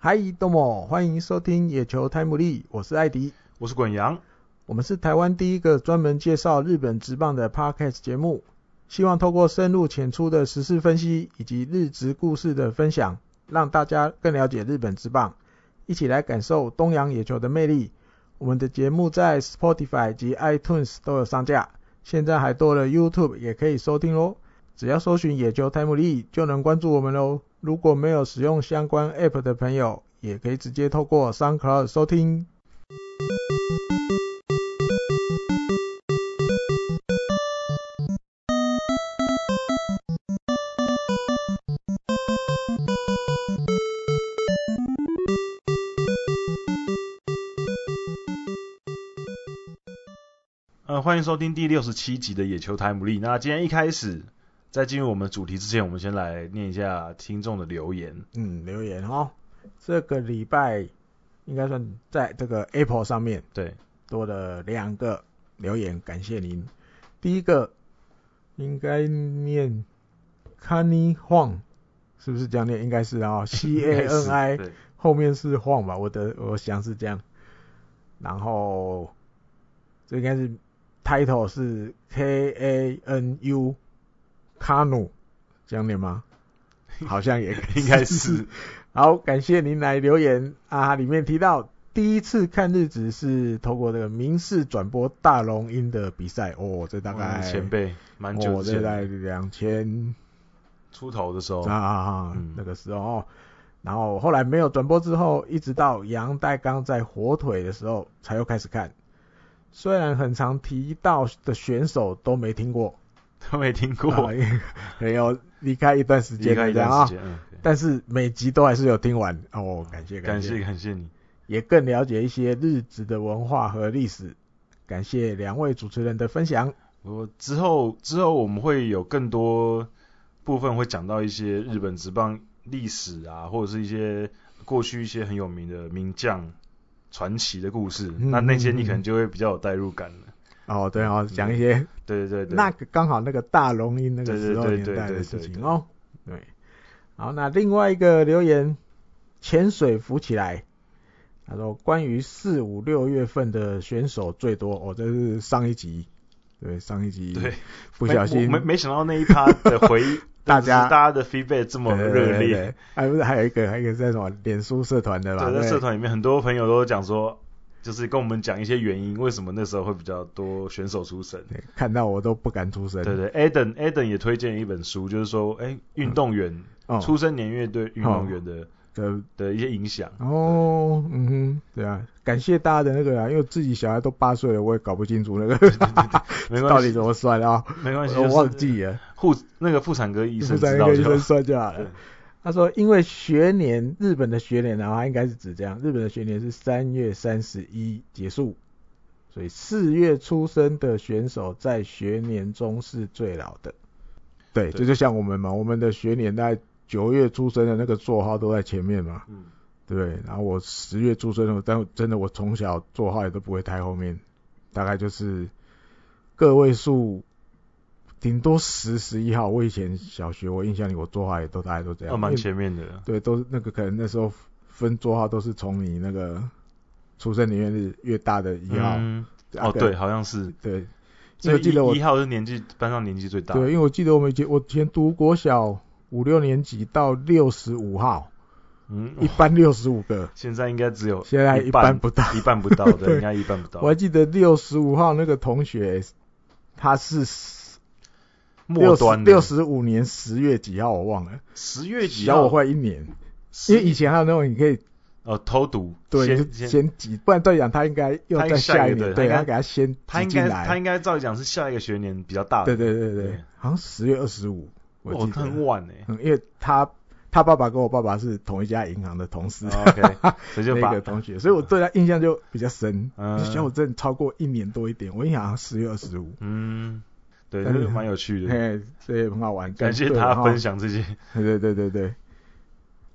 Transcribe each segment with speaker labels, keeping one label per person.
Speaker 1: 嗨，豆某，欢迎收听野球泰姆利，我是艾迪，
Speaker 2: 我是滚羊，
Speaker 1: 我们是台湾第一个专门介绍日本职棒的 podcast 节目，希望透过深入浅出的时事分析以及日职故事的分享，让大家更了解日本职棒，一起来感受东洋野球的魅力。我们的节目在 Spotify 及 iTunes 都有上架，现在还多了 YouTube 也可以收听喽。只要搜寻野球泰姆利就能关注我们喽。如果没有使用相关 App 的朋友，也可以直接透过 SoundCloud 收听。
Speaker 2: 呃，欢迎收听第六十七集的野球台姆利。那今天一开始，在进入我们主题之前，我们先来念一下听众的留言。
Speaker 1: 嗯，留言哦，这个礼拜应该算在这个 Apple 上面
Speaker 2: 对，
Speaker 1: 多了两个留言，感谢您。第一个应该念 Canny Huang，是不是这样念？应该是啊、哦、，C A N I
Speaker 2: 对
Speaker 1: 后面是晃吧，我的我想是这样。然后这应该是 title 是 K A N U 卡努，这样念吗？好像也
Speaker 2: 应该是。
Speaker 1: 好，感谢您来留言啊！里面提到第一次看日子是透过这个民视转播大龙鹰的比赛哦，这 大概
Speaker 2: 我们前辈蛮
Speaker 1: 哦
Speaker 2: 久
Speaker 1: 这
Speaker 2: 之前
Speaker 1: 大概两千
Speaker 2: 出头的时候，
Speaker 1: 啊，
Speaker 2: 嗯
Speaker 1: 那个时候哦，然后后来没有转播之后，一直到杨代刚在火腿的时候才又开始看。虽然很常提到的选手都没听过，
Speaker 2: 都没听 过
Speaker 1: 啊，也也有离开一段时
Speaker 2: 离
Speaker 1: 间
Speaker 2: 开
Speaker 1: 的
Speaker 2: 一
Speaker 1: 这样
Speaker 2: 段
Speaker 1: 啊
Speaker 2: 时，间。嗯对
Speaker 1: 但是每集都还是有听完哦，感谢
Speaker 2: 感
Speaker 1: 谢
Speaker 2: 谢感谢你，
Speaker 1: 也更了解一些日子的文化和历史。感谢两位主持人的分享。
Speaker 2: 我之后之后我们会有更多部分会讲到一些日本职棒历史啊，或者是一些过去一些很有名的名将传奇的故事。
Speaker 1: 嗯
Speaker 2: 那那些你可能就会比较有代入感了。
Speaker 1: 哦，对哦，讲一些
Speaker 2: 对对对，
Speaker 1: 那个刚好那个大龙鹰那个时候
Speaker 2: 对
Speaker 1: 年
Speaker 2: 对对
Speaker 1: 代的
Speaker 2: 对
Speaker 1: 事
Speaker 2: 对
Speaker 1: 情
Speaker 2: 对
Speaker 1: 哦。对，好，那另外一个留言，潜水浮起来，他说关于四五六月份的选手最多，哦，这是上一集，对上一集，
Speaker 2: 对，
Speaker 1: 不小心，
Speaker 2: 没我没没想到那一趴的回忆
Speaker 1: 大家
Speaker 2: 就是大家的 feedback 这么
Speaker 1: 对对对
Speaker 2: 热
Speaker 1: 对
Speaker 2: 烈。
Speaker 1: 对还不是还有一个还有一个在什么脸书社团的吧？
Speaker 2: 对，在社团里面很多朋友都讲说，就是跟我们讲一些原因，为什么那时候会比较多选手出神。
Speaker 1: 对看到我都不敢出声，
Speaker 2: 对对，Adam Adam 也推荐了一本书，就是说，哎，运动员
Speaker 1: 哦，
Speaker 2: 出生年月对运动员
Speaker 1: 嗯
Speaker 2: 的
Speaker 1: 对
Speaker 2: 的一些 影响。
Speaker 1: 哦，嗯哼，对啊，感谢大家的那个啊，因为自己小孩都八岁了，我也搞不清楚那个
Speaker 2: 没
Speaker 1: 到
Speaker 2: 关
Speaker 1: 底
Speaker 2: 系，
Speaker 1: 怎么算啊，
Speaker 2: 没关系，
Speaker 1: 我
Speaker 2: 就是
Speaker 1: 忘记了，
Speaker 2: 妇那个妇产科医
Speaker 1: 医
Speaker 2: 生
Speaker 1: 在
Speaker 2: 知
Speaker 1: 那
Speaker 2: 道
Speaker 1: 个医
Speaker 2: 就
Speaker 1: 生
Speaker 2: 好。
Speaker 1: 算就好
Speaker 2: 对
Speaker 1: 了。他说，因为学年日本的学年啊，他应该是指这样，日本的学年是三月三十一结束，所以四月出生的选手在学年中是最老的。对，
Speaker 2: 对
Speaker 1: 这就像我们嘛，我们的学年在九月出生的那个座号都在前面嘛。
Speaker 2: 嗯，
Speaker 1: 对，然后我十月出生的，但真的我从小座号也都不会太后面，大概就是个位数，顶多十十一号。我以前小学，我印象里我座号也都大概都这
Speaker 2: 那
Speaker 1: 样，
Speaker 2: 哦蛮
Speaker 1: 啊因为
Speaker 2: 前面的。
Speaker 1: 对，都是那个可能那时候分座号都是从你那个出生年月日越大的一号，
Speaker 2: 嗯，
Speaker 1: 啊
Speaker 2: 哦，对，好像是。
Speaker 1: 对，因
Speaker 2: 所
Speaker 1: 为
Speaker 2: 以
Speaker 1: 我记得我
Speaker 2: 一一号是年纪班上年纪最大的。
Speaker 1: 对，因为我记得我们以前我以前读国小五六年级到六十五号，
Speaker 2: 嗯，
Speaker 1: 一般六十五个，
Speaker 2: 现在应该只有
Speaker 1: 现在一
Speaker 2: 半
Speaker 1: 般不到。
Speaker 2: 一半不到
Speaker 1: 对
Speaker 2: 对，应该一半不到
Speaker 1: 我。还记得六十五号那个同学，他是
Speaker 2: 末端
Speaker 1: 六十五年十月几号我忘了，
Speaker 2: 十月几
Speaker 1: 小
Speaker 2: 号
Speaker 1: 我快一年，
Speaker 2: 十
Speaker 1: 因为以前还有那种你可以
Speaker 2: 哦偷读，
Speaker 1: 对就
Speaker 2: 先先
Speaker 1: 先挤，不然队长他应该又在下一
Speaker 2: 他应该下一
Speaker 1: 年，
Speaker 2: 个
Speaker 1: 对，他
Speaker 2: 对他应该
Speaker 1: 给他先
Speaker 2: 他
Speaker 1: 挤
Speaker 2: 应
Speaker 1: 进
Speaker 2: 该他
Speaker 1: 来，
Speaker 2: 应该照理讲是下一个学年比较大的，
Speaker 1: 对对对对
Speaker 2: 对，
Speaker 1: 好像十月二十五，我
Speaker 2: 哦，
Speaker 1: 记
Speaker 2: 他
Speaker 1: 得，
Speaker 2: 很晚哎。
Speaker 1: 嗯，因为他他爸爸跟我爸爸是同一家银行的同事，
Speaker 2: 哦 OK，所以就
Speaker 1: 那
Speaker 2: 把
Speaker 1: 个同学，所以我对他印象就比较深，
Speaker 2: 嗯
Speaker 1: 小我真的超过一年多一点，我印象十月二十五。
Speaker 2: 嗯，对，
Speaker 1: 但
Speaker 2: 这
Speaker 1: 是
Speaker 2: 个蛮有趣的，
Speaker 1: 嘿，这也很好玩，
Speaker 2: 感谢
Speaker 1: 对
Speaker 2: 他
Speaker 1: 哈
Speaker 2: 分享这些。
Speaker 1: 对对对对对。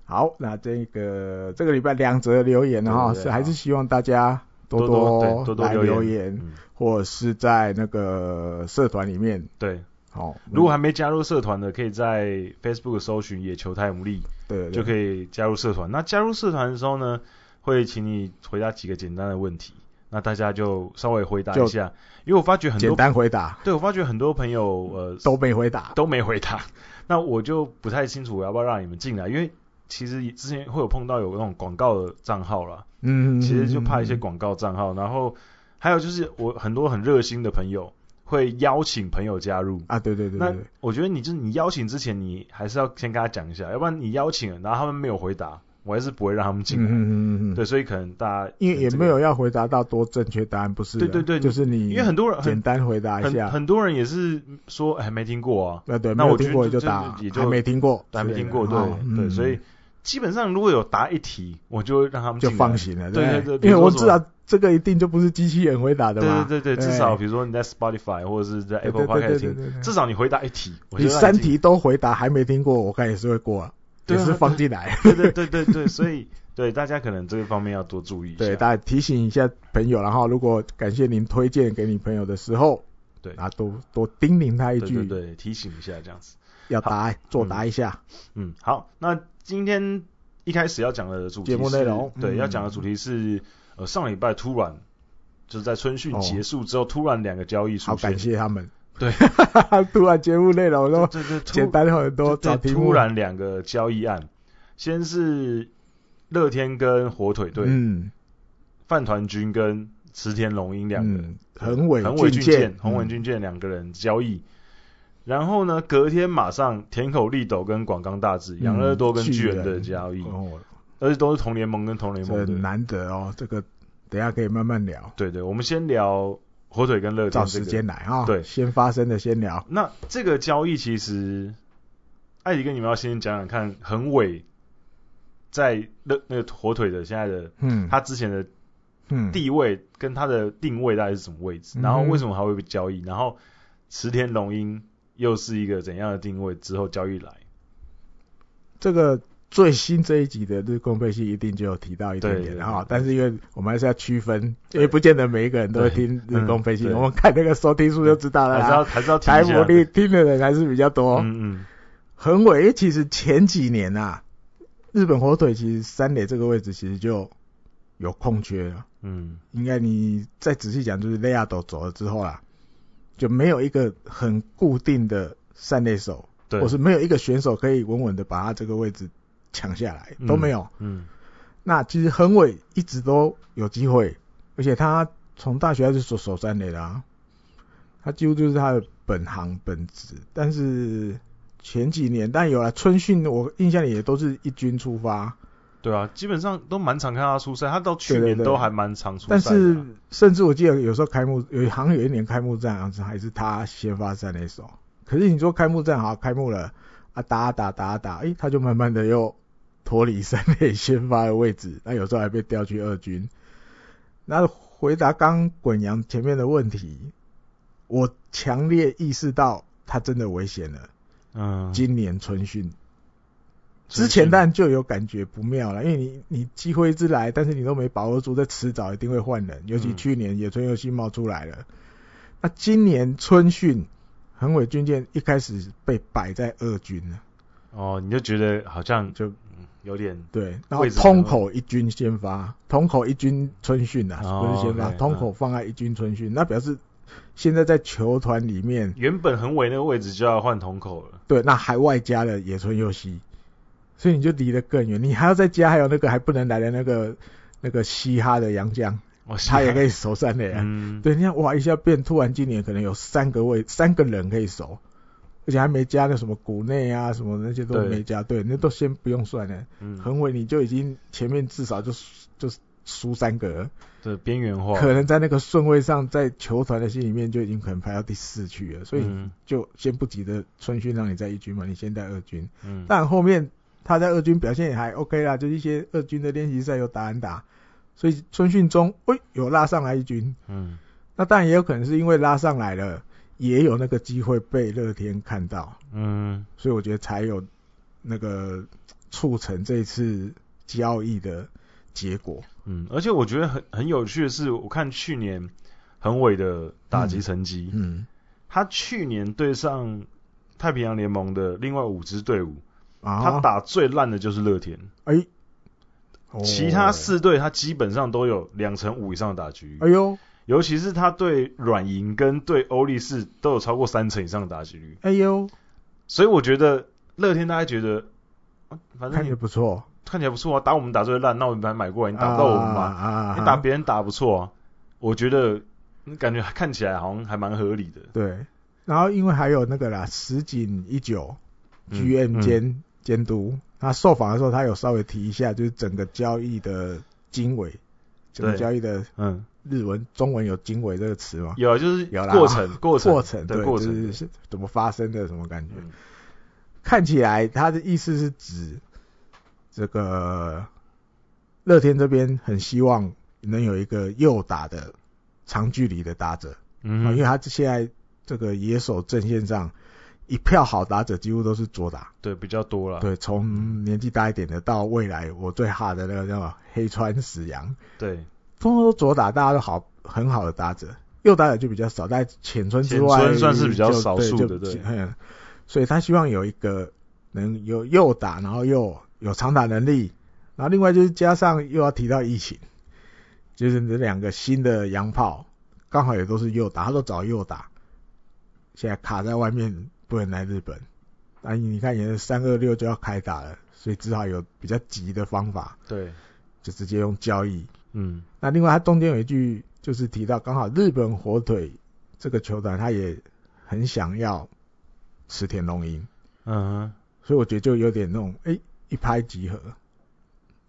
Speaker 1: 好，那这个这个礼拜两则留言呢、哈，
Speaker 2: 对对对
Speaker 1: 是还是
Speaker 2: 好
Speaker 1: 希望大家多
Speaker 2: 多对多多
Speaker 1: 来
Speaker 2: 留言
Speaker 1: 留言，
Speaker 2: 嗯，
Speaker 1: 或者是在那个社团里面。
Speaker 2: 对。
Speaker 1: 好，
Speaker 2: 如果还没加入社团的，可以在 Facebook 搜寻“野球太无力”，
Speaker 1: 对
Speaker 2: 就可
Speaker 1: 以
Speaker 2: 以加入社团。那加入社团的时候呢，会请你回答几个简单的问题，那大家就稍微回答一下，因为我发觉很
Speaker 1: 简
Speaker 2: 多，
Speaker 1: 单回答，
Speaker 2: 对我发觉很多朋友呃
Speaker 1: 都没回答。
Speaker 2: 都没回答， 那我就不太清楚我要不要让你们进来，因为其实之前会有碰到有那种广告的账号啦，
Speaker 1: 嗯，
Speaker 2: 其实就怕一些广告账号，然后还有就是我很多很热心的朋友会邀请朋友加入，
Speaker 1: 啊，对对对
Speaker 2: 那
Speaker 1: 对，
Speaker 2: 我觉得你就是你邀请之前，你还是要先跟他讲一下，要不然你邀请了，然后他们没有回答，我还是不会让他们进
Speaker 1: 嗯
Speaker 2: 来。
Speaker 1: 嗯嗯嗯，
Speaker 2: 对，所以可能大家
Speaker 1: 因为也
Speaker 2: 这个
Speaker 1: 没，有要回答到多正确答案，不是啊？
Speaker 2: 对对对
Speaker 1: 就是你
Speaker 2: 因为很多人
Speaker 1: 简
Speaker 2: 很
Speaker 1: 单回答一
Speaker 2: 很
Speaker 1: 下，
Speaker 2: 很多人也是说哎没听过啊，
Speaker 1: 那对，
Speaker 2: 那
Speaker 1: 没有
Speaker 2: 我就
Speaker 1: 听过
Speaker 2: 就
Speaker 1: 就打
Speaker 2: 就也，就
Speaker 1: 还没听过，
Speaker 2: 还没听过，
Speaker 1: 之
Speaker 2: 对
Speaker 1: 类的哦
Speaker 2: 对，
Speaker 1: 嗯
Speaker 2: 所以基本上如果有答一题，我就会让他们
Speaker 1: 就
Speaker 2: 进来
Speaker 1: 放。心了，
Speaker 2: 对
Speaker 1: 对
Speaker 2: 对
Speaker 1: 不
Speaker 2: 对
Speaker 1: 因为我
Speaker 2: 比如说
Speaker 1: 知道这个一定就不是机器人回答的
Speaker 2: 对
Speaker 1: 嘛，
Speaker 2: 对对对，
Speaker 1: 对
Speaker 2: 至少比如说你在 Spotify 或者是在 Apple
Speaker 1: 对
Speaker 2: Podcast
Speaker 1: 对对对
Speaker 2: 听，
Speaker 1: 对对，
Speaker 2: 至少你回答一题，我就
Speaker 1: 你
Speaker 2: 让
Speaker 1: 三
Speaker 2: 进
Speaker 1: 题都回答还没听过，我看也是会过啊，
Speaker 2: 对
Speaker 1: 也
Speaker 2: 啊
Speaker 1: 是放进 来，
Speaker 2: 对对对对对，所以对大家可能这个方面要多注意一下。
Speaker 1: 对，大家提醒一下朋友，然后如果感谢您推荐给你朋友的时候，
Speaker 2: 对
Speaker 1: 啊，多多叮咛他一
Speaker 2: 对对
Speaker 1: 句，
Speaker 2: 对，提醒一下这样子。
Speaker 1: 要答作答一下，
Speaker 2: 嗯，好，那今天一开始要讲的主题
Speaker 1: 节目
Speaker 2: 是
Speaker 1: 内容
Speaker 2: 对，
Speaker 1: 嗯
Speaker 2: 要讲的主题是呃上礼拜突然就是在春训
Speaker 1: 哦
Speaker 2: 结束之后，突然两个交易
Speaker 1: 好
Speaker 2: 出现
Speaker 1: 感，谢他们，
Speaker 2: 对，
Speaker 1: 突然节目内容都
Speaker 2: 对对，突
Speaker 1: 简单很多，
Speaker 2: 对
Speaker 1: 找题目，
Speaker 2: 突然两个交易案，先是乐天跟火腿队，
Speaker 1: 嗯，
Speaker 2: 饭团君跟池田龙英两个人，
Speaker 1: 嗯，横尾
Speaker 2: 横尾
Speaker 1: 俊
Speaker 2: 俊
Speaker 1: 介
Speaker 2: 介、，横尾
Speaker 1: 嗯
Speaker 2: 俊介两个人交易。然后呢，隔天马上田口利斗跟广冈大志、养乐多跟巨人的交易，
Speaker 1: 嗯哦，
Speaker 2: 而且都是同联盟跟同联
Speaker 1: 这
Speaker 2: 盟的。
Speaker 1: 难得哦，这个等一下可以慢慢聊，
Speaker 2: 对对，我们先聊火腿跟乐
Speaker 1: 找
Speaker 2: 天这
Speaker 1: 时
Speaker 2: 个。
Speaker 1: 间来啊，
Speaker 2: 对
Speaker 1: 先发生的先聊，
Speaker 2: 那这个交易其实，艾迪跟你们要先讲讲看，横尾在乐那个火腿的现在的
Speaker 1: 嗯，
Speaker 2: 他之前的
Speaker 1: 嗯，
Speaker 2: 地位跟他的定位大概是什么位置，
Speaker 1: 嗯
Speaker 2: 然后为什么还会被交易，然后池田龙英又是一个怎样的定位之后交易来？
Speaker 1: 这个最新这一集的日工配系一定就有提到一点
Speaker 2: 对
Speaker 1: 点
Speaker 2: 对
Speaker 1: 哈、
Speaker 2: 对
Speaker 1: 但是因为我们还是要区分，
Speaker 2: 对
Speaker 1: 因为不见得每一个人都会听
Speaker 2: 对
Speaker 1: 日工配系，
Speaker 2: 嗯对
Speaker 1: 我们看那个收听数就知道了
Speaker 2: 还是要
Speaker 1: 啦。
Speaker 2: 还是要提
Speaker 1: 台
Speaker 2: 一
Speaker 1: 博
Speaker 2: 下？
Speaker 1: 率听的人还是比较多。
Speaker 2: 嗯嗯，
Speaker 1: 横尾其实前几年啊，日本火腿其实三垒这个位置其实就有空缺了。
Speaker 2: 嗯，
Speaker 1: 应该你再仔细讲，就是雷亚斗走了之后啦，就没有一个很固定的三垒手，
Speaker 2: 对，
Speaker 1: 或是没有一个选手可以稳稳的把他这个位置抢下来，都
Speaker 2: 嗯
Speaker 1: 没有。
Speaker 2: 嗯
Speaker 1: 那其实横尾一直都有机会，而且他从大学开始守守三垒的啊，他几乎就是他的本行本职。但是前几年，但有了春训，我印象里也都是一军出发，
Speaker 2: 对啊，基本上都蛮常看他出赛，他到去
Speaker 1: 对对
Speaker 2: 年
Speaker 1: 对
Speaker 2: 都还蛮常出赛
Speaker 1: 但
Speaker 2: 的啊、
Speaker 1: 是甚至我记得有时候开幕有好像有一年开幕战好像还是他先发三垒手。可是你说开幕战好开幕了啊打啊打打啊打，诶、他就慢慢的又脱离三垒先发的位置，那有时候还被调去二军。那回答刚滚阳前面的问题，我强烈意识到他真的危险了。
Speaker 2: 嗯，
Speaker 1: 今年春训
Speaker 2: 所以
Speaker 1: 之前
Speaker 2: 是
Speaker 1: 当然就有感觉不妙了，因为你你机会一直来，但是你都没把握住，这迟早一定会换人。尤其
Speaker 2: 嗯
Speaker 1: 去年野村佑希冒出来了，那今年春训横尾军舰一开始被摆在二军了，
Speaker 2: 哦，你就觉得好像
Speaker 1: 就
Speaker 2: 有点
Speaker 1: 对，然后
Speaker 2: 位置
Speaker 1: 通口一军先发，通口一军春训啊，
Speaker 2: 哦
Speaker 1: 不是先发，
Speaker 2: OK，
Speaker 1: 通口放在一军春训，那表示现在在球团里面，
Speaker 2: 原本横尾那个位置就要换同口了。
Speaker 1: 对，那还外加了野村佑希，所以你就离得更远，你还要再加还有那个还不能来的那个那个嘻哈的洋 将。
Speaker 2: 我
Speaker 1: 他也可
Speaker 2: 以，
Speaker 1: 以守三垒啊。
Speaker 2: 嗯，
Speaker 1: 对，你看哇，一下变突然今年可能有三个位三个人可以守，而且还没加那什么谷内啊什么那些都
Speaker 2: 对
Speaker 1: 没加，对，那都先不用算了。
Speaker 2: 嗯，
Speaker 1: 横尾你就已经前面至少就就输三个了，
Speaker 2: 对，边缘化，
Speaker 1: 可能在那个顺位上，在球团的心里面就已经可能排到第四去了，所以
Speaker 2: 嗯
Speaker 1: 就先不急着春训让你在一军嘛，你先在二军。
Speaker 2: 嗯，
Speaker 1: 但后面他在二军表现也还 OK 啦，就是一些二军的练习赛有打安打，所以春训中，哎、有拉上来一军。
Speaker 2: 嗯，
Speaker 1: 那当然也有可能是因为拉上来了，也有那个机会被乐天看到，
Speaker 2: 嗯，
Speaker 1: 所以我觉得才有那个促成这次交易的结果。
Speaker 2: 嗯，而且我觉得很很有趣的是，我看去年恒伟的打击成绩，
Speaker 1: 嗯
Speaker 2: 他去年对上太平洋联盟的另外五支队伍，
Speaker 1: 啊，
Speaker 2: 他打最烂的就是乐天，
Speaker 1: 哦
Speaker 2: 其他，四队他基本上都有两成五以上的打局，
Speaker 1: 哎呦
Speaker 2: 尤其是他对软银跟对欧力士都有超过三成以上的打击率，
Speaker 1: 哎呦，
Speaker 2: 所以我觉得乐天大家觉得，啊反正
Speaker 1: 看
Speaker 2: 你
Speaker 1: 着不错，
Speaker 2: 看起来不错啊，打我们打最烂，那我们把它买过来，你打不到
Speaker 1: 到
Speaker 2: 我们嘛，
Speaker 1: 嘛
Speaker 2: 你打别人打不错啊，我觉得嗯感觉看起来好像还蛮合理的。
Speaker 1: 对，然后因为还有那个啦，石井一九
Speaker 2: 嗯
Speaker 1: GM
Speaker 2: 嗯
Speaker 1: 监监督，他受访的时候，他有稍微提一下，就是整个交易的经纬，整个
Speaker 2: 对
Speaker 1: 交易的
Speaker 2: 嗯，
Speaker 1: 日文、中文有经纬这个词吗？
Speaker 2: 有啊，就是
Speaker 1: 有啦
Speaker 2: 过程过程
Speaker 1: 过程
Speaker 2: 的
Speaker 1: 对，
Speaker 2: 过
Speaker 1: 就是
Speaker 2: 程，
Speaker 1: 是怎么发生的，什么感觉？
Speaker 2: 嗯
Speaker 1: 看起来他的意思是指这个乐天这边很希望能有一个右打的长距离的打者，啊，因为
Speaker 2: 嗯，
Speaker 1: 他现在这个野手阵线上，一票好打者几乎都是左打。
Speaker 2: 对，比较多了，
Speaker 1: 对，从年纪大一点的到未来我最哈的那个叫什么黑川史阳，
Speaker 2: 对，
Speaker 1: 通通都左打，大家都好很好的打者，右打者就比较少，在浅村之外，
Speaker 2: 浅村算是比较
Speaker 1: 就
Speaker 2: 少
Speaker 1: 对
Speaker 2: 数
Speaker 1: 就
Speaker 2: 的对
Speaker 1: 嗯，所以他希望有一个能有右打，然后又有长打能力，然后另外就是加上又要提到疫情，就是这两个新的洋炮刚好也都是右打，他都找右打，现在卡在外面不能来日本，啊，你看也是三二六就要开打了，所以只好有比较急的方法，
Speaker 2: 对，
Speaker 1: 就直接用交易。
Speaker 2: 嗯，
Speaker 1: 那另外，他中间有一句就是提到，刚好日本火腿这个球团，他也很想要池田龙英，
Speaker 2: 嗯哼，
Speaker 1: 所以我觉得就有点那种哎、诶一拍即合，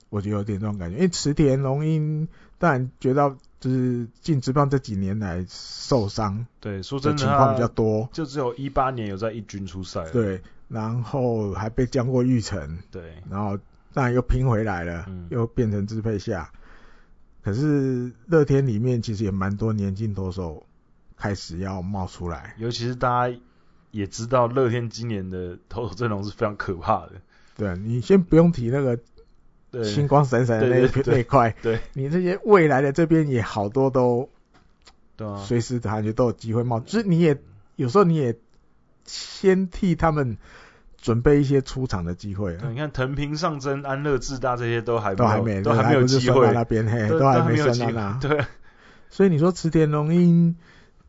Speaker 1: 我觉得有点这种感觉。因为池田龙英当然觉得就是进职棒这几年来受伤
Speaker 2: 对，说
Speaker 1: 的
Speaker 2: 真的，
Speaker 1: 情况比较
Speaker 2: 他
Speaker 1: 多，
Speaker 2: 就只有一八年有在一军出赛了，
Speaker 1: 对，然后还被降过玉成，
Speaker 2: 对，
Speaker 1: 然后当然又拼回来了，
Speaker 2: 嗯
Speaker 1: 又变成支配下。可是乐天里面其实也蛮多年轻投手开始要冒出来，
Speaker 2: 尤其是大家也知道乐天今年的投手阵容是非常可怕的，
Speaker 1: 对你先不用提那个星
Speaker 2: 对，
Speaker 1: 光闪闪的那
Speaker 2: 对
Speaker 1: 一
Speaker 2: 对对
Speaker 1: 那一块，
Speaker 2: 对
Speaker 1: 你这些未来的这边也好多都
Speaker 2: 对啊，
Speaker 1: 随时感觉都有机会冒，就是你也有时候你也先替他们准备一些出场的机会啊
Speaker 2: 对，你看藤平上真、安乐智大这些都还没
Speaker 1: 都
Speaker 2: 有
Speaker 1: 还没
Speaker 2: 都还没有
Speaker 1: 不是
Speaker 2: 机
Speaker 1: 算到
Speaker 2: 会，
Speaker 1: 那边嘿，
Speaker 2: 都
Speaker 1: 都还
Speaker 2: 都还
Speaker 1: 没
Speaker 2: 没有
Speaker 1: 算
Speaker 2: 机
Speaker 1: 到
Speaker 2: 会
Speaker 1: 那，
Speaker 2: 对啊，
Speaker 1: 所以你说池田龙英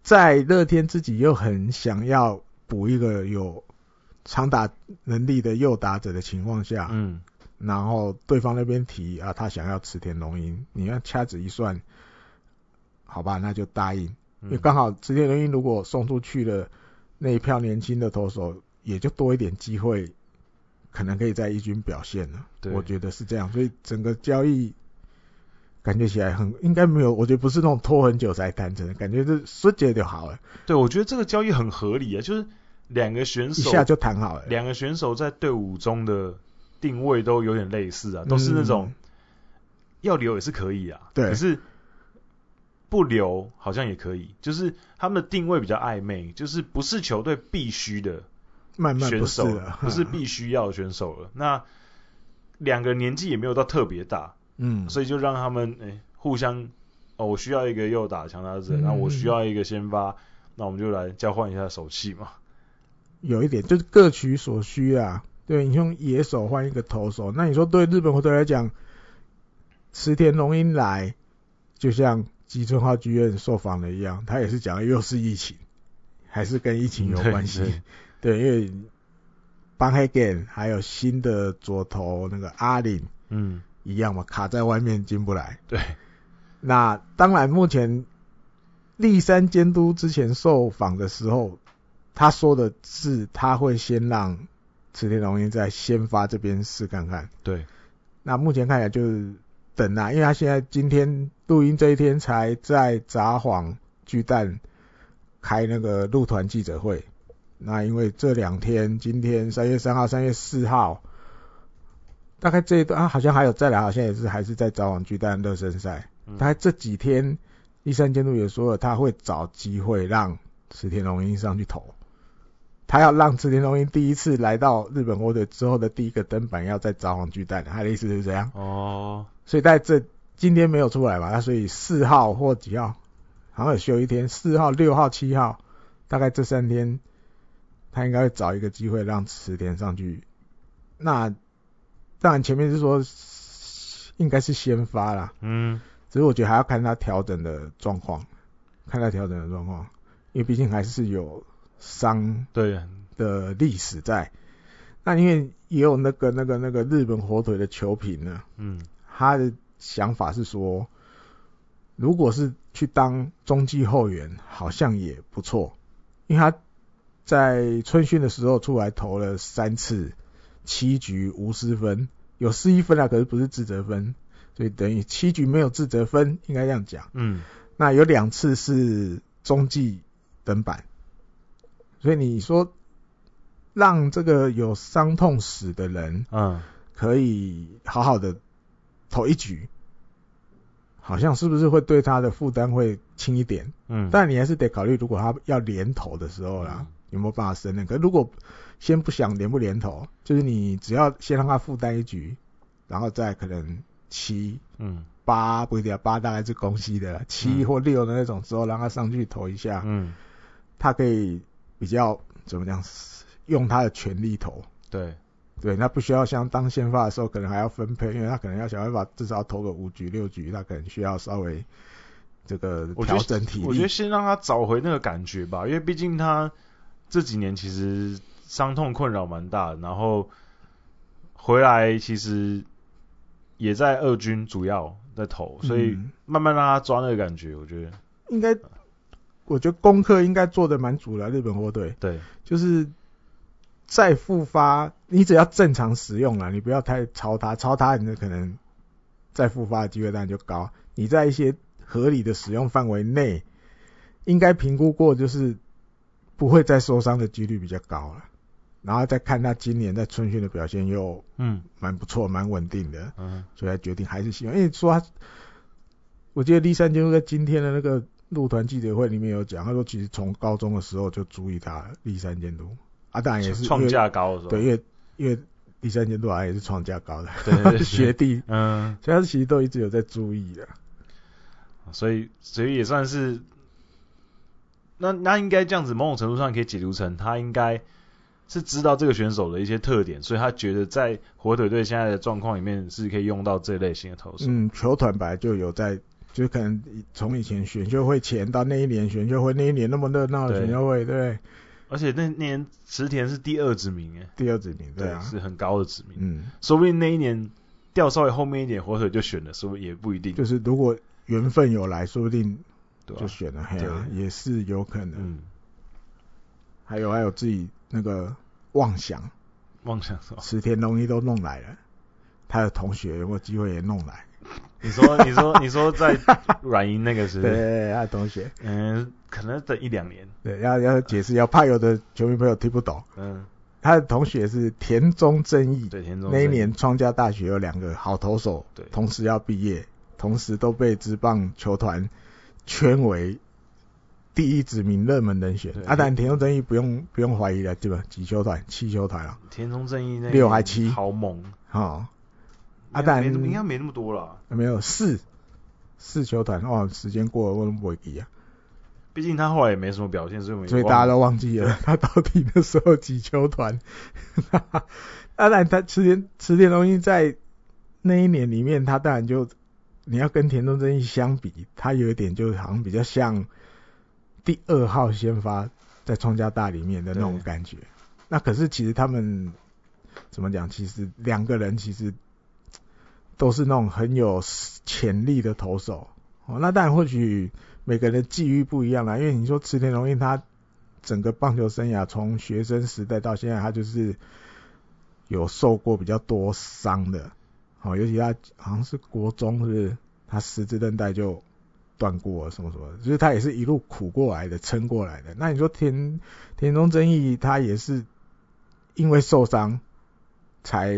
Speaker 1: 在乐天自己又很想要补一个有长打能力的右打者的情况下，
Speaker 2: 嗯，
Speaker 1: 然后对方那边提啊，他想要池田龙英，你要掐指一算，好吧，那就答应，因为
Speaker 2: 嗯
Speaker 1: 刚好池田龙英如果送出去了那一票年轻的投手，也就多一点机会，可能可以在一军表现了。
Speaker 2: 对
Speaker 1: 我觉得是这样，所以整个交易感觉起来很应该没有，我觉得不是那种拖很久才谈成的，感觉是瞬间就好了，
Speaker 2: 对，我觉得这个交易很合理啊，就是两个选
Speaker 1: 一
Speaker 2: 手
Speaker 1: 下就谈好了，
Speaker 2: 两个选手在队伍中的定位都有点类似啊，都是那种
Speaker 1: 嗯
Speaker 2: 要留也是可以啊，
Speaker 1: 对
Speaker 2: 可是不留好像也可以，就是他们的定位比较暧昧，就是不是球队必须的
Speaker 1: 慢慢
Speaker 2: 选
Speaker 1: 不是啊
Speaker 2: 手
Speaker 1: 了，
Speaker 2: 不是必须要的选手了。那两个年纪也没有到特别大，
Speaker 1: 嗯，
Speaker 2: 所以就让他们哎、互相哦，我需要一个右打强打者，
Speaker 1: 嗯
Speaker 2: 那、我需要一个先发，那我们就来交换一下手气嘛。
Speaker 1: 有一点就是各取所需啊。对你用野手换一个投手，那你说对日本火腿来讲，池田龙英来，就像吉村浩剧院受访的一样，他也是讲又是疫情，还是跟疫情有关系。
Speaker 2: 嗯
Speaker 1: 对，因为邦黑 n 还有新的左投那个阿林
Speaker 2: 嗯，
Speaker 1: 一样嘛，卡在外面进不来。
Speaker 2: 对，
Speaker 1: 那当然，目前立山监督之前受访的时候，他说的是他会先让池田龙英在先发这边试看看。
Speaker 2: 对，
Speaker 1: 那目前看起来就是等啊，因为他现在今天录音这一天才在札幌巨蛋开那个入团记者会。那因为这两天，今天三月三号、三月四号，大概这一段、啊、好像还有再来，好像也是还是在札幌巨蛋热身赛。
Speaker 2: 嗯
Speaker 1: 他这几天，第三监督也说了，他会找机会让池田龙英上去投。他要让池田荣一第一次来到日本火腿之后的第一个登板要在札幌巨蛋，他的意思是这样。
Speaker 2: 哦，
Speaker 1: 所以在这今天没有出来嘛，那所以四号或几号，好像有休一天，四号、六号、七号，大概这三天，他应该会找一个机会让池田上去。那当然前面是说应该是先发啦，
Speaker 2: 嗯，
Speaker 1: 只是我觉得还要看他调整的状况，看他调整的状况，因为毕竟还是有伤
Speaker 2: 对，
Speaker 1: 的历史在。那因为也有那个那个那个日本火腿的球评呢，
Speaker 2: 嗯，
Speaker 1: 他的想法是说，如果是去当中继后援，好像也不错，因为他在春训的时候出来投了三次，七局无失分，有失一分啊，可是不是自责分，所以等于七局没有自责分，应该这样讲。
Speaker 2: 嗯，
Speaker 1: 那有两次是中继登板，所以你说让这个有伤痛史的人
Speaker 2: 嗯，
Speaker 1: 可以好好的投一局，好像是不是会对他的负担会轻一点？
Speaker 2: 嗯，
Speaker 1: 但你还是得考虑，如果他要连投的时候啦，有没有办法胜任？可如果先不想连不连投，就是你只要先让他负担一局，然后再可能七
Speaker 2: 嗯，
Speaker 1: 八不一定啊八大概是公西的啦七
Speaker 2: 嗯
Speaker 1: 或六的那种之后，让他上去投一下，
Speaker 2: 嗯，
Speaker 1: 他可以比较怎么讲，用他的全力投。
Speaker 2: 对，
Speaker 1: 对，那不需要像当先发的时候，可能还要分配，因为他可能要想办法至少投个五局六局，他可能需要稍微这个
Speaker 2: 我觉
Speaker 1: 调
Speaker 2: 得
Speaker 1: 整体
Speaker 2: 我觉得
Speaker 1: 力。
Speaker 2: 先让他找回那个感觉吧，因为毕竟他这几年其实伤痛困扰蛮大的，然后回来其实也在二军主要在投，所以
Speaker 1: 嗯
Speaker 2: 慢慢让他抓那个感觉，我觉得
Speaker 1: 应该，我觉得功课应该做的蛮足了。日本火腿
Speaker 2: 对，
Speaker 1: 就是再复发，你只要正常使用了，你不要太超它，超它你的可能再复发的机会当然就高。你在一些合理的使用范围内，应该评估过，就是不会再受伤的几率比较高了。然后再看他今年在春训的表现又
Speaker 2: 嗯
Speaker 1: 蛮不错，蛮稳定的，
Speaker 2: 嗯，
Speaker 1: 所以他决定还是希望。因为说他，我记得立山监督在今天的那个路团记者会里面有讲，他说其实从高中的时候就注意他了，立山监督啊，当然也是因
Speaker 2: 创
Speaker 1: 为
Speaker 2: 价高的时候，
Speaker 1: 对，因为因为立山监督好像也是创价高的
Speaker 2: 对对 对
Speaker 1: 学弟，
Speaker 2: 嗯，
Speaker 1: 所以他其实都一直有在注意的。
Speaker 2: 啊所以所以也算是，那那应该这样子，某种程度上可以解读成他应该是知道这个选手的一些特点，所以他觉得在火腿队现在的状况里面是可以用到这类型的投手。
Speaker 1: 嗯，球团本来就有在，就是可能从以前选秀会前到那一年选秀会那一年那么热闹的
Speaker 2: 对
Speaker 1: 选秀会，对不对，
Speaker 2: 而且那年池田是第二指名，哎，
Speaker 1: 第二指名，对啊，
Speaker 2: 是很高的指名，
Speaker 1: 嗯。
Speaker 2: 说不定那一年掉稍微后面一点，火腿就选了，说不定也不一定，
Speaker 1: 就是如果缘分有来，说不定
Speaker 2: 对吧、
Speaker 1: 就选了，嘿啊，
Speaker 2: 对
Speaker 1: 也是有可能。
Speaker 2: 嗯，
Speaker 1: 还有还有自己那个妄想，
Speaker 2: 妄想说，
Speaker 1: 池田龙一都弄来了，他的同学有没有机会也弄来？
Speaker 2: 你说你说你说在软银那个是不 是，
Speaker 1: 对，他的同学，
Speaker 2: 嗯，可能等一两年，
Speaker 1: 对，要要解释，要怕有的球迷朋友听不懂。
Speaker 2: 嗯，
Speaker 1: 他的同学是田中正义，
Speaker 2: 对，田中
Speaker 1: 那一
Speaker 2: 正
Speaker 1: 年创价大学有两个好投手
Speaker 2: 对，
Speaker 1: 同时要毕业，同时都被职棒球团圈为第一指名热门人选
Speaker 2: 对。
Speaker 1: 阿丹田中正义不用不用怀疑了，对吧？几球团，七球团啊，
Speaker 2: 田中正义那
Speaker 1: 六还七
Speaker 2: 好猛，
Speaker 1: 哦，啊
Speaker 2: 应该
Speaker 1: 但
Speaker 2: 没那么应该没那么多啦，
Speaker 1: 没有四四球团哇，时间过了我都不会记啊，
Speaker 2: 毕竟他后来也没什么表现，所以我们也
Speaker 1: 所以
Speaker 2: 忘
Speaker 1: 大家都忘记了他到底那时候几球团。 当然，他池田池田荣一在那一年里面，他当然就你要跟田中正义相比，他有一点就好像比较像第二号先发在创价大里面的那种
Speaker 2: 对
Speaker 1: 感觉。那可是其实他们怎么讲？其实两个人其实都是那种很有潜力的投手。哦，那当然，或许每个人的际遇不一样啦。因为你说池田荣一，他整个棒球生涯从学生时代到现在，他就是有受过比较多伤的。哦，尤其他好像是国中，是不是？他十字韧带就断过了，什么什么的，就是他也是一路苦过来的，撑过来的。那你说田田中正义，他也是因为受伤才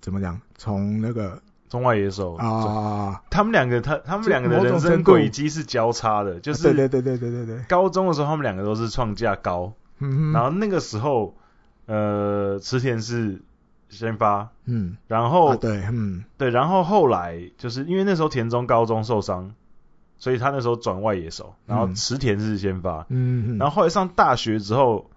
Speaker 1: 怎么讲？从那个
Speaker 2: 中外野手中
Speaker 1: 啊，
Speaker 2: 他们两个他他们
Speaker 1: 就
Speaker 2: 两个
Speaker 1: 某
Speaker 2: 的
Speaker 1: 种
Speaker 2: 人
Speaker 1: 程
Speaker 2: 生
Speaker 1: 度啊
Speaker 2: 轨迹是交叉的，就
Speaker 1: 对
Speaker 2: 是
Speaker 1: 对对对对对对，
Speaker 2: 高中的时候他们两个都是创价高，
Speaker 1: 嗯
Speaker 2: 然
Speaker 1: 哼，
Speaker 2: 后那个时候，呃，池田是先发，
Speaker 1: 嗯，
Speaker 2: 然后、
Speaker 1: 啊对，嗯
Speaker 2: 对，然后后来就是因为那时候田中高中受伤，所以他那时候转外野手，然后
Speaker 1: 嗯
Speaker 2: 池田是先发，
Speaker 1: 嗯，嗯
Speaker 2: 然后后来上大学之后，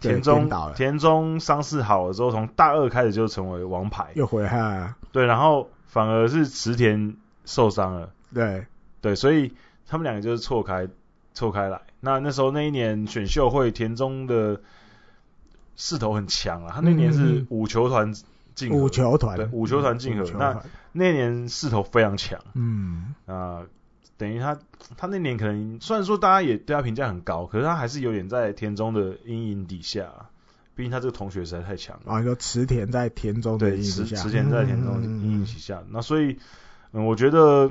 Speaker 1: 对
Speaker 2: 田中
Speaker 1: 颠倒了
Speaker 2: 田中伤势好了之后，从大二开始就成为王牌，
Speaker 1: 又回来了，
Speaker 2: 对，然后反而是池田受伤了，
Speaker 1: 对，
Speaker 2: 对，所以他们两个就是错开错开来。那那时候那一年选秀会，田中的势头很强啊，他那年
Speaker 1: 嗯嗯
Speaker 2: 是
Speaker 1: 嗯
Speaker 2: 五球团进
Speaker 1: 五
Speaker 2: 合，
Speaker 1: 球团
Speaker 2: 对，五球团竞合
Speaker 1: 五球
Speaker 2: 那
Speaker 1: 团
Speaker 2: 那年势头非常强
Speaker 1: 嗯，
Speaker 2: 啊、等于他他那年可能虽然说大家也对他评价很高，可是他还是有点在田中的阴影底下啊、毕竟他这个同学实在太强了。
Speaker 1: 然后就哦池田在田中的
Speaker 2: 对，
Speaker 1: 阴
Speaker 2: 池
Speaker 1: 影下，
Speaker 2: 池田在田中
Speaker 1: 嗯
Speaker 2: 阴影旗下。那所以，嗯，我觉得，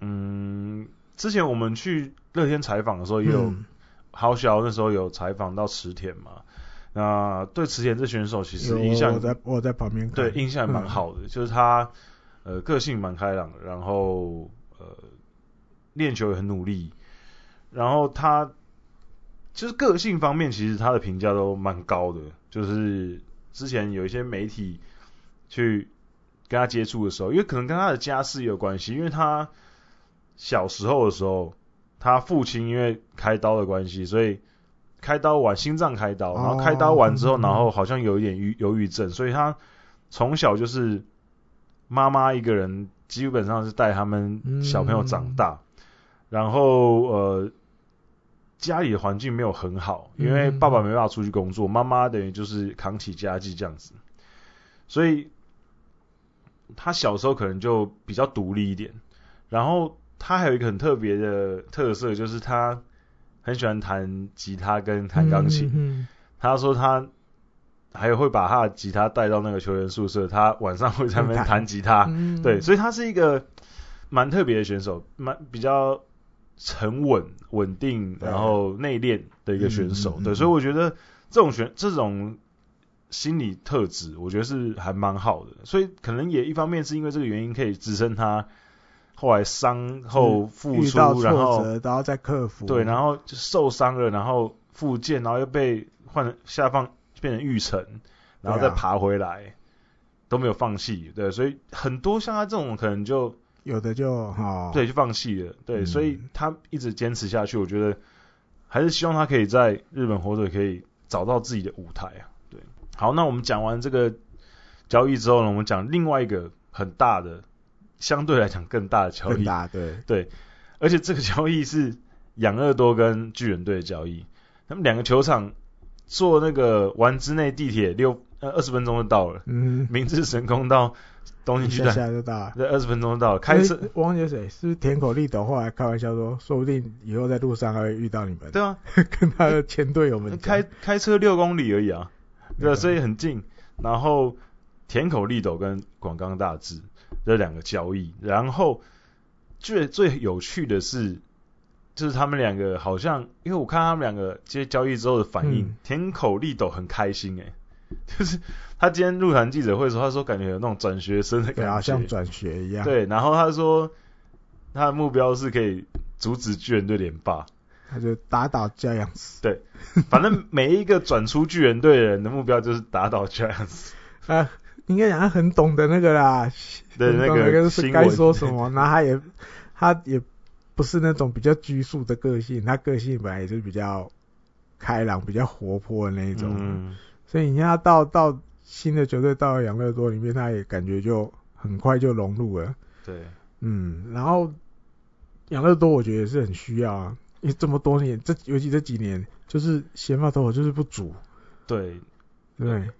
Speaker 2: 嗯，之前我们去乐天采访的时候，也有
Speaker 1: 嗯
Speaker 2: 豪小那时候有采访到池田嘛。那对池田这选手其实
Speaker 1: 有
Speaker 2: 印象
Speaker 1: 我在我在旁边看
Speaker 2: 对印象还蛮好的，就是他呃个性蛮开朗的，然后呃练球也很努力，然后他就是个性方面，其实他的评价都蛮高的。就是之前有一些媒体去跟他接触的时候，因为可能跟他的家世也有关系，因为他小时候的时候，他父亲因为开刀的关系，所以开刀完心脏开刀，
Speaker 1: 哦
Speaker 2: 然后开刀完之后，
Speaker 1: 嗯
Speaker 2: 然后好像有一点忧忧郁症，所以他从小就是妈妈一个人，基本上是带他们小朋友长大，然后呃。家里的环境没有很好，因为
Speaker 1: 嗯
Speaker 2: 爸爸没办法出去工作，妈妈等于就是扛起家计这样子，所以他小时候可能就比较独立一点。然后他还有一个很特别的特色，就是他很喜欢弹吉他跟弹钢琴。
Speaker 1: 嗯
Speaker 2: 他说他还有会把他的吉他带到那个球员宿舍，他晚上会 在那边
Speaker 1: 弹
Speaker 2: 弹吉他。
Speaker 1: 嗯
Speaker 2: 啊对，所以他是一个蛮特别的选手，蛮比较沉稳、稳定，
Speaker 1: 对
Speaker 2: 然后内敛的一个选手。
Speaker 1: 嗯嗯嗯
Speaker 2: 对，
Speaker 1: 嗯
Speaker 2: 所以我觉得这种选这种心理特质，我觉得是还蛮好的。所以可能也一方面是因为这个原因，可以支撑他后来伤后复
Speaker 1: 遇到
Speaker 2: 出，然
Speaker 1: 挫
Speaker 2: 后
Speaker 1: 折，然后再克服，
Speaker 2: 对，
Speaker 1: 后
Speaker 2: 然后就受伤了，然后复健，然后又被换成下放变成玉成，然后再
Speaker 1: 对啊
Speaker 2: 爬回来。都没有放弃，对，所以很多像他这种可能就
Speaker 1: 有的就哈，
Speaker 2: 对，就放弃了。
Speaker 1: 哦
Speaker 2: 对，
Speaker 1: 嗯
Speaker 2: 所以他一直坚持下去，我觉得还是希望他可以在日本火腿可以找到自己的舞台啊。对，好，那我们讲完这个交易之后呢，我们讲另外一个很大的，相对来讲更大的交
Speaker 1: 更
Speaker 2: 易，
Speaker 1: 大对，
Speaker 2: 而且这个交易是养乐多跟巨人队的交易，他们两个球场坐那个丸之内地铁六呃二十分钟就到了，
Speaker 1: 嗯，
Speaker 2: 明治神宫到东京
Speaker 1: 一
Speaker 2: 巨
Speaker 1: 下
Speaker 2: 蛋。
Speaker 1: 下就到了。
Speaker 2: 对，二十分钟就到了，开车
Speaker 1: 所以忘记谁是不是田口利斗，后来开玩笑说，说不定以后在路上还会遇到你们，
Speaker 2: 对啊，
Speaker 1: 跟 他的前队友们讲
Speaker 2: 开开车六公里而已啊，对啊，
Speaker 1: 啊嗯
Speaker 2: 所以很近。然后田口利斗跟广冈大志这两个交易，然后最最有趣的是，就是他们两个好像，因为我看他们两个接交易之后的反应，
Speaker 1: 嗯
Speaker 2: 田口利斗很开心诶、欸 就是他今天入团记者会的时候，他说感觉有那种转学生的
Speaker 1: 对
Speaker 2: 感
Speaker 1: 啊，
Speaker 2: 觉
Speaker 1: 像，转学一样，
Speaker 2: 对，然后他说他的目标是可以阻止巨人队连霸，
Speaker 1: 他就打倒教养死。
Speaker 2: 反正每一个转出巨人队的人的目标就是打倒 Giants
Speaker 1: 啊，应该讲他很懂得那个啦，
Speaker 2: 的
Speaker 1: 很
Speaker 2: 那
Speaker 1: 懂得
Speaker 2: 个
Speaker 1: 是
Speaker 2: 新
Speaker 1: 该
Speaker 2: 闻。
Speaker 1: 说什么，然后他也他也不是那种比较拘束的个性，他个性本来也是比较开朗、比较活泼的那一种，
Speaker 2: 嗯，
Speaker 1: 所以你看他到到新的球队到养乐多里面，他也感觉就很快就融入了，
Speaker 2: 对，
Speaker 1: 嗯，然后养乐多我觉得也是很需要啊，因为这么多年，这尤其这几年就是先发投手就是不足，
Speaker 2: 对，
Speaker 1: 对不对。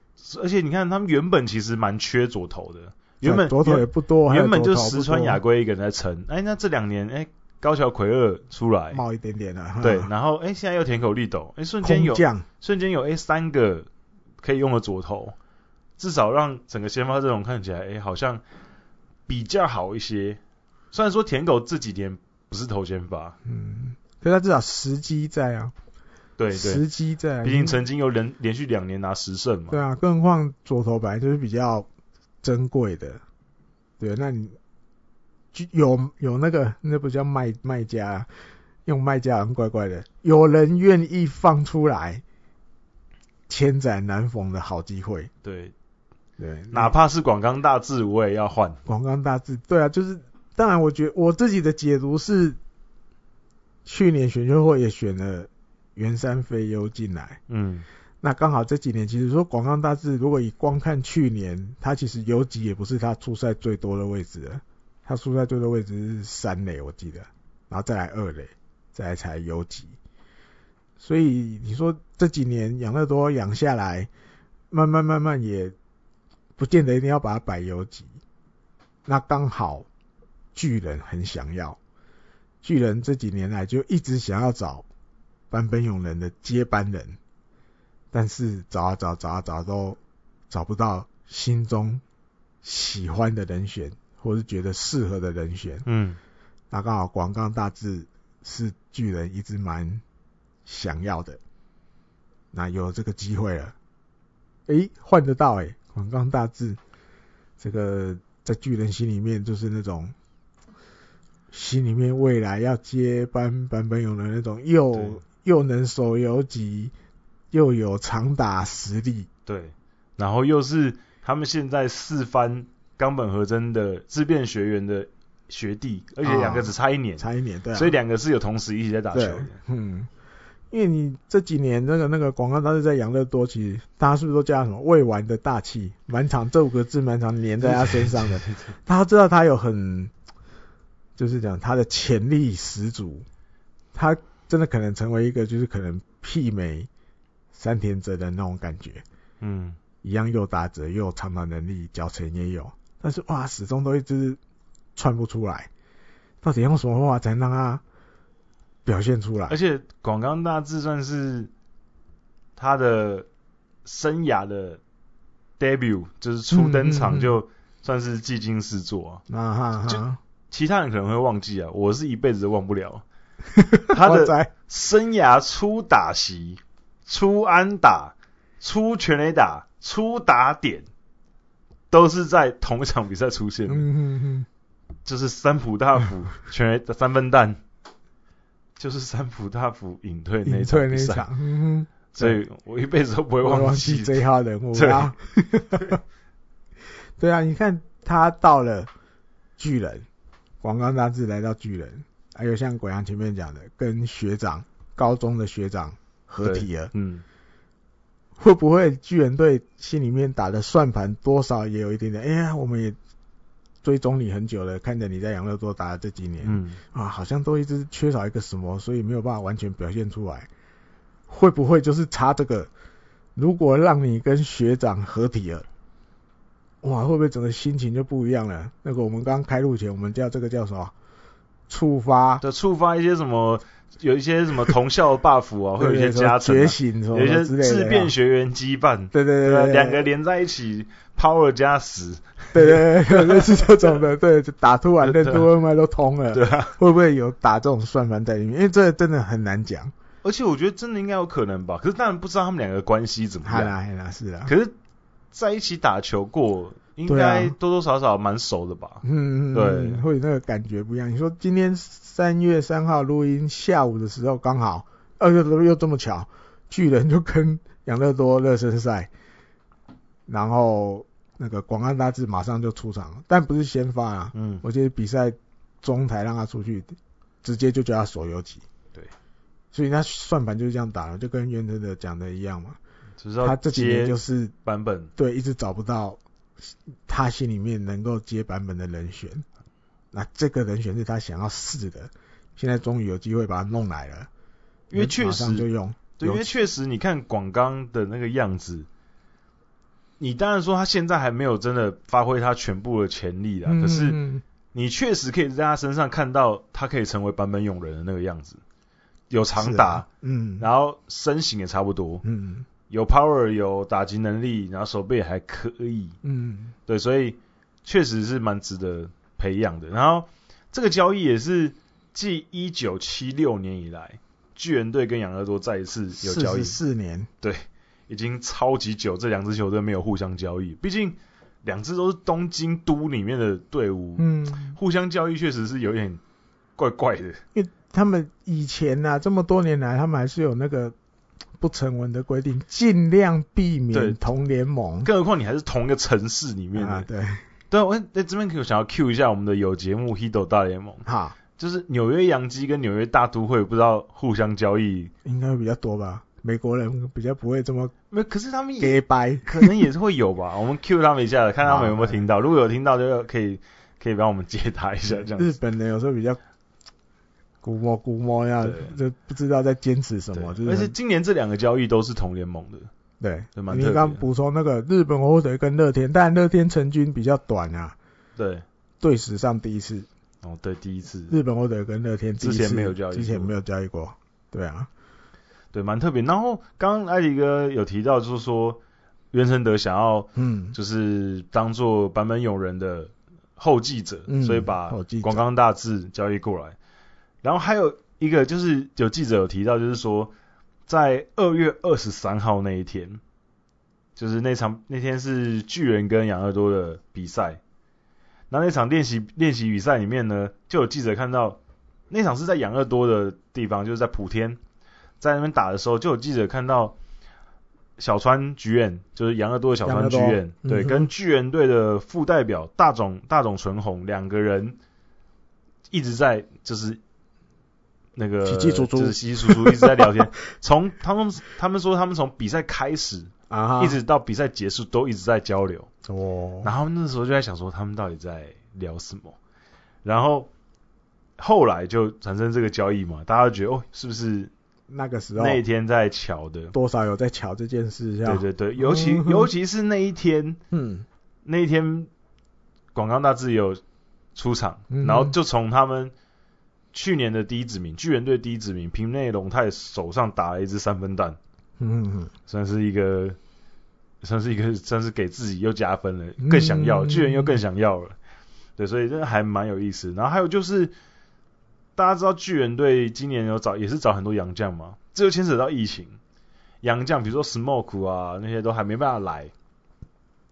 Speaker 2: 而且你看他们原本其实蛮缺左投的，原本
Speaker 1: 左投也不多，还有
Speaker 2: 原本就
Speaker 1: 左投不
Speaker 2: 石川
Speaker 1: 多
Speaker 2: 雅圭一个人在撑，哎，那这两年哎高桥奎二出来，
Speaker 1: 冒一点点了，
Speaker 2: 哎对，
Speaker 1: 哈
Speaker 2: 然后哎现在又田口利斗，哎瞬间
Speaker 1: 空
Speaker 2: 有
Speaker 1: 降，
Speaker 2: 瞬间有哎三个可以用的左投，至少让整个先发阵容看起来哎好像比较好一些。虽然说田狗这几年不是投先发，
Speaker 1: 嗯，可是他至少时机在啊，
Speaker 2: 对对，
Speaker 1: 时机在啊，
Speaker 2: 毕竟曾经有连连续两年拿十胜嘛，
Speaker 1: 对啊，更何况左投本来就是比较珍贵的，对，那你就有有那个那不叫卖卖家啊，用卖家好像怪怪的，有人愿意放出来，千载难逢的好机会。
Speaker 2: 对，
Speaker 1: 对，
Speaker 2: 哪怕是广冈大志，我也要换。
Speaker 1: 广冈大志，对啊，就是当然，我觉得我自己的解读是，去年选秀会也选了袁山飞优进来，
Speaker 2: 嗯，
Speaker 1: 那刚好这几年其实说广冈大志，如果以光看去年，他其实游击也不是他出赛最多的位置了，他出赛最多位置是三垒我记得，然后再来二垒，再来才游击，所以你说这几年养乐多养下来，慢慢慢慢也不见得一定要把它摆游击，那刚好巨人很想要，巨人这几年来就一直想要找坂本勇人的接班人。但是找啊找找啊找都找不到心中喜欢的人选，或是觉得适合的人选。
Speaker 2: 嗯，
Speaker 1: 那刚好广冈大志是巨人一直蛮想要的，那有这个机会了，诶，换得到诶，广冈大志这个在巨人心里面就是那种心里面未来要接班版本勇的那种
Speaker 2: 对
Speaker 1: 又又能手游级，又有长打实力，
Speaker 2: 对。然后又是他们现在四番冈本和真的自变学员的学弟，而且
Speaker 1: 啊
Speaker 2: 两个只差一年，
Speaker 1: 差一点对、啊，
Speaker 2: 所以两个是有同时一起在打球
Speaker 1: 对
Speaker 2: 的。
Speaker 1: 嗯，因为你这几年那个那个广告，当时在养乐多，其实大家是不是都叫他什么“未完的大气”，满场这五个字满场粘在他身上 的，大家知道他有很，就是讲他的潜力十足，他真的可能成为一个就是可能媲美山田哲的那种感觉，
Speaker 2: 嗯，
Speaker 1: 一样又打折又有长打能力，脚程也有，但是哇，始终都一直窜不出来，到底用什么方法才能让他表现出来
Speaker 2: 而？且广冈大志算是他的生涯的 debut，就是初
Speaker 1: 嗯
Speaker 2: 登
Speaker 1: 嗯嗯
Speaker 2: 场就算是技惊四座啊。
Speaker 1: 啊哈哈，
Speaker 2: 其他人可能会忘记啊，我是一辈子都忘 不了他
Speaker 1: 我
Speaker 2: 的
Speaker 1: 在
Speaker 2: 生涯初打席、初安打、初全垒打、初打点，都是在同一场比赛出现的，
Speaker 1: 嗯嗯
Speaker 2: 就是三浦大 辅全垒打三分弹，就是三浦大辅隐退
Speaker 1: 嗯，
Speaker 2: 那
Speaker 1: 隐
Speaker 2: 一场
Speaker 1: 退那
Speaker 2: 比
Speaker 1: 一
Speaker 2: 赛，
Speaker 1: 场，嗯
Speaker 2: 所以我一辈子都不会
Speaker 1: 哼，我
Speaker 2: 忘
Speaker 1: 忘
Speaker 2: 记
Speaker 1: 记这一号人物
Speaker 2: 对
Speaker 1: 啊。 对啊，你看他到了巨人，广冈大志来到巨人，还有像鬼阳前面讲的，跟学长高中的学长合体了，
Speaker 2: 嗯，
Speaker 1: 会不会巨人队心里面打的算盘多少也有一点点？哎呀，我们也追踪你很久了，看着你在养乐多打的这几年，
Speaker 2: 嗯，
Speaker 1: 啊，好像都一直缺少一个什么，所以没有办法完全表现出来。会不会就是差这个？如果让你跟学长合体了，哇，会不会整个心情就不一样了？那个我们刚开录前，我们叫这个叫什么？触发，
Speaker 2: 就触发一些什么，有一些什么同校 buff 啊，会有一些
Speaker 1: 对什么
Speaker 2: 加成、啊
Speaker 1: 觉，醒什么
Speaker 2: 有一些
Speaker 1: 之类的啊
Speaker 2: 自变学员羁绊，
Speaker 1: 对对
Speaker 2: 对
Speaker 1: 对
Speaker 2: 吧？
Speaker 1: 对，
Speaker 2: 两个连在一起，power 加十，
Speaker 1: 对对对，类似这种的，对，就打突然任督二脉都通了，
Speaker 2: 对啊。
Speaker 1: 会不会有打这种算盘在里面？因为这真的很难讲。
Speaker 2: 而且我觉得真的应该有可能吧，可是当然不知道他们两个关系怎么
Speaker 1: 嗨
Speaker 2: 样。
Speaker 1: 啦嗨啦，是啦，
Speaker 2: 可是在一起打球过，应
Speaker 1: 对啊
Speaker 2: 该多多少少蛮熟的吧？
Speaker 1: 嗯，
Speaker 2: 对
Speaker 1: 会有那个感觉不一样。你说今天三月三号录音下午的时候，刚好，呃，又又这么巧，巨人就跟养乐多热身赛，然后那个广安大志马上就出场了，但不是先发啊，
Speaker 2: 嗯，
Speaker 1: 我觉得比赛中台让他出去，直接就叫他手游级。
Speaker 2: 对，
Speaker 1: 所以他算盘就是这样打了，就跟原真的讲的一样嘛。
Speaker 2: 就是
Speaker 1: 他
Speaker 2: 要
Speaker 1: 这几年
Speaker 2: 接
Speaker 1: 就是
Speaker 2: 版本，
Speaker 1: 对，一直找不到他心里面能够接版本的人选。那这个人选是他想要试的，现在终于有机会把他弄来了，
Speaker 2: 因为确
Speaker 1: 马上就
Speaker 2: 实，
Speaker 1: 用。
Speaker 2: 对，因
Speaker 1: 尤
Speaker 2: 为确实你看广冈的那个样子。你当然说他现在还没有真的发挥他全部的潜力啦，啊可是
Speaker 1: 嗯
Speaker 2: 你确实可以在他身上看到他可以成为版本勇人的那个样子，有长打，，
Speaker 1: 嗯是啊
Speaker 2: 然后身形也差不多，
Speaker 1: 嗯
Speaker 2: 有 power，有打击能力，然后手背也还可以，
Speaker 1: 嗯嗯，
Speaker 2: 对，所以确实是蛮值得培养的。然后这个交易也是继一九七六年以来，巨人队跟养乐多再一次有交易，
Speaker 1: 四年，
Speaker 2: 已经超级久，这两支球队没有互相交易，毕竟两支都是东京都里面的队伍，
Speaker 1: 嗯，
Speaker 2: 互相交易确实是有点怪怪的。
Speaker 1: 他们以前呐、这么多年来，他们还是有那个不成文的规定，尽量避
Speaker 2: 对
Speaker 1: 免同联盟
Speaker 2: 更何况你还是同一个城市里面的。
Speaker 1: 啊。对，
Speaker 2: 对，我在这边可以想要 cue 一下我们的有节目《Hido 大联盟》，
Speaker 1: 好，
Speaker 2: 就是纽约洋基跟纽约大都会不知道互相交易，
Speaker 1: 应该比较多吧。美国人比较不会这么
Speaker 2: 没有，可是他们也
Speaker 1: 给掰，
Speaker 2: 可能也是会有吧。我们 cue 他们一下，看他们有没有听到。如果有听到，就可以可以帮我们解答一下啊这样
Speaker 1: 日
Speaker 2: 子。
Speaker 1: 本人有时候比较估摸估摸呀，
Speaker 2: 对
Speaker 1: 就不知道在坚持什么，就是
Speaker 2: 对而且
Speaker 1: 很
Speaker 2: 今年这两个交易都是同联盟的，
Speaker 1: 对。
Speaker 2: 对，蛮
Speaker 1: 你
Speaker 2: 特别的
Speaker 1: 刚。补充那个日本火腿跟乐天，但乐天成军比较短啊，
Speaker 2: 对，
Speaker 1: 队史上第一次，
Speaker 2: 哦，对，第一次，
Speaker 1: 日本火腿跟乐天第一次
Speaker 2: 之前没有交易过
Speaker 1: 之前没有交易过，对啊，
Speaker 2: 对，蛮特别。然后刚刚艾迪哥有提到，就是说袁成德想要
Speaker 1: 嗯，
Speaker 2: 就是当做版本永人的后继者，
Speaker 1: 嗯
Speaker 2: 所以把
Speaker 1: 后继者
Speaker 2: 广冈大志交易过来。然后还有一个就是有记者有提到，就是说在二月二十三号那一天，就是那场那天是巨人跟养乐多的比赛。那那场练习练习比赛里面呢，就有记者看到那场是在养乐多的地方，就是在莆田，在那边打的时候，就有记者看到小川菊彦，就是养乐多的小川菊
Speaker 1: 养乐
Speaker 2: 彦，
Speaker 1: 多
Speaker 2: 对，
Speaker 1: 嗯哼
Speaker 2: 跟巨人队的副代表大冢大冢纯弘两个人一直在就是那个
Speaker 1: 稀稀疏疏
Speaker 2: 就是稀稀疏疏一直在聊 天。从他们他们说他们从比赛开始
Speaker 1: 啊哈，
Speaker 2: 一直到比赛结束都一直在交流，
Speaker 1: 哦，
Speaker 2: 然后那时候就在想说他们到底在聊什么，然后后来就产生这个交易嘛，大家就觉得哦是不是
Speaker 1: 那个时候
Speaker 2: 那一天在瞧的？
Speaker 1: 多少有在瞧这件事，
Speaker 2: 对
Speaker 1: 像，
Speaker 2: 对对，尤其
Speaker 1: 嗯哼
Speaker 2: 尤其是那一天
Speaker 1: 嗯，
Speaker 2: 那一天广冈大志也有出场，
Speaker 1: 嗯哼
Speaker 2: 然后就从他们去年的第一指名巨人队第一指名平内龙太手上打了一支三分弹，
Speaker 1: 嗯嗯，嗯
Speaker 2: 算是一个，算是一个，算是给自己又加分了，更想要，
Speaker 1: 嗯
Speaker 2: 巨人又更想要了，对，所以真的还蛮有意思。然后还有就是，大家知道巨人队今年有找也是找很多洋将嘛，这就牵扯到疫情，洋将比如说 Smoke 啊那些都还没办法来，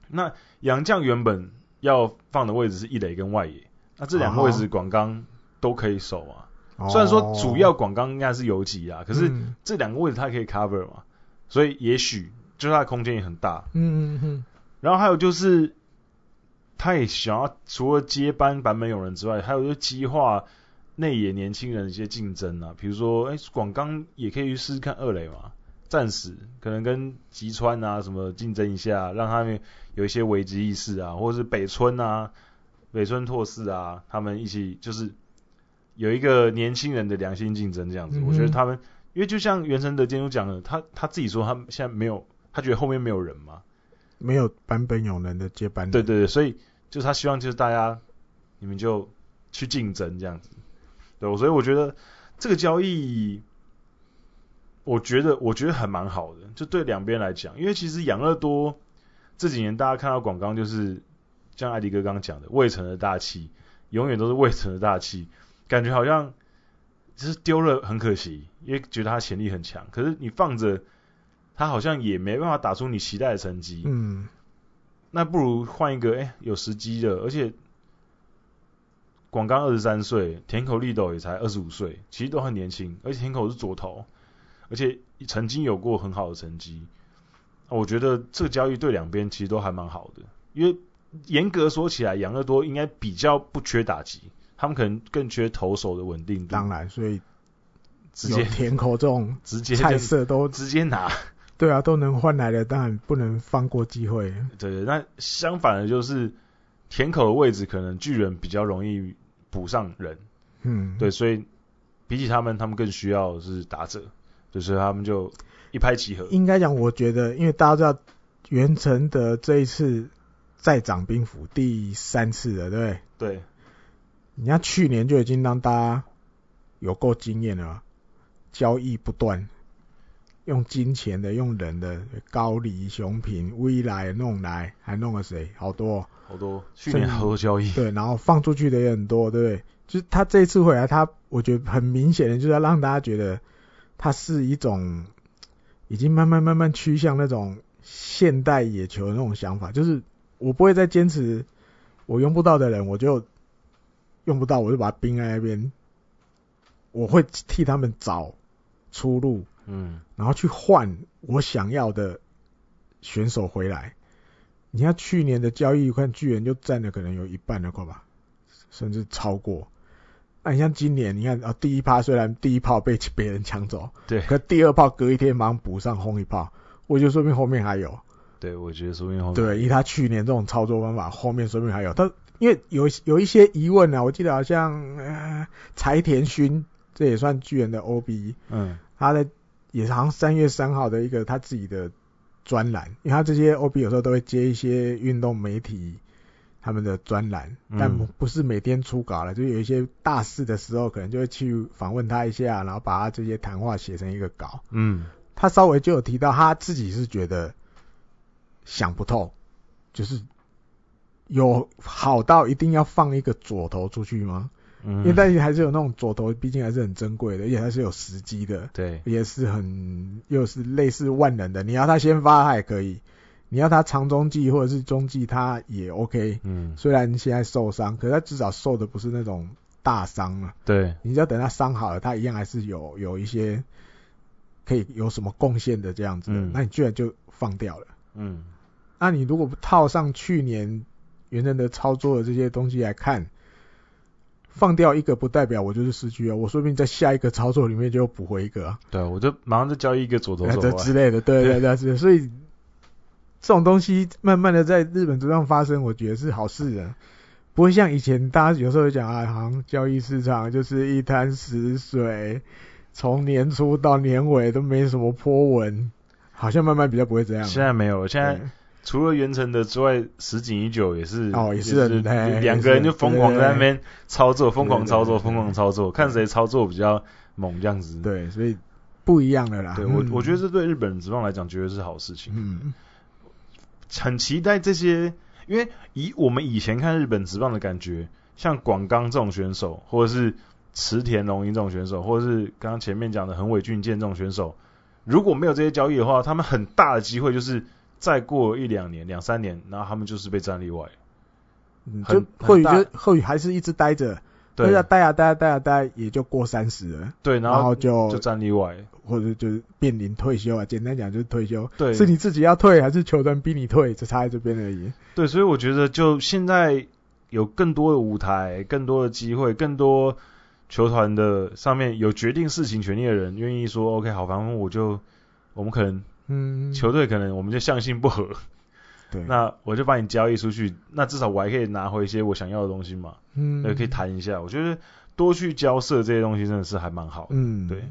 Speaker 2: 那洋将原本要放的位置是一垒跟外野，那这两个
Speaker 1: 啊哈
Speaker 2: 位置广冈都可以守啊，
Speaker 1: 哦
Speaker 2: 虽然说主要广冈应该是游击啊，可是。
Speaker 1: 嗯
Speaker 2: 这两个位置它可以 cover 嘛，所以也许就是它的空间也很大。
Speaker 1: 嗯嗯嗯，
Speaker 2: 然后还有就是，他也想要除了接班版本有人之外，还有就激化内野年轻人的一些竞争啊，比如说，哎，广冈也可以去试试看二垒嘛，暂时可能跟吉川啊什么竞争一下，让他们有一些危机意识啊，或者是北村啊、北村拓司啊，他们一起就是有一个年轻人的良性竞争这样子。
Speaker 1: 嗯哼
Speaker 2: 我觉得他们，因为就像袁成德监督讲的，他他自己说他现在没有，他觉得后面没有人嘛，
Speaker 1: 没有版本永人的接班人，
Speaker 2: 对对对，所以就是他希望就是大家你们就去竞争这样子，对，所以我觉得这个交易，我觉得我觉得还蛮好的，就对两边来讲，因为其实养乐多这几年大家看到广告就是像艾迪哥刚刚讲的，未成的大器，永远都是未成的大器，感觉好像就是丢了很可惜，因为觉得他潜力很强，可是你放着他好像也没办法打出你期待的成绩，
Speaker 1: 嗯，
Speaker 2: 那不如换一个哎、有时机的，而且广冈二十三岁，田口利斗也才二十五岁，其实都很年轻，而且田口是左投，而且曾经有过很好的成绩。啊我觉得这个交易对两边其实都还蛮好的，因为严格说起来，养乐多应该比较不缺打击，他们可能更缺投手的稳定度，
Speaker 1: 当然，所以
Speaker 2: 直
Speaker 1: 有
Speaker 2: 接
Speaker 1: 田口这种
Speaker 2: 直接
Speaker 1: 菜
Speaker 2: 就
Speaker 1: 色都
Speaker 2: 直接拿
Speaker 1: 对啊，都能换来的，当然不能放过机会。
Speaker 2: 对，那相反的就是田口的位置，可能巨人比较容易补上人，
Speaker 1: 嗯，
Speaker 2: 对，，所以比起他们，他们更需要的是打者，对，所以他们就一拍即合。
Speaker 1: 应该讲，我觉得，因为大家知道袁成德这一次再掌兵符第三次了，对不对？
Speaker 2: 对，
Speaker 1: 人家去年就已经让大家有够经验了嘛，交易不断，用金钱的，用人的，高梨雄平、未来弄来，还弄了谁？好多、哦，
Speaker 2: 好多去年好多交易，
Speaker 1: 对，然后放出去的也很多，对不对？就是他这一次回来，他我觉得很明显的就是要让大家觉得他是一种已经慢慢慢慢趋向那种现代野球的那种想法，就是我不会再坚持我用不到的人，我就用不到，我就把它冰在那边，我会替他们找出路，
Speaker 2: 嗯，
Speaker 1: 然后去换我想要的选手回来。你看去年的交易，看巨人就占了可能有一半了，快吧，甚至超过。那你像今年，你看啊，第一趴虽然第一炮被别人抢走，
Speaker 2: 对
Speaker 1: 可第二炮隔一天马上补上轰一炮，我觉得说明后面还有。
Speaker 2: 对，我觉得说不定后面
Speaker 1: 对，以他去年这种操作方法，后面说不定还有。他因为有有一些疑问啊，我记得好像呃柴田勋，这也算巨人的 OB，
Speaker 2: 嗯
Speaker 1: 他的也是好像三月三号的一个他自己的专栏，因为他这些 OB 有时候都会接一些运动媒体他们的专栏，但
Speaker 2: 嗯
Speaker 1: 不是每天出稿了，就有一些大事的时候，可能就会去访问他一下，然后把他这些谈话写成一个稿。
Speaker 2: 嗯
Speaker 1: 他稍微就有提到他自己是觉得想不透，就是有好到一定要放一个左投出去吗？因
Speaker 2: 嗯，
Speaker 1: 为但是还是有那种左投，毕竟还是很珍贵的，而且还是有时机的，
Speaker 2: 对
Speaker 1: 也是很又是类似万能的。你要他先发他也可以，你要他长中继或者是中继他也 OK。
Speaker 2: 嗯
Speaker 1: 虽然现在受伤，可是他至少受的不是那种大伤啊。
Speaker 2: 对
Speaker 1: 你只要等他伤好了，他一样还是有有一些可以有什么贡献的这样子的
Speaker 2: 嗯
Speaker 1: 那你居然就放掉了。
Speaker 2: 嗯
Speaker 1: 那你如果不套上去年原人的操作的这些东西来看，放掉一个不代表我就是失去啊，我说不定在下一个操作里面就又补回一个啊，
Speaker 2: 对，我就马上就交易一个左投
Speaker 1: 呃
Speaker 2: 手
Speaker 1: 这
Speaker 2: 过
Speaker 1: 之
Speaker 2: 来，
Speaker 1: 类的，对对 对，是所以这种东西慢慢的在日本桌上发生，我觉得是好事啊。不会像以前大家有时候会讲啊，好像交易市场就是一滩死水，从年初到年尾都没什么波纹，好像慢慢比较不会这样了。啊
Speaker 2: 现在没有了，现在
Speaker 1: 对
Speaker 2: 除了袁成的之外，石井一久也是
Speaker 1: 哦也是很哎
Speaker 2: 两个人就疯狂在那边操作，疯狂操
Speaker 1: 对
Speaker 2: 作，
Speaker 1: 对对
Speaker 2: 疯狂操作，看谁操作比较猛这样子。
Speaker 1: 对，所以不一样了啦。
Speaker 2: 对，我
Speaker 1: 嗯
Speaker 2: 我觉得这对日本职棒来讲绝对是好事情，
Speaker 1: 嗯，
Speaker 2: 很期待这些，因为以我们以前看日本职棒的感觉，像广冈这种选手，或者是池田龙一这种选手，或者是刚刚前面讲的横尾俊健这种选手，如果没有这些交易的话，他们很大的机会就是再过一两年、两三年，然后他们就是被战例外。
Speaker 1: 嗯
Speaker 2: 很
Speaker 1: 就或许
Speaker 2: 很
Speaker 1: 就或许还是一直待着，
Speaker 2: 对
Speaker 1: 那待啊待啊待啊待啊，也就过三十了，
Speaker 2: 对，
Speaker 1: 然
Speaker 2: 然后
Speaker 1: 后就
Speaker 2: 就站例外。
Speaker 1: 或者就是面临退休啊。简单讲就是退休，
Speaker 2: 对，
Speaker 1: 是你自己要退还是球团逼你退，只差在这边而已。
Speaker 2: 对，所以我觉得就现在有更多的舞台、更多的机会、更多球团的上面有决定事情权利的人，愿意说 OK 好，反正我就我们可能
Speaker 1: 嗯，
Speaker 2: 球队可能我们就相信不合，
Speaker 1: 对，
Speaker 2: 那我就把你交易出去，那至少我还可以拿回一些我想要的东西嘛，
Speaker 1: 嗯
Speaker 2: 对，可以。谈一下。我觉得多去交涉这些东西真的是还蛮好的。
Speaker 1: 嗯，
Speaker 2: 对，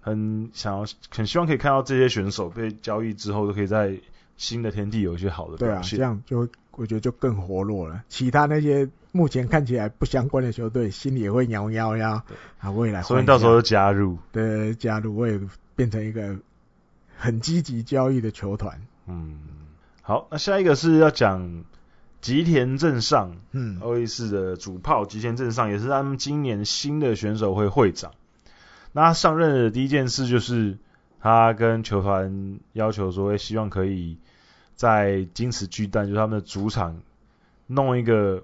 Speaker 2: 很想要，很希望可以看到这些选手被交易之后，都可以在新的天地有一些好的
Speaker 1: 对啊，
Speaker 2: 表
Speaker 1: 这
Speaker 2: 现。
Speaker 1: 样就会我觉得就更活络了。其他那些目前看起来不相关的球队，心里也会摇摇呀
Speaker 2: 对，
Speaker 1: 啊，未来
Speaker 2: 所
Speaker 1: 换
Speaker 2: 以
Speaker 1: 一
Speaker 2: 到时
Speaker 1: 下
Speaker 2: 候就加入，
Speaker 1: 对加入，我也变成一个很积极交易的球团。
Speaker 2: 嗯，好，那下一个是要讲吉田镇上
Speaker 1: 嗯，
Speaker 2: 欧力士的主炮吉田镇上，也是他们今年新的选手会会长。那他上任的第一件事就是他跟球团要求说，哎希望可以在金池巨蛋，就是他们的主场，弄一个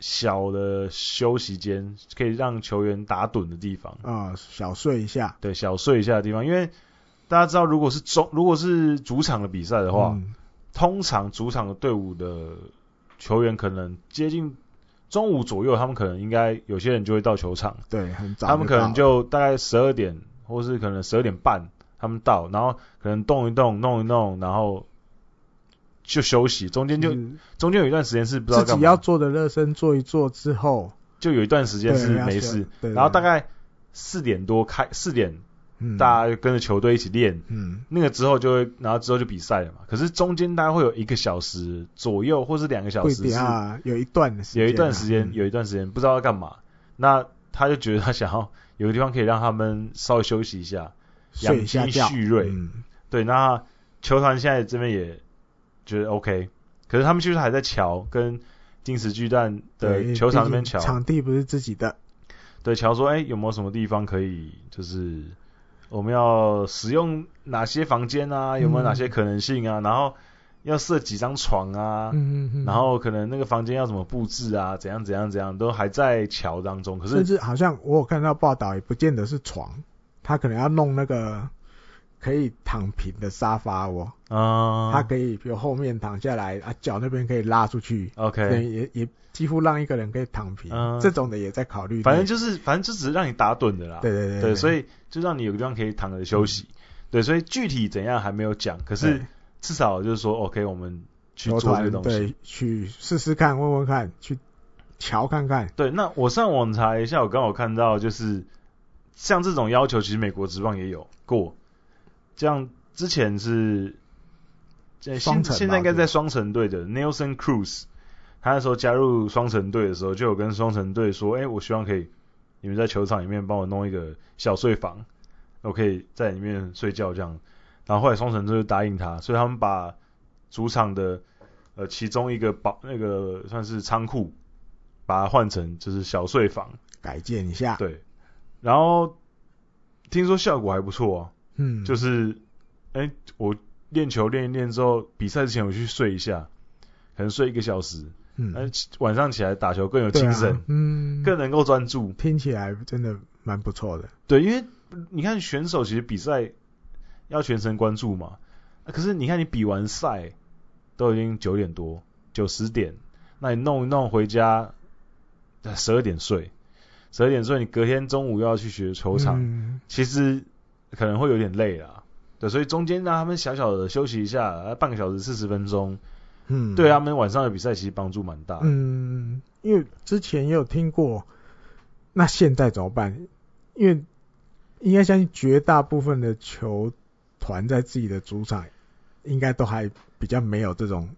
Speaker 2: 小的休息间，可以让球员打盹的地方。
Speaker 1: 啊、小睡一下
Speaker 2: 对，小睡一下的地方，因为大家知道，如果是中如果是主场的比赛的话，
Speaker 1: 嗯
Speaker 2: 通常主场的队伍的球员可能接近中午左右，他们可能应该有些人就会到球场，
Speaker 1: 对，很早。
Speaker 2: 他们可能就大概十二点，或是可能十二点半他们到，然后可能动一动，弄一弄，然后就休息，中间就、
Speaker 1: 嗯
Speaker 2: 中间有一段时间是不知道
Speaker 1: 自
Speaker 2: 干
Speaker 1: 己要
Speaker 2: 嘛，
Speaker 1: 做的热身做一做之后，
Speaker 2: 就有一段时间是没事，，
Speaker 1: 对
Speaker 2: 然后大概四点多开，四点大
Speaker 1: 家
Speaker 2: 家就跟着球队一起练。
Speaker 1: 嗯
Speaker 2: 那个之后就会，然后之后就比赛了嘛。可是中间大概会有一个小时左右，或是两个小
Speaker 1: 会
Speaker 2: 时
Speaker 1: 比
Speaker 2: 是
Speaker 1: 啊，有一段的时间啊
Speaker 2: 有一段时间，
Speaker 1: 嗯
Speaker 2: 有一段时间不知道要干嘛。那他就觉得他想要有个地方可以让他们稍微休息一下。
Speaker 1: 睡一下
Speaker 2: 养精
Speaker 1: 觉，
Speaker 2: 蓄锐
Speaker 1: 嗯
Speaker 2: 对，那球团现在这边也觉得 OK，可是他们就是还在瞧跟金石巨蛋的
Speaker 1: 对
Speaker 2: 球场那边
Speaker 1: 毕竟
Speaker 2: 瞧，
Speaker 1: 场地不是自己的，
Speaker 2: 对，瞧说哎、有没有什么地方可以就是我们要使用哪些房间啊，有没有哪些可能性啊？然后要设几张床啊，
Speaker 1: 嗯嗯嗯，
Speaker 2: 然后可能那个房间要怎么布置啊，怎样怎样怎样，都还在瞧当中。可
Speaker 1: 甚
Speaker 2: 是
Speaker 1: 至好像我有看到报道，也不见得是床，他可能要弄那个可以躺平的沙发哦，
Speaker 2: 啊，
Speaker 1: 他可以比如后面躺下来啊，脚那边可以拉出去，对，
Speaker 2: OK，
Speaker 1: 也也几乎让一个人可以躺平，
Speaker 2: 嗯
Speaker 1: 这种的也在考虑内。
Speaker 2: 反正就是反正就只是让你打盹的啦。
Speaker 1: 对对对
Speaker 2: 对，所
Speaker 1: 以
Speaker 2: 以就让你有个地方可以躺着休息。对，所以具体怎样还没有讲，可是至少就是说，OK，我们去做这个东西。
Speaker 1: 对，去试试看，问问看，去瞧看看，
Speaker 2: 对，那我上网查一下，我刚好看到就是像这种要求，其实美国职棒也有过。这样之前是，呃
Speaker 1: 双
Speaker 2: 现
Speaker 1: 城吧
Speaker 2: 现在应该在双城队的 Nelson Cruz，他那时候加入双城队的时候，就有跟双城队说：“哎、我希望可以你们在球场里面帮我弄一个小睡房，我可以在里面睡觉这样。”然后后来双城队就答应他，所以他们把主场的呃其中一个保那个算是仓库，把它换成就是小睡房，
Speaker 1: 改建一下，
Speaker 2: 对。然后听说效果还不错、啊，
Speaker 1: 嗯，
Speaker 2: 就是是哎、我练球练一练之后，比赛之前我去睡一下，可能睡一个小时，
Speaker 1: 嗯，
Speaker 2: 哎、晚上起来打球更有
Speaker 1: 对
Speaker 2: 精
Speaker 1: 啊
Speaker 2: 神，，
Speaker 1: 嗯，
Speaker 2: 更能够专注。
Speaker 1: 听起来真的蛮不错的，
Speaker 2: 对，因为你看选手其实比赛要全神关注嘛，啊可是你看你比完赛都已经九点多、九十点，那你弄一弄回家十二点睡，十二点睡你隔天中午又要去学球场，
Speaker 1: 嗯
Speaker 2: 其实可能会有点累啦。对，所以中间让他们小小的休息一下，啊半个小时四十分钟，
Speaker 1: 嗯，
Speaker 2: 对他们晚上的比赛其实帮助蛮大的。
Speaker 1: 嗯，因为之前也有听过，那现在怎么办？因为应该相信绝大部分的球团在自己的主场，应该都还比较没有这种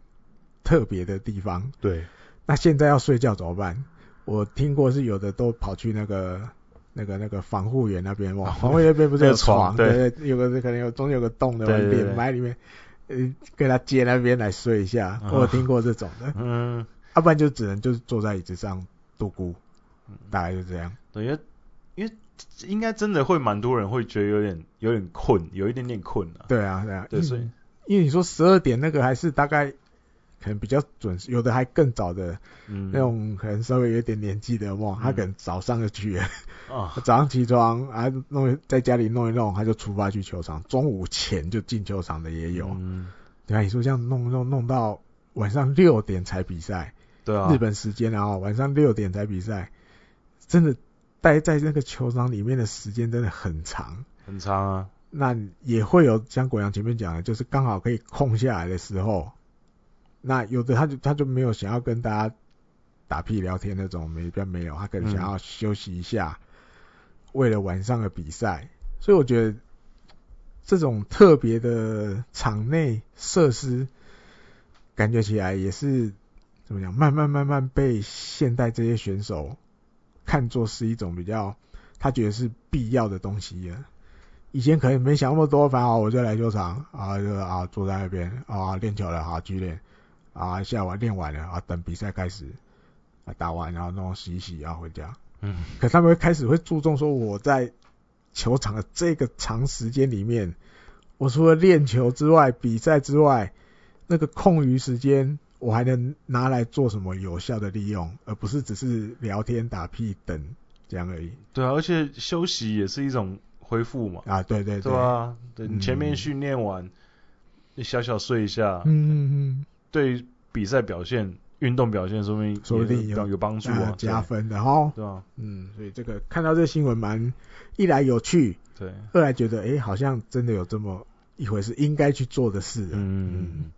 Speaker 1: 特别的地方。
Speaker 2: 对，
Speaker 1: 那现在要睡觉怎么办？我听过是有的都跑去那个。那个那个防护员那 边，哇，防护员那边不是
Speaker 2: 那
Speaker 1: 有
Speaker 2: 个床
Speaker 1: 对，对有个可能有中间有个洞的
Speaker 2: 对
Speaker 1: 门
Speaker 2: 对
Speaker 1: 脸
Speaker 2: 对
Speaker 1: 埋里面，呃，跟他接那边来睡一下，
Speaker 2: 啊
Speaker 1: 我有听过这种的。
Speaker 2: 嗯，
Speaker 1: 要、不然就只能就是坐在椅子上度孤，
Speaker 2: 嗯
Speaker 1: 大概就这样。
Speaker 2: 对，因为因为应该真的会蛮多人会觉得有点有点困，有一点点困啊。
Speaker 1: 对啊，对啊，
Speaker 2: 对，
Speaker 1: 嗯
Speaker 2: 所以
Speaker 1: 因为你说十二点那个还是大概可能比较准时，有的还更早的、
Speaker 2: 嗯，
Speaker 1: 那种，可能稍微有点年纪的哇，他
Speaker 2: 嗯
Speaker 1: 可能早上就去了，
Speaker 2: 啊，
Speaker 1: 早上起床啊弄在家里弄一弄，他就出发去球场，中午前就进球场的也有。
Speaker 2: 嗯
Speaker 1: 对啊，你说这样弄弄弄到晚上六点才比赛，
Speaker 2: 对啊，
Speaker 1: 日本时间然后晚上六点才比赛，真的待在那个球场里面的时间真的很长。
Speaker 2: 很长啊，
Speaker 1: 那也会有像国阳前面讲的，就是刚好可以空下来的时候，那有的他就他就没有想要跟大家打屁聊天那种，没边没有，他可能
Speaker 2: 嗯
Speaker 1: 想要休息一下，为了晚上的比赛。所以我觉得这种特别的场内设施，感觉起来也是怎么讲，慢慢慢慢被现代这些选手看作是一种比较他觉得是必要的东西了。以前可能没想那么多，反正我就来球场啊，就啊坐在那边啊练球了啊，去练啊，下午练完了啊，等比赛开始啊打完然后弄洗一洗然后回家。
Speaker 2: 嗯，
Speaker 1: 可他们会开始会注重说我在球场的这个长时间里面，我除了练球之外、比赛之外，那个空余时间我还能拿来做什么有效的利用，而不是只是聊天、打屁等这样而已
Speaker 2: 对啊，而且休息也是一种恢复嘛，
Speaker 1: 啊！对对
Speaker 2: 对啊，对你前面
Speaker 1: 嗯
Speaker 2: 训练完，你小小睡一下，
Speaker 1: 嗯嗯
Speaker 2: 对于比赛表现、运动表现，说明
Speaker 1: 说不
Speaker 2: 也
Speaker 1: 定
Speaker 2: 是
Speaker 1: 有
Speaker 2: 帮有帮助
Speaker 1: 嗯，啊
Speaker 2: 啊，
Speaker 1: 加分的哈。
Speaker 2: 对啊，
Speaker 1: 嗯，所以这个看到这新闻蛮一来有趣，
Speaker 2: 对，
Speaker 1: 二来觉得诶好像真的有这么一回事，应该去做的事了。
Speaker 2: 嗯，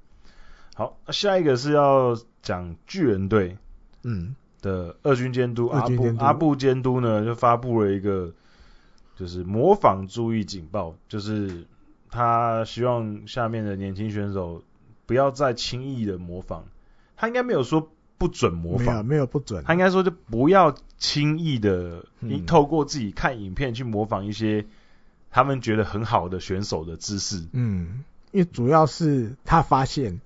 Speaker 2: 好，那下一个是要讲巨人队，
Speaker 1: 嗯
Speaker 2: 的二军监督
Speaker 1: 二
Speaker 2: 阿
Speaker 1: 军监
Speaker 2: 布
Speaker 1: 督
Speaker 2: 阿布监督呢，就发布了一个就是模仿注意警报，就是他希望下面的年轻选手不要再轻易的模仿。他应该没有说不准模
Speaker 1: 没有
Speaker 2: 仿，
Speaker 1: 没有不准，
Speaker 2: 他应该说就不要轻易的，
Speaker 1: 嗯
Speaker 2: 你透过自己看影片去模仿一些他们觉得很好的选手的姿势。
Speaker 1: 嗯，因为主要是他发现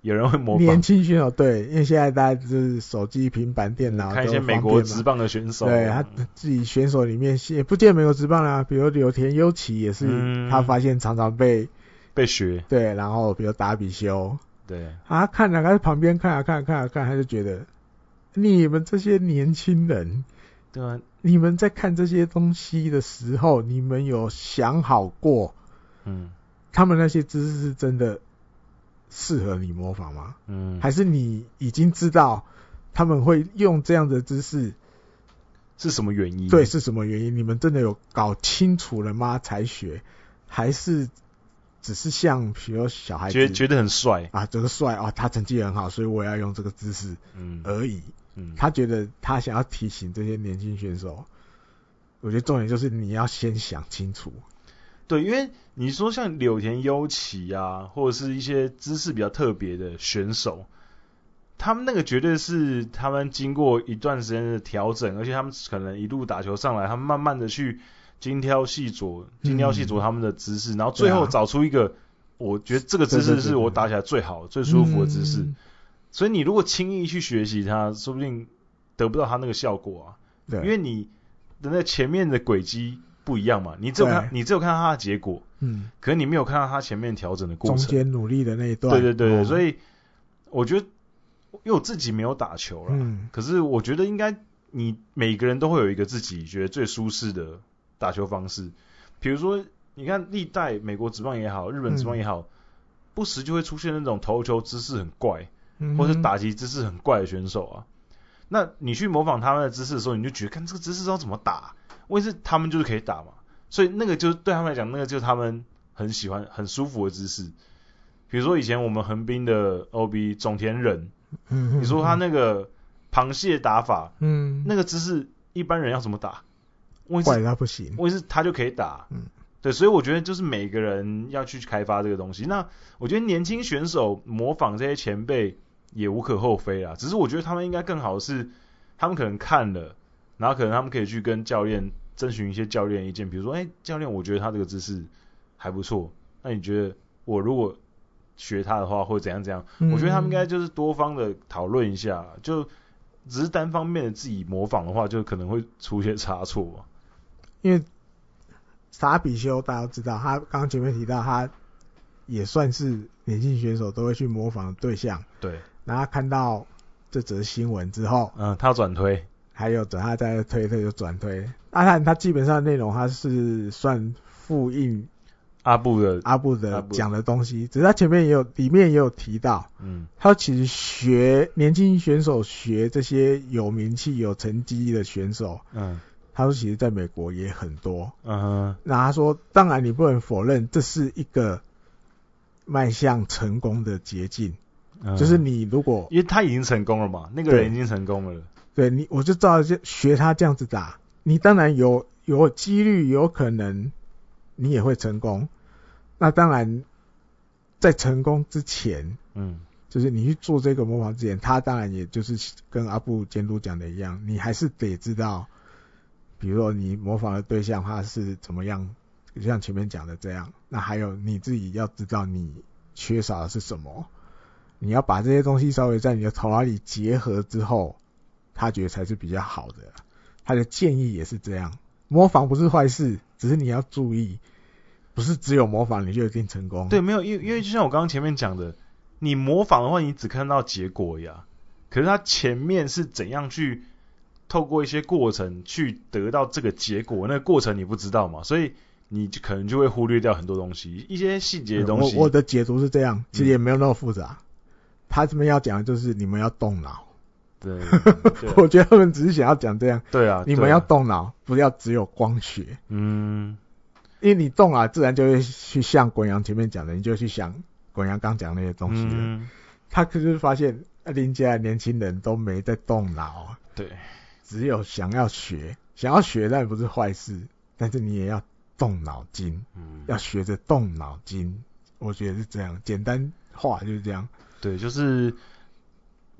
Speaker 2: 有人会模
Speaker 1: 年
Speaker 2: 仿，
Speaker 1: 轻选手对，因为现在大家就是手机、平板、电脑都
Speaker 2: 看一些美
Speaker 1: 方
Speaker 2: 国
Speaker 1: 便嘛
Speaker 2: 职棒的选手，啊
Speaker 1: 对他自己选手里面也不见美国职棒啦、比如柳田优起也是，
Speaker 2: 嗯
Speaker 1: 他发现常常被
Speaker 2: 被学，
Speaker 1: 对，然后比如达比修
Speaker 2: 对，
Speaker 1: 啊，看啊，看旁边看啊看啊看啊看啊，他就觉得你们这些年轻人，
Speaker 2: 对啊，
Speaker 1: 你们在看这些东西的时候，你们有想好过
Speaker 2: 嗯
Speaker 1: 他们那些知识是真的适合你模仿吗？
Speaker 2: 嗯，
Speaker 1: 还是你已经知道他们会用这样的姿势，
Speaker 2: 是什么原因？
Speaker 1: 对，是什么原因？你们真的有搞清楚了吗？才学，还是只是像比如小孩
Speaker 2: 觉
Speaker 1: 子
Speaker 2: 觉得很帅，
Speaker 1: 啊，这个帅啊，他成绩很好，所以我要用这个姿势
Speaker 2: 嗯
Speaker 1: 而已。
Speaker 2: 嗯，
Speaker 1: 他觉得他想要提醒这些年轻选手，我觉得重点就是你要先想清楚。
Speaker 2: 对，因为你说像柳田优起啊，或者是一些姿势比较特别的选手，他们那个绝对是他们经过一段时间的调整，而且他们可能一路打球上来，他们慢慢的去精挑细琢，精挑细
Speaker 1: 嗯
Speaker 2: 琢他们的姿势，然后最后
Speaker 1: 对啊
Speaker 2: 找出一个，我觉得这个姿
Speaker 1: 对
Speaker 2: 势
Speaker 1: 对对
Speaker 2: 是我
Speaker 1: 对
Speaker 2: 打起来最好、最舒服的姿势。
Speaker 1: 嗯
Speaker 2: 所以你如果轻易去学习它，说不定得不到它那个效果啊。
Speaker 1: 对，
Speaker 2: 因为你的那前面的轨迹不一样嘛，你只有看
Speaker 1: 对
Speaker 2: 你只有看到它的结果，
Speaker 1: 嗯，
Speaker 2: 可是你没有看到它前面调整的过
Speaker 1: 中
Speaker 2: 程。
Speaker 1: 间努力的那一段，
Speaker 2: 对对对对，
Speaker 1: 哦
Speaker 2: 所以我觉得，因为我自己没有打球啦，
Speaker 1: 嗯，
Speaker 2: 可是我觉得应该你每个人都会有一个自己觉得最舒适的打球方式，比如说你看历代美国职棒也好，日本职棒也
Speaker 1: 嗯
Speaker 2: 好。不时就会出现那种投球姿势很怪，
Speaker 1: 嗯
Speaker 2: 或是打击姿势很怪的选手啊。那你去模仿他们的姿势的时候，你就觉得，看这个姿势要怎么打？问题是他们就是可以打嘛，所以那个就是对他们来讲，那个就是他们很喜欢、很舒服的姿势。比如说以前我们横滨的 OB 总田忍，
Speaker 1: 嗯，
Speaker 2: 你说他那个螃蟹打法，
Speaker 1: 嗯，
Speaker 2: 那个姿势一般人要怎么打？问题是
Speaker 1: 怪他不行，
Speaker 2: 问题是他就可以打，
Speaker 1: 嗯
Speaker 2: 对，所以我觉得就是每个人要去开发这个东西。那我觉得年轻选手模仿这些前辈也无可厚非啦，只是我觉得他们应该更好的是，他们可能看了，然后可能他们可以去跟教练征询一些教练意见，比如说，哎、教练，我觉得他这个姿势还不错，那你觉得我如果学他的话会怎样怎样？我觉得他们应该
Speaker 1: 嗯
Speaker 2: 就是多方的讨论一下，就只是单方面的自己模仿的话，就可能会出一些差错嘛。
Speaker 1: 因为傻比修大家都知道，他刚刚前面提到，他也算是年轻选手都会去模仿的对象。
Speaker 2: 对，
Speaker 1: 然后他看到这则新闻之后，
Speaker 2: 嗯，他转推，
Speaker 1: 还有转他在推特就转推。阿汉他基本上内容他是算复印
Speaker 2: 阿布的，
Speaker 1: 阿布
Speaker 2: 阿
Speaker 1: 的
Speaker 2: 布
Speaker 1: 讲的东西，只是他前面也有里面也有提到，
Speaker 2: 嗯
Speaker 1: 他其实学年轻选手学这些有名气有成绩的选手，
Speaker 2: 嗯
Speaker 1: 他说其实在美国也很多。
Speaker 2: 嗯哼
Speaker 1: 那他说，当然你不能否认，这是一个迈向成功的捷径。
Speaker 2: 嗯，
Speaker 1: 就是你如果
Speaker 2: 因为他已经成功了嘛，那个
Speaker 1: 对
Speaker 2: 人已经成功了，
Speaker 1: 对你，我就照着学他这样子打，你当然有有几率，有可能你也会成功。那当然，在成功之前，
Speaker 2: 嗯
Speaker 1: 就是你去做这个模仿之前，他当然也就是跟阿布监督讲的一样，你还是得知道，比如说你模仿的对象他是怎么样，就像前面讲的这样。那还有你自己要知道你缺少的是什么，你要把这些东西稍微在你的头脑里结合之后，他觉得才是比较好的。他的建议也是这样，模仿不是坏事，只是你要注意，不是只有模仿你就一定成功。
Speaker 2: 对，没有，因为因为就像我刚刚前面讲的，你模仿的话，你只看到结果呀，可是他前面是怎样去透过一些过程去得到这个结果，那个过程你不知道嘛，所以你就可能就会忽略掉很多东西，一些细节的东
Speaker 1: 嗯
Speaker 2: 西嗯
Speaker 1: 我我，的解读是这样，其实也没有那么复杂。他这边要讲的就是你们要动脑，
Speaker 2: 对 对啊
Speaker 1: 我觉得他们只是想要讲这样，
Speaker 2: 对啊，
Speaker 1: 你们
Speaker 2: 对啊
Speaker 1: 要动脑，不要只有光学，
Speaker 2: 嗯
Speaker 1: 因为你动脑自然就会去像滚阳前面讲的，你就去想滚阳刚讲那些东西了。
Speaker 2: 嗯，
Speaker 1: 他可是发现呃林家的年轻人都没在动脑，
Speaker 2: 对，
Speaker 1: 只有想要学，想要学当然不是坏事，但是你也要动脑筋，
Speaker 2: 嗯
Speaker 1: 要学着动脑筋，我觉得是这样，简单话就是这样。
Speaker 2: 对，就是，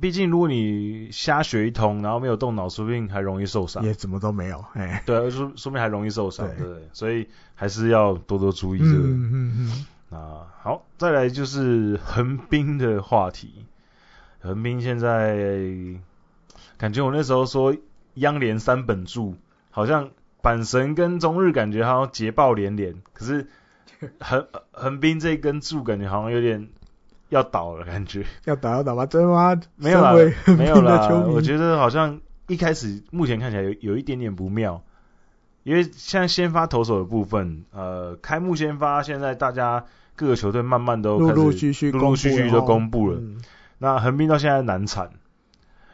Speaker 2: 毕竟如果你瞎学一通，然后没有动脑，说不定还容易受伤。
Speaker 1: 也什么都没有，哎、
Speaker 2: 对，啊说说明还容易受伤，
Speaker 1: 对
Speaker 2: 对不对？所以还是要多多注意这个。
Speaker 1: 嗯嗯嗯
Speaker 2: 啊，好，再来就是横滨的话题。横滨现在感觉我那时候说央联三本柱，好像阪神跟中日感觉好像捷报连连，可是横横滨这根柱感觉好像有点要倒了感觉。
Speaker 1: 要打要打吧，真吗？
Speaker 2: 没有啦
Speaker 1: 身为横
Speaker 2: 没有
Speaker 1: 滨的
Speaker 2: 啦
Speaker 1: 球，迷
Speaker 2: 我觉得好像一开始目前看起来有有一点点不妙，因为像先发投手的部分，呃，开幕先发现在大家各个球队慢慢都
Speaker 1: 陆
Speaker 2: 开
Speaker 1: 陆
Speaker 2: 始
Speaker 1: 续续
Speaker 2: 陆陆续续就公布了。
Speaker 1: 嗯
Speaker 2: 那横滨到现在难产，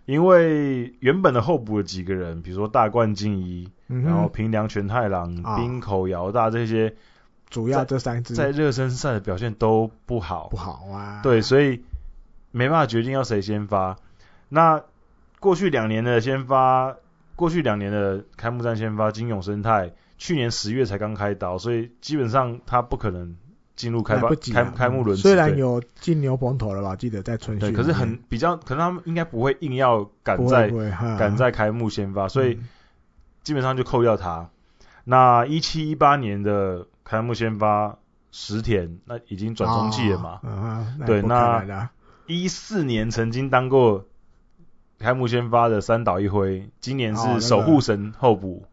Speaker 2: 因为原本的候补的几个人，比如说大冠进一，
Speaker 1: 嗯
Speaker 2: 然后
Speaker 1: 哼，
Speaker 2: 平良全太郎、
Speaker 1: 啊
Speaker 2: 冰口遥大这些，
Speaker 1: 主要这三支
Speaker 2: 在热身赛的表现都不好
Speaker 1: 不。好啊。
Speaker 2: 对，所以没办法决定要谁先发。那过去两年的先发，过去两年的开幕战先发金永生态，去年十月才刚开刀，所以基本上他不可能进入开
Speaker 1: 来
Speaker 2: 发
Speaker 1: 不及啊
Speaker 2: 开开幕轮次。
Speaker 1: 虽然
Speaker 2: 对
Speaker 1: 有进牛棚头了吧，记得在春
Speaker 2: 对，
Speaker 1: 训，
Speaker 2: 可是很比较，可能他们应该不会硬要赶
Speaker 1: 不会
Speaker 2: 在
Speaker 1: 不会哈
Speaker 2: 赶在开幕先发，所以
Speaker 1: 嗯
Speaker 2: 基本上就扣掉他。那一七一八年的开幕先发石田，那已经转中继了嘛？
Speaker 1: 啊啊那
Speaker 2: 对
Speaker 1: 也不可
Speaker 2: 那
Speaker 1: 能啊
Speaker 2: 一四年曾经当过开幕先发的三岛一辉，今年
Speaker 1: 哦那个
Speaker 2: 是守护神候补，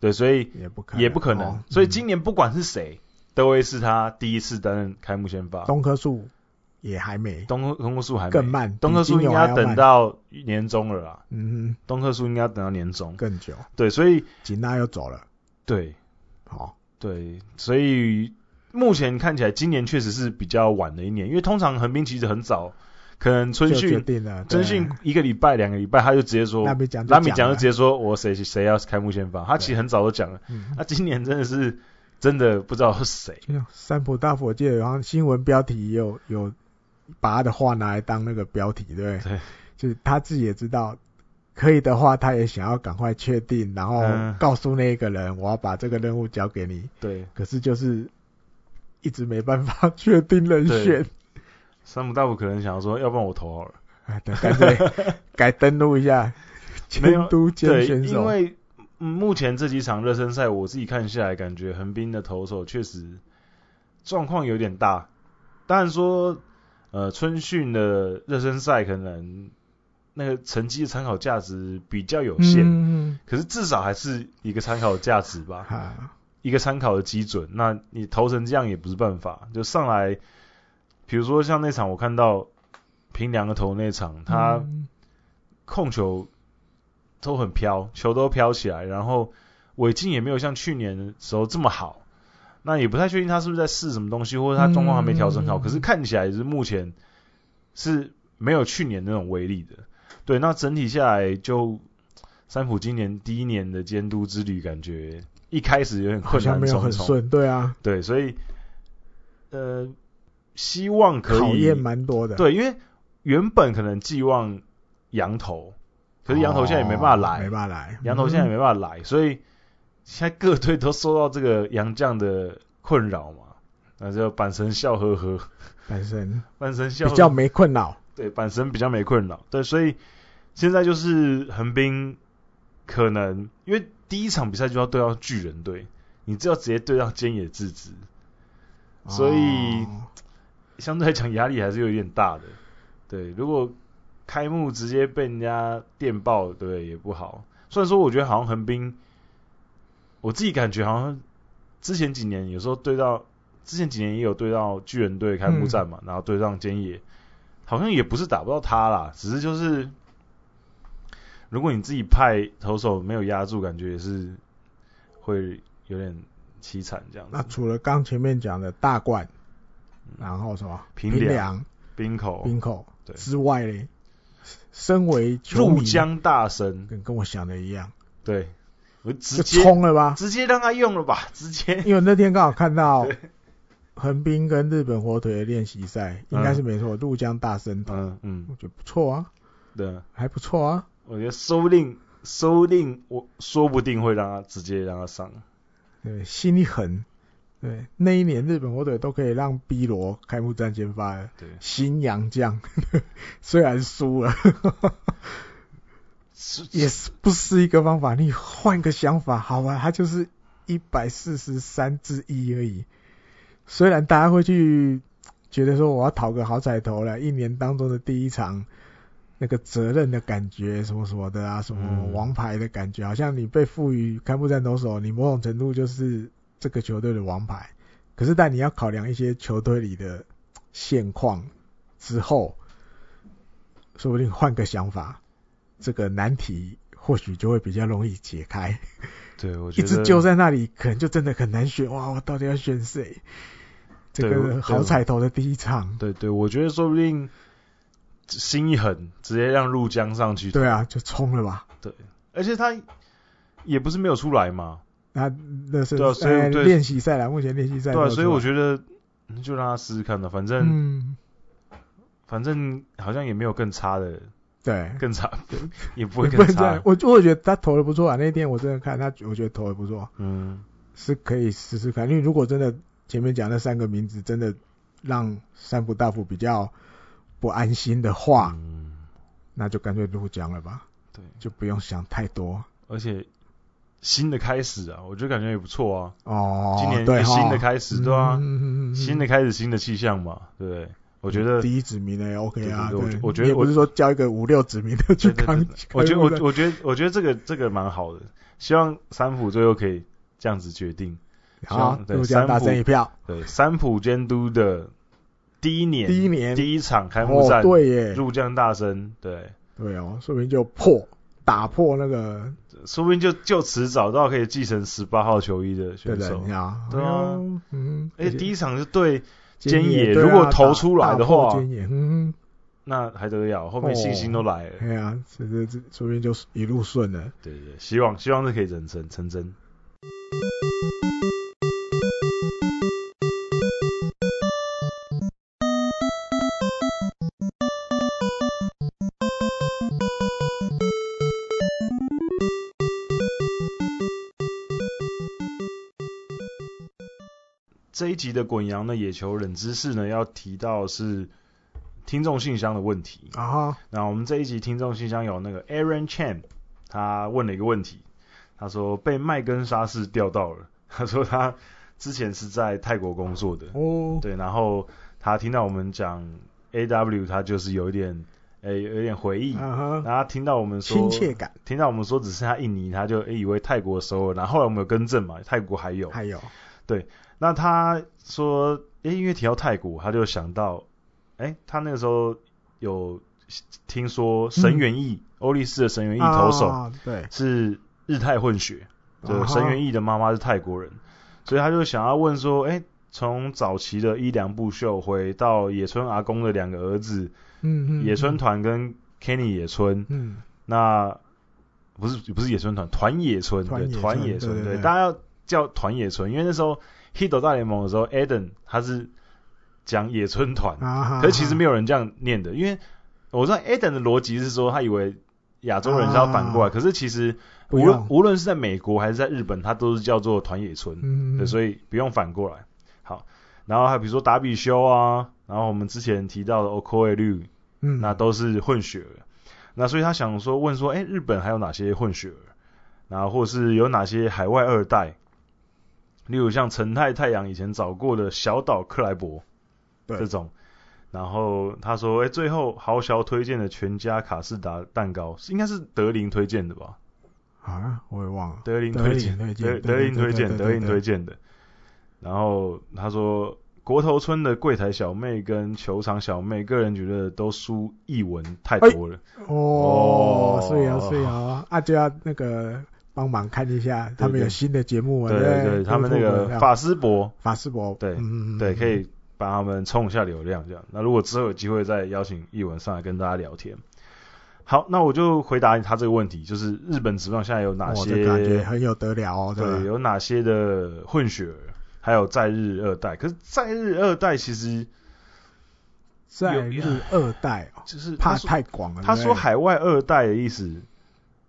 Speaker 2: 对，所以
Speaker 1: 也不可能
Speaker 2: 也不可能。
Speaker 1: 哦
Speaker 2: 所以
Speaker 1: 嗯
Speaker 2: 今年不管是谁，都会是他第一次担任开幕先发。
Speaker 1: 东科树也还没，
Speaker 2: 啊东东科树还没
Speaker 1: 更，慢，
Speaker 2: 东科
Speaker 1: 比
Speaker 2: 树
Speaker 1: 金
Speaker 2: 应
Speaker 1: 牛
Speaker 2: 该
Speaker 1: 还
Speaker 2: 要
Speaker 1: 要
Speaker 2: 等
Speaker 1: 慢
Speaker 2: 到年终了啦。
Speaker 1: 嗯
Speaker 2: 东科树应该要等到年终
Speaker 1: 哼，。更久。
Speaker 2: 对，所以
Speaker 1: 吉娜又走了，
Speaker 2: 对
Speaker 1: 好，
Speaker 2: 对，所以目前看起来今年确实是比较晚的一年，因为通常横滨其实很早，可能春
Speaker 1: 就决
Speaker 2: 训
Speaker 1: 定了。对
Speaker 2: 春训一个礼拜、两个礼拜，他就直接说
Speaker 1: 拉米讲，
Speaker 2: 拉米讲就直
Speaker 1: 接，
Speaker 2: 接说我谁谁要开幕先发，他其实很早就讲了。
Speaker 1: 嗯
Speaker 2: 那、今年真的是真的不知道是谁，
Speaker 1: 就像三浦大佛界，然后新闻标题也有有把他的话拿来当那个标题，对不对？
Speaker 2: 对，
Speaker 1: 就是他自己也知道，可以的话，他也想要赶快确定，然后
Speaker 2: 嗯
Speaker 1: 告诉那个人，我要把这个任务交给你。
Speaker 2: 对，
Speaker 1: 可是就是一直没办法 确定人选，
Speaker 2: 山姆大夫可能想说，要不然我投好了，
Speaker 1: 哎，对，干脆 改登录一下
Speaker 2: 没有
Speaker 1: 监督兼
Speaker 2: 对，
Speaker 1: 选
Speaker 2: 因
Speaker 1: 手，
Speaker 2: 为、嗯目前这几场热身赛，我自己看下来，感觉横滨的投手确实状况有点大。当然说，呃，春训的热身赛可能那个成绩的参考价值比较有限，
Speaker 1: 嗯，
Speaker 2: 可是至少还是一个参考价值吧。
Speaker 1: 啊，
Speaker 2: 一个参考的基准。那你投成这样也不是办法，就上来，比如说像那场我看到平良的投那场，他
Speaker 1: 嗯
Speaker 2: 控球都很飘，球都飘起来，然后尾劲也没有像去年的时候这么好。那也不太确定他是不是在试什么东西，或者他状况还没调整好。
Speaker 1: 嗯
Speaker 2: 可是看起来是目前是没有去年那种威力的。对，那整体下来就三浦今年第一年的监督之旅，感觉一开始有点
Speaker 1: 好
Speaker 2: 困
Speaker 1: 像
Speaker 2: 难
Speaker 1: 没有
Speaker 2: 重
Speaker 1: 很
Speaker 2: 重。
Speaker 1: 顺，对啊，
Speaker 2: 对，所以呃，希望可以
Speaker 1: 考验蛮多的。
Speaker 2: 对，因为原本可能寄望羊头，可是羊头现在也没办法
Speaker 1: 哦
Speaker 2: 来
Speaker 1: 没，办法来。嗯
Speaker 2: 羊头现在也没办法来，所以现在各队都受到这个羊将的困扰嘛。那就板神笑呵呵，
Speaker 1: 本身
Speaker 2: 板神笑呵
Speaker 1: 比较没困扰，
Speaker 2: 对板神比较没困扰，对，所以现在就是横滨可能因为第一场比赛就要对到巨人队，你只要直接对到菅野智之，所以
Speaker 1: 哦
Speaker 2: 相对来讲压力还是有点大的。对，如果开幕直接被人家电爆，对也不好。虽然说我觉得好像横滨，我自己感觉好像之前几年有时候对到，之前几年也有对到巨人队开幕战
Speaker 1: 嗯
Speaker 2: 嘛，然后对上菅野，好像也不是打不到他啦，只是就是如果你自己派投手没有压住，感觉也是会有点凄惨这样
Speaker 1: 那
Speaker 2: 子。
Speaker 1: 除了刚前面讲的大冠，然后什么
Speaker 2: 嗯平
Speaker 1: 平
Speaker 2: 良、
Speaker 1: 凉、
Speaker 2: 冰口、
Speaker 1: 冰口
Speaker 2: 对
Speaker 1: 之外嘞，身为球迷
Speaker 2: 入江大神，
Speaker 1: 跟跟我想的一样，
Speaker 2: 对，我直
Speaker 1: 就
Speaker 2: 接
Speaker 1: 冲了吧。
Speaker 2: 直接让他用了 吧，直接
Speaker 1: 因为那天刚好看到横滨跟日本火腿的练习赛，应该是没错，入江大生头，
Speaker 2: 嗯嗯
Speaker 1: 我，觉得不错啊，
Speaker 2: 对，
Speaker 1: 还不错啊。
Speaker 2: 我觉得说不定说不定我说不定会让他直接让他上，
Speaker 1: 对，心一狠，对，那一年日本火腿都可以让 B 罗开幕战先发了，
Speaker 2: 对，
Speaker 1: 新洋将， 虽然输了，
Speaker 2: 是
Speaker 1: 也是不是一个方法。你换个想法，好吧，他就是一百四十三之一而已。虽然大家会去觉得说我要讨个好彩头了，一年当中的第一场那个责任的感觉什么什么的啊，什么
Speaker 2: 嗯
Speaker 1: 王牌的感觉，好像你被赋予开幕战投手，你某种程度就是这个球队的王牌。可是但你要考量一些球队里的现况之后，说不定换个想法，这个难题或许就会比较容易解开。
Speaker 2: 对，我觉
Speaker 1: 一
Speaker 2: 得
Speaker 1: 直揪在那里，可能就真的很难选。哇，我到底要选谁？这
Speaker 2: 对我对
Speaker 1: 个好
Speaker 2: 我
Speaker 1: 彩头的第一场，
Speaker 2: 对对，我觉得说不定心一狠，直接让入江上去。
Speaker 1: 对啊，就冲了吧。
Speaker 2: 而且他也不是没有出来嘛，
Speaker 1: 那那是
Speaker 2: 对啊所以
Speaker 1: 呃
Speaker 2: 对
Speaker 1: 练习赛啦，目前练习赛
Speaker 2: 对
Speaker 1: 都有
Speaker 2: 啊，
Speaker 1: 出来。
Speaker 2: 所以我觉得嗯就让他试试看吧，反正、
Speaker 1: 嗯，
Speaker 2: 反正好像也没有更差的，
Speaker 1: 对，
Speaker 2: 更 差也
Speaker 1: 我
Speaker 2: 不会
Speaker 1: 不
Speaker 2: 更
Speaker 1: 能这
Speaker 2: 差
Speaker 1: 样。。我我觉得他投的不错啊，那天我真的看他，我觉得投的不错，
Speaker 2: 嗯，
Speaker 1: 是可以试试看。因为如果真的前面讲那三个名字真的让三浦大辅比较不安心的话，
Speaker 2: 嗯，
Speaker 1: 那就干脆入江了吧，
Speaker 2: 对，
Speaker 1: 就不用想太多。
Speaker 2: 而且新的开始啊，我觉得感觉也不错啊。
Speaker 1: 哦，
Speaker 2: 今年一
Speaker 1: 对
Speaker 2: 个
Speaker 1: 齁
Speaker 2: 新的开始，对啊，
Speaker 1: 嗯嗯嗯嗯嗯哦
Speaker 2: 新的开始，新的气象嘛，对不对？我觉得，
Speaker 1: 第一指名的也 OK 啊，
Speaker 2: 对对对
Speaker 1: 对
Speaker 2: 我觉得
Speaker 1: 也不
Speaker 2: 我
Speaker 1: 是说叫一个五六指名的去
Speaker 2: 对对
Speaker 1: 扛
Speaker 2: 对，我觉得，我
Speaker 1: 扛
Speaker 2: 我觉得，我觉得这个这个蛮好的，希望三浦最后可以这样子决定。
Speaker 1: 好
Speaker 2: 像，对
Speaker 1: 入江大
Speaker 2: 三
Speaker 1: 胜
Speaker 2: 浦
Speaker 1: 一票，
Speaker 2: 对，三浦监督的第一年，
Speaker 1: 第一年
Speaker 2: 第一场开幕
Speaker 1: 哦，
Speaker 2: 战，
Speaker 1: 对耶，
Speaker 2: 入将大声，对，
Speaker 1: 对哦，说明就破打破那个
Speaker 2: 说不定就就此找到可以继承十八号球衣的
Speaker 1: 的
Speaker 2: 选手
Speaker 1: 人。呀，
Speaker 2: 对啊
Speaker 1: 哎呦，嗯，
Speaker 2: 而且第一场是对，
Speaker 1: 菅
Speaker 2: 菅野
Speaker 1: 对啊
Speaker 2: 如果投
Speaker 1: 打
Speaker 2: 出来的
Speaker 1: 打破
Speaker 2: 话
Speaker 1: 菅野，嗯，
Speaker 2: 那还得了？后面信心都来了。
Speaker 1: 哎呀，这这这说不定就一路顺了。
Speaker 2: 对对对，希望希望是可以成真成真。这一集的滚羊的野球冷知识呢，要提到是听众信箱的问题。
Speaker 1: 啊哈，
Speaker 2: 那我们这一集听众信箱有那个 Aaron Chan，他问了一个问题，他说被麦根沙士钓到了， 他说他之前是在泰国工作的，
Speaker 1: 哦，
Speaker 2: 对，然后他听到我们讲 AW，他就是有一点，诶、有一点回忆，然
Speaker 1: 啊哈，
Speaker 2: 后他听到我们说
Speaker 1: 亲，切感
Speaker 2: 听到我们说只剩下印尼，他就、诶以为泰国收了，然后后来我们有更正嘛，泰国还有，
Speaker 1: 还有
Speaker 2: 那他说，诶、因为提到泰国，他就想到，诶、他那个时候有听说神原义，欧力士的神原义投手、
Speaker 1: 嗯啊对，
Speaker 2: 是日泰混血，就
Speaker 1: 啊哈
Speaker 2: 神原义的妈妈是泰国人，所以他就想要问说，诶、从早期的伊良部秀回到野村阿公的两个儿子、
Speaker 1: 嗯嗯，
Speaker 2: 野村团跟 Kenny 野村，
Speaker 1: 嗯，
Speaker 2: 那不是不是野村团，团野村
Speaker 1: 团
Speaker 2: 对
Speaker 1: 野
Speaker 2: 团
Speaker 1: 村
Speaker 2: 野村
Speaker 1: 对对对
Speaker 2: 大家要叫团野村，因为那时候 Hito 大联盟的时候，Eden 他是讲野村团，
Speaker 1: 嗯啊哈，
Speaker 2: 可是其实没
Speaker 1: 有
Speaker 2: 有人这样念的，因为我知道 Eden 的逻辑是说他以为亚洲人是要反过来，
Speaker 1: 啊
Speaker 2: 可是其实
Speaker 1: 不
Speaker 2: 无论
Speaker 1: 用，
Speaker 2: 无论是在美国还是在日本，它都是叫做团野村。
Speaker 1: 嗯，
Speaker 2: 对，
Speaker 1: 以
Speaker 2: 所以不用反过来。好，然后还有比如说达比修啊，然后我们之前提到的 Okoe 绿，
Speaker 1: 嗯，
Speaker 2: 那都是混血儿。那所以他想说问说，哎、日本还有哪些混血儿？然后或是有哪些海外二代？例如像陈太太阳以前找过的小岛克莱伯
Speaker 1: 对
Speaker 2: 这种。然后他说，哎、最后豪乔推荐的全家卡士达蛋糕，应该是德林推荐的吧？
Speaker 1: 啊，我也忘了，
Speaker 2: 德林
Speaker 1: 德
Speaker 2: 推
Speaker 1: 林
Speaker 2: 荐，
Speaker 1: 推
Speaker 2: 德
Speaker 1: 荐
Speaker 2: 德
Speaker 1: 对
Speaker 2: 林推
Speaker 1: 对
Speaker 2: 荐，
Speaker 1: 对对
Speaker 2: 德林
Speaker 1: 对
Speaker 2: 推荐的。然后他说，国头村的柜台小妹跟球场小妹，个人觉得都输译文太多了。
Speaker 1: 哦
Speaker 2: 哦，
Speaker 1: 所以啊，所以啊，啊就要那个帮忙看一下，他们有新的节目啊，
Speaker 2: 对
Speaker 1: 对
Speaker 2: 对对，他们那个
Speaker 1: 法
Speaker 2: 法斯博，
Speaker 1: 法斯博，
Speaker 2: 对
Speaker 1: 嗯，嗯嗯
Speaker 2: 对，可以帮他们冲一下流量这样。那如果之后有机会再邀请译文上来跟大家聊天。好，那我就回答他这个问题，就是日本职棒现在有哪
Speaker 1: 哦
Speaker 2: 些
Speaker 1: 这感觉很有得了哦，
Speaker 2: 对，
Speaker 1: 吧？
Speaker 2: 有哪些的混血儿，还有在日二代。可是在日二代其实
Speaker 1: 在日二代哦，
Speaker 2: 就是他
Speaker 1: 怕
Speaker 2: 说
Speaker 1: 太广了，
Speaker 2: 他
Speaker 1: 对
Speaker 2: 说
Speaker 1: 不对，
Speaker 2: 海外二代的意思，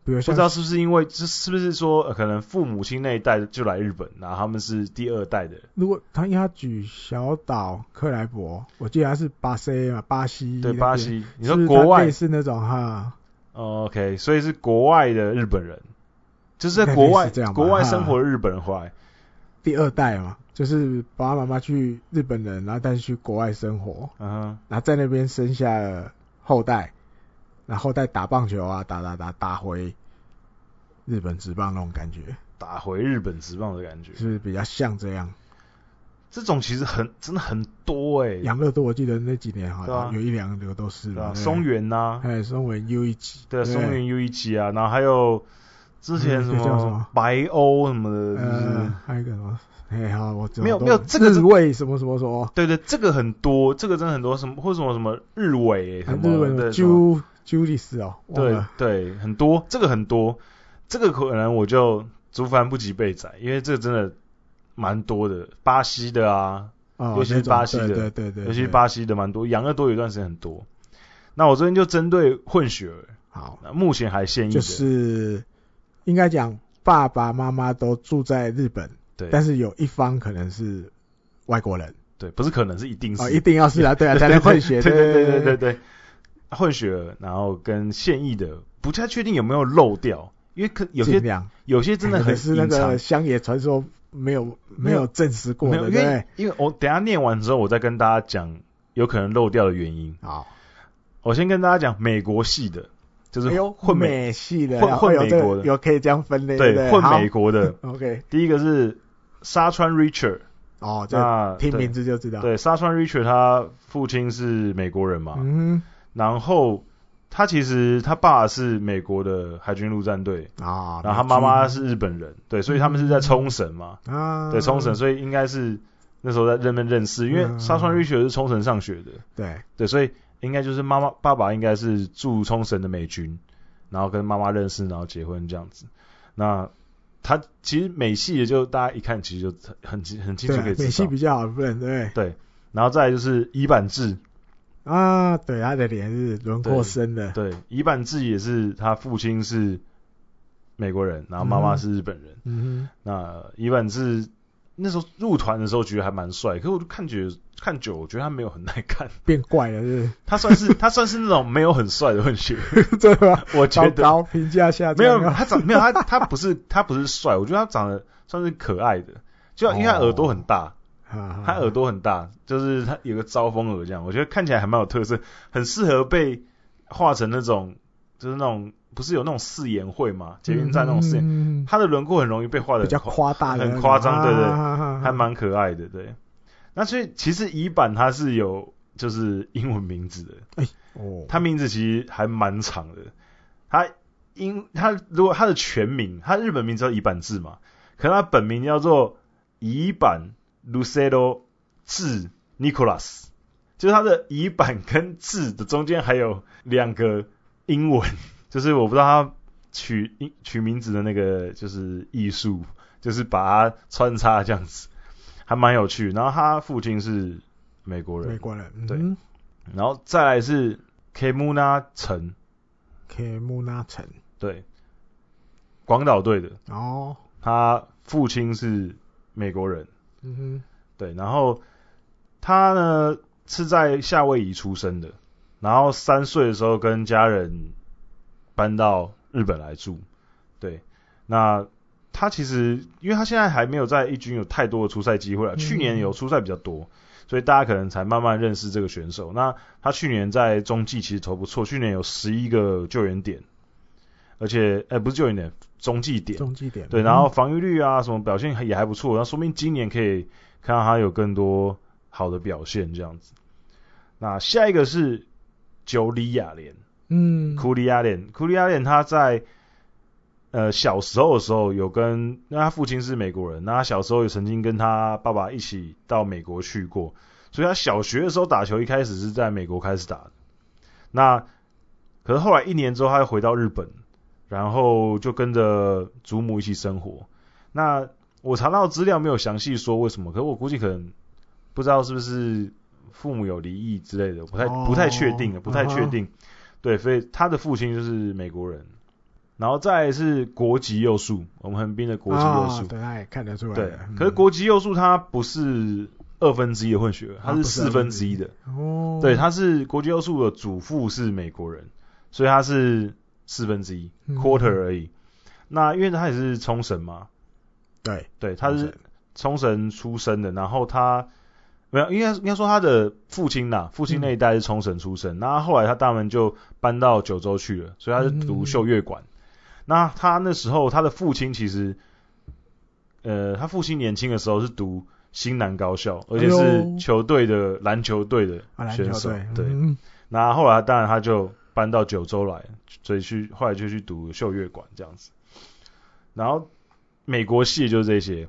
Speaker 1: 比如
Speaker 2: 不
Speaker 1: 像
Speaker 2: 知道是不是因为这是不是说、呃可能父母亲那一代就来日本，然后他们是第二代的，
Speaker 1: 如果他因为他举小岛克莱伯，我记得他是巴西嘛，巴西
Speaker 2: 对
Speaker 1: 那边
Speaker 2: 巴，西，你说
Speaker 1: 是不是
Speaker 2: 国
Speaker 1: 他
Speaker 2: 外
Speaker 1: 类、似那种哈，
Speaker 2: 哦 o k 所以是国外的日本人，就是在
Speaker 1: 应该
Speaker 2: 国外
Speaker 1: 类似这样吧
Speaker 2: 国外
Speaker 1: 哈
Speaker 2: 生活的日本人 回来，
Speaker 1: 第二代嘛，就是爸爸妈妈去日本人，然后但是去国外生活，
Speaker 2: 嗯
Speaker 1: 然后在那边生下了后代，然后后代打棒球啊，打打打打回日本职棒那种感觉，
Speaker 2: 哼，打回日本职棒的感觉
Speaker 1: 就。是比较像这样。
Speaker 2: 这种其实很真的很多哎、
Speaker 1: 养乐多我记得那几年好
Speaker 2: 对
Speaker 1: 像
Speaker 2: 啊
Speaker 1: 有一两个都是
Speaker 2: 对
Speaker 1: 嘛
Speaker 2: 啊，
Speaker 1: 啊对不对
Speaker 2: 松原呐、
Speaker 1: 哎，松原优一级，
Speaker 2: 对啊，
Speaker 1: 不
Speaker 2: 松原优一吉啊，然后还有之前
Speaker 1: 嗯
Speaker 2: 什
Speaker 1: 那叫什么
Speaker 2: 么白欧什么的，就是、
Speaker 1: 呃，还有一个什么？哎，好，我知道
Speaker 2: 没有
Speaker 1: 都
Speaker 2: 没有这个
Speaker 1: 日
Speaker 2: 是
Speaker 1: 味什么什么什么，
Speaker 2: 对对，这个很多，这个真的很多，什么或什么什么日伪、
Speaker 1: 还
Speaker 2: 什
Speaker 1: 日
Speaker 2: 么
Speaker 1: 文
Speaker 2: 的，
Speaker 1: 的
Speaker 2: 什么
Speaker 1: Ju Julius 哦，忘
Speaker 2: 对
Speaker 1: 了
Speaker 2: 对，很多，这个很多，这个可能我就竹凡不及被宰，因为这个真的蛮多的，巴西的啊，
Speaker 1: 哦，
Speaker 2: 尤其是
Speaker 1: 那种
Speaker 2: 巴西的
Speaker 1: 对对对对，
Speaker 2: 尤其
Speaker 1: 对
Speaker 2: 是巴西的蛮多，养乐多有一段时间很多。那我这边就针对混血儿，
Speaker 1: 好，
Speaker 2: 那目前还现役的，
Speaker 1: 就是应该讲爸爸妈妈都住在日本，
Speaker 2: 对
Speaker 1: 但是有一方可能是外国人
Speaker 2: 对，不是可能是一定是，
Speaker 1: 哦，一定要 是啊，对啊，才能混血，
Speaker 2: 对
Speaker 1: 对
Speaker 2: 对
Speaker 1: 对
Speaker 2: 对对对，混血儿，然后跟现役的不太确定有没有漏掉，因为可有
Speaker 1: 尽
Speaker 2: 些
Speaker 1: 量
Speaker 2: 有些真的
Speaker 1: 哎 可
Speaker 2: 很
Speaker 1: 是那
Speaker 2: 隐藏
Speaker 1: 个，乡野传说没有没
Speaker 2: 没有
Speaker 1: 有证实过
Speaker 2: 没
Speaker 1: 的，
Speaker 2: 有，
Speaker 1: 对
Speaker 2: 因
Speaker 1: 不对
Speaker 2: 为？因为我等一下念完之后，我再跟大家讲有可能漏掉的原因。
Speaker 1: 好，
Speaker 2: 我先跟大家讲美国系的，就是
Speaker 1: 哎呦
Speaker 2: 混美、
Speaker 1: 美系的，
Speaker 2: 混
Speaker 1: 然后
Speaker 2: 混
Speaker 1: 有
Speaker 2: 美
Speaker 1: 这个
Speaker 2: 国的
Speaker 1: 有可以这样分类，对不对，
Speaker 2: 混
Speaker 1: 好。
Speaker 2: 美国的
Speaker 1: OK，
Speaker 2: 第一个是沙川 Richard，
Speaker 1: 哦，这
Speaker 2: 那
Speaker 1: 听
Speaker 2: 对
Speaker 1: 名字就知道。
Speaker 2: 对，沙川 Richard 他父亲是美国人嘛，
Speaker 1: 嗯
Speaker 2: 然后他其实他爸是美国的海军陆战队，
Speaker 1: 哼啊，嗯
Speaker 2: 然后他妈妈是日本人，对，所以他们是在冲绳嘛，
Speaker 1: 啊，
Speaker 2: 对，冲绳，所以应该是那时候在那边认识，因
Speaker 1: 嗯
Speaker 2: 为沙川 Richard 是冲绳上学的，
Speaker 1: 对，
Speaker 2: 对，所以应该就是妈妈爸爸应该是驻冲绳的美军，然后跟妈妈认识，然后结婚这样子。那他其实美系的就大家一看其实就很很很清楚可以
Speaker 1: 对，啊美
Speaker 2: 知
Speaker 1: 系
Speaker 2: 道。
Speaker 1: 比较好认，对
Speaker 2: 然后再来就是伊坂智，
Speaker 1: 啊，对，他的脸是轮廓
Speaker 2: 对
Speaker 1: 深的，
Speaker 2: 对，伊坂智也是他父亲是美国人，然后妈妈
Speaker 1: 嗯
Speaker 2: 是日本人。
Speaker 1: 嗯
Speaker 2: 那伊坂智那时候入团的时候觉得还蛮帅，可是我就看觉得看久了，我觉得他没有很耐看
Speaker 1: 哼，，变怪了，是
Speaker 2: 他算是他算是那种没有很帅的混 血，
Speaker 1: 不是？对吧？
Speaker 2: 我觉
Speaker 1: 糟
Speaker 2: 得。
Speaker 1: 糕，评价下
Speaker 2: 没有，
Speaker 1: 降啊
Speaker 2: 他长没有他他不是他不是帅，我觉得他长得算是可爱的，就因为他耳朵很大，
Speaker 1: 啊
Speaker 2: 他耳朵很大，就是他有个招风耳这样，我觉得看起来还蛮有特色，很适合被画成那种就是那种不是有那种四眼会嘛，捷运站那种四眼，
Speaker 1: 嗯
Speaker 2: 他的轮廓很容易被画的
Speaker 1: 比较啊夸大的那种，
Speaker 2: 很夸张对对
Speaker 1: 对
Speaker 2: 还蛮可爱的，对。那所以其实乙版他是有就是英文名字的，
Speaker 1: 哦，
Speaker 2: 他名字其实还蛮长的。他英他如果他的全名，他日本名叫乙坂智嘛，可是他本名叫做乙坂 Lucero 智 Nicholas，就是他的乙坂跟智的中间还有两个英文， 就是我不知道他取取名字的那个就是艺术，就是把它穿插这样子，还蛮有趣。然后他父亲是美国人
Speaker 1: 美，国人，
Speaker 2: 对
Speaker 1: 嗯
Speaker 2: 然后再来是 Kemuna 城，
Speaker 1: ，K 木纳城，
Speaker 2: 对，广岛队的，
Speaker 1: 哦，
Speaker 2: 他父亲是美国人，
Speaker 1: 嗯
Speaker 2: 对，然后他呢是在夏威夷出生的，然后三岁的时候跟家人搬到日本来住，对，那他其实因为他现在还没有在一军有太多的出赛机会了，啊
Speaker 1: 嗯
Speaker 2: 去年有出赛比较多，所以大家可能才慢慢认识这个选手。那他去年在中继其实投不错，去年有十一个救援点，而且哎、不是救援点，中继
Speaker 1: 哼，
Speaker 2: 点，
Speaker 1: 中继点，
Speaker 2: 对，然后防御率啊什么表现也还不错，那说明今年可以看到他有更多好的表现这样子。那下一个是九里亚莲，
Speaker 1: 嗯，
Speaker 2: 库里亚莲，库里亚莲他在呃小时候的时候有跟，那他父亲是美国人，那他小时候也曾经跟他爸爸一起到美国去过，所以他小学的时候打球一开始是在美国开始打的。那可是后来一年之后，他又回到日本，然后就跟着祖母一起生活。那我查到资料没有详细说为什么，可是我估计可能不知道是不是父母有离异之类的，不太不太确定，啊
Speaker 1: 哦
Speaker 2: 不太确定。对，所以他的父亲就是美国人，然后再来是国籍右树，我们横滨的国籍右
Speaker 1: 啊
Speaker 2: 树。
Speaker 1: 对，他也看得出来
Speaker 2: 对
Speaker 1: 的，，
Speaker 2: 可是
Speaker 1: 嗯
Speaker 2: 国籍右树他不是二分之一的混血儿，
Speaker 1: 啊
Speaker 2: 他
Speaker 1: 不
Speaker 2: 是
Speaker 1: 是
Speaker 2: 四分之一的。
Speaker 1: 哦，
Speaker 2: 对，他是国际奥数的祖父是美国人，所以他是四分之一
Speaker 1: 嗯
Speaker 2: quarter 而已。那因为他也是冲绳嘛，
Speaker 1: 对，
Speaker 2: 对，他是冲绳出生的，然后他没有，应该应该说他的父亲呐，父
Speaker 1: 嗯
Speaker 2: 亲那一代是冲绳出生，那后来他大门就搬到九州去了，所以他是
Speaker 1: 嗯
Speaker 2: 读秀乐馆。那他那时候他的父亲其实，呃，他父亲年轻的时候是读新南高校，而
Speaker 1: 哎
Speaker 2: 且
Speaker 1: 呦
Speaker 2: 是球队的篮球队的
Speaker 1: 啊，篮
Speaker 2: 选
Speaker 1: 球
Speaker 2: 手。
Speaker 1: 队，
Speaker 2: 对，
Speaker 1: 嗯，
Speaker 2: 那后来当然他就搬到九州来，所以去后来就去读秀乐馆这样子。然后美国系就是这些，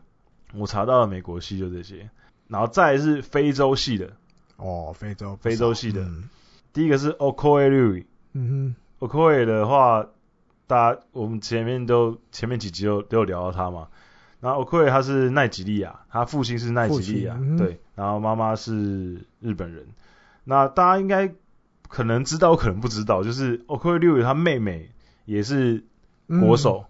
Speaker 2: 我查到的美国系就这些，然后再来是非洲系的，
Speaker 1: 哦，非洲不
Speaker 2: 非洲
Speaker 1: 少
Speaker 2: 系的
Speaker 1: 嗯
Speaker 2: 第一个是 Okoye Lui。
Speaker 1: 嗯
Speaker 2: Okoye 的话，大家我们前面都前面几集都都有聊到他嘛。然后 Okoye 他是奈及利亚，他父亲是奈及利亚，
Speaker 1: 父亲嗯
Speaker 2: 对，然后妈妈是日本人。那大家应该可能知道，可能不知道，就是 Okoye 六他妹妹也是
Speaker 1: 哼，
Speaker 2: 国手，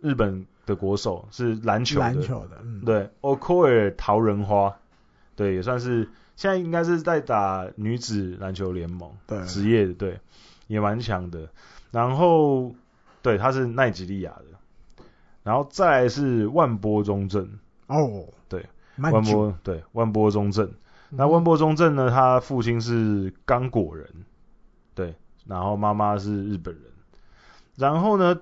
Speaker 2: 日本的国手是篮
Speaker 1: 嗯
Speaker 2: 球
Speaker 1: 篮
Speaker 2: 的，
Speaker 1: 球的，嗯，
Speaker 2: 对，Okoye 桃仁花，对，也算是现在应该是在打女子篮球联盟。
Speaker 1: 对，
Speaker 2: 职业的，对，也蛮强的。然后，对，他是奈及利亚的，然后再来是万波中正，
Speaker 1: 哦，
Speaker 2: 对，
Speaker 1: 蛮
Speaker 2: 万
Speaker 1: 久，
Speaker 2: 波对万波中正。那
Speaker 1: 嗯
Speaker 2: 万波中正呢，他父亲是刚果人，对，然后妈妈是日本人。然后呢，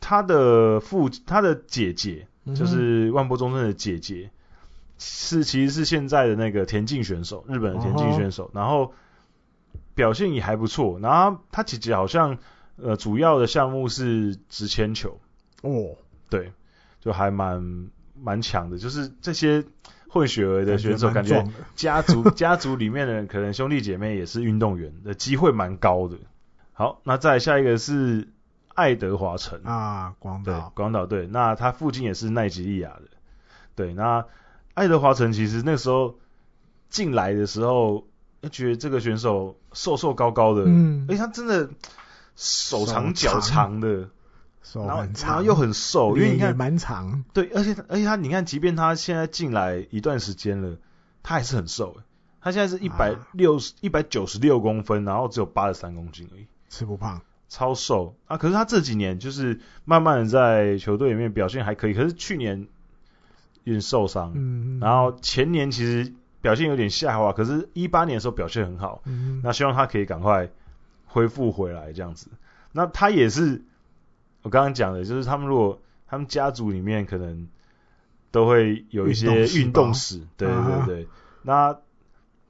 Speaker 2: 他的父他的姐姐就
Speaker 1: 嗯
Speaker 2: 是万波中正的姐姐，是其实是现在的那个田径选手，日本的田径选手，
Speaker 1: 哦
Speaker 2: 然后表现也还不错。然后他他姐姐好像呃主要的项目是直铅球，
Speaker 1: 哦，
Speaker 2: 对，就还蛮蛮强的。就是这些混血儿的选手，感 觉
Speaker 1: 蛮壮的
Speaker 2: 家族家族里面的人，可能兄弟姐妹也是运动员的呃机会蛮高的。好，那再来下一个是爱德华城
Speaker 1: 啊，广
Speaker 2: 对
Speaker 1: 岛，，
Speaker 2: 广岛队。那他附近也是奈及利亚的，对。那爱德华城其实那时候进来的时候，就觉得这个选手瘦瘦高高的，
Speaker 1: 嗯
Speaker 2: 而，且他真的手
Speaker 1: 手
Speaker 2: 长
Speaker 1: 长
Speaker 2: 脚长的，
Speaker 1: 手
Speaker 2: 然后
Speaker 1: 很
Speaker 2: 然后
Speaker 1: 长，
Speaker 2: 又很瘦，因为
Speaker 1: 脸
Speaker 2: 你
Speaker 1: 也
Speaker 2: 看，
Speaker 1: 蛮长，
Speaker 2: 对，而且而且他你看，即便他现在进来一段时间了，他还是很瘦、欸他现在是一百六十一百九十六公分，然后只有八十三公斤而已。
Speaker 1: 吃不胖，
Speaker 2: 超瘦啊！可是他这几年就是慢慢的在球队里面表现还可以，可是去年有点受伤，
Speaker 1: 嗯，
Speaker 2: 然后前年其实表现有点下滑，可是一八年的时候表现很好，
Speaker 1: 嗯，
Speaker 2: 那希望他可以赶快恢复回来这样子。那他也是我刚刚讲的，就是他们如果他们家族里面可能都会有一些运
Speaker 1: 运
Speaker 2: 动
Speaker 1: 动嗯
Speaker 2: 史，对对对。那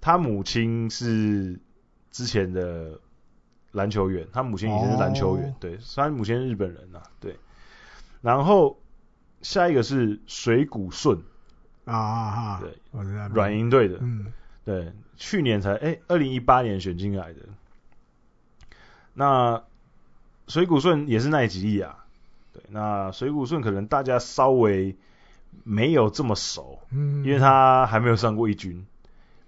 Speaker 2: 他母亲是之前的篮球员，他母亲以前是篮球员，
Speaker 1: 哦
Speaker 2: 对，虽然母亲是日本人呐、啊对。然后下一个是水谷顺，
Speaker 1: 啊啊啊，
Speaker 2: 对，
Speaker 1: 我知道，
Speaker 2: 软银队的，
Speaker 1: 嗯，
Speaker 2: 对，去年才哎，二零一八年选进来的。那水谷顺也是奈及利亚，啊对，那水谷顺可能大家稍微没有这么熟，
Speaker 1: 嗯，
Speaker 2: 因为他还没有上过一军。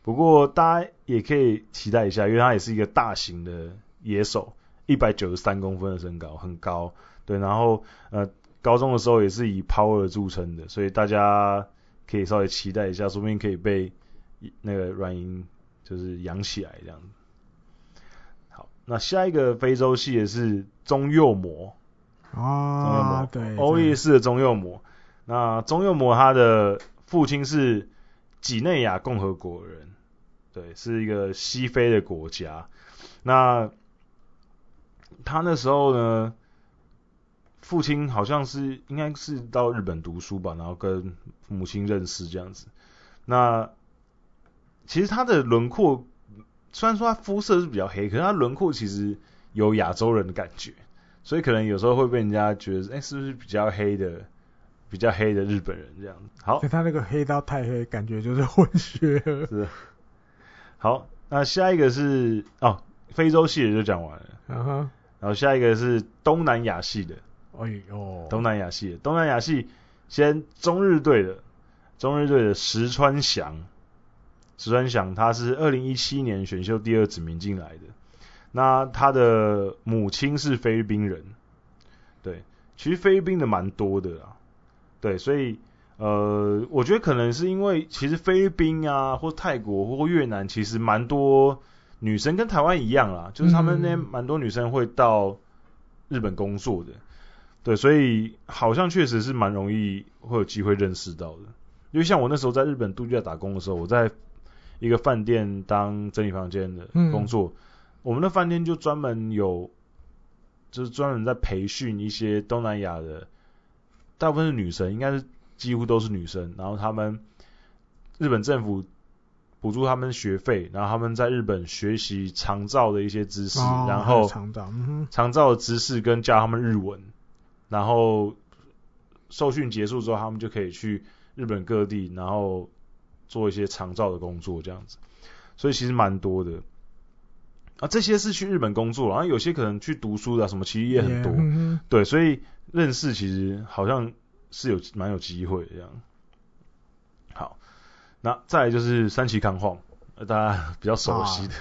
Speaker 2: 不过大家也可以期待一下，因为他也是一个大型的野手，一百九十三公分的身高，很高。对，然后呃，高中的时候也是以 power 著称的，所以大家可以稍微期待一下，说不定可以被那个软银就是养起来这样子。好，那下一个非洲系的是中右魔，
Speaker 1: 啊，对，
Speaker 2: 欧力士的中右魔。那中右魔他的父亲是几内亚共和国人，对，是一个西非的国家。那他那时候呢，父亲好像是应该是到日本读书吧，然后跟母亲认识这样子。那其实他的轮廓，虽然说他肤色是比较黑，可是他轮廓其实有亚洲人的感觉。所以可能有时候会被人家觉得，哎、是不是比较黑的、比较黑的日本人这样子？好
Speaker 1: 所以，他那个黑到太黑，感觉就是混血儿，
Speaker 2: 好，那下一个是哦，非洲系的就讲完了，
Speaker 1: 啊哈，
Speaker 2: 然后下一个是东南亚系的，
Speaker 1: 哎呦，
Speaker 2: 东南亚系的，东南亚系先中日队的，中日队的石川翔，石川翔他是二零一七年选秀第二指名进来的，那他的母亲是菲律宾人，对，其实菲律宾的蛮多的啊，对，所以呃，我觉得可能是因为其实菲律宾啊或泰国或越南其实蛮多女生跟台湾一样啦，就是他们那边
Speaker 1: 嗯
Speaker 2: 蛮多女生会到日本工作的。对，所以好像确实是蛮容易会有机会认识到的。因为像我那时候在日本度假打工的时候，我在一个饭店当整理房间的
Speaker 1: 嗯
Speaker 2: 工作，我们的饭店就专门有，就是专门在培训一些东南亚的，大部分是女生，应该是几乎都是女生，然后她们日本政府补助他们学费，然后他们在日本学习长照的一些知识，
Speaker 1: 哦
Speaker 2: 然
Speaker 1: 还有
Speaker 2: 后
Speaker 1: 长照，嗯哼，
Speaker 2: 长照的知识跟教他们日文，然后受训结束之后，他们就可以去日本各地，然后做一些长照的工作这样子，所以其实蛮多的。啊，这些是去日本工作，然后有些可能去读书的啊、什么其实也很多。
Speaker 1: 嗯哼
Speaker 2: 对，所以认识其实好像是有蛮有机会的这样。好，那再来就是三崎康晃，呃大家比较熟悉的，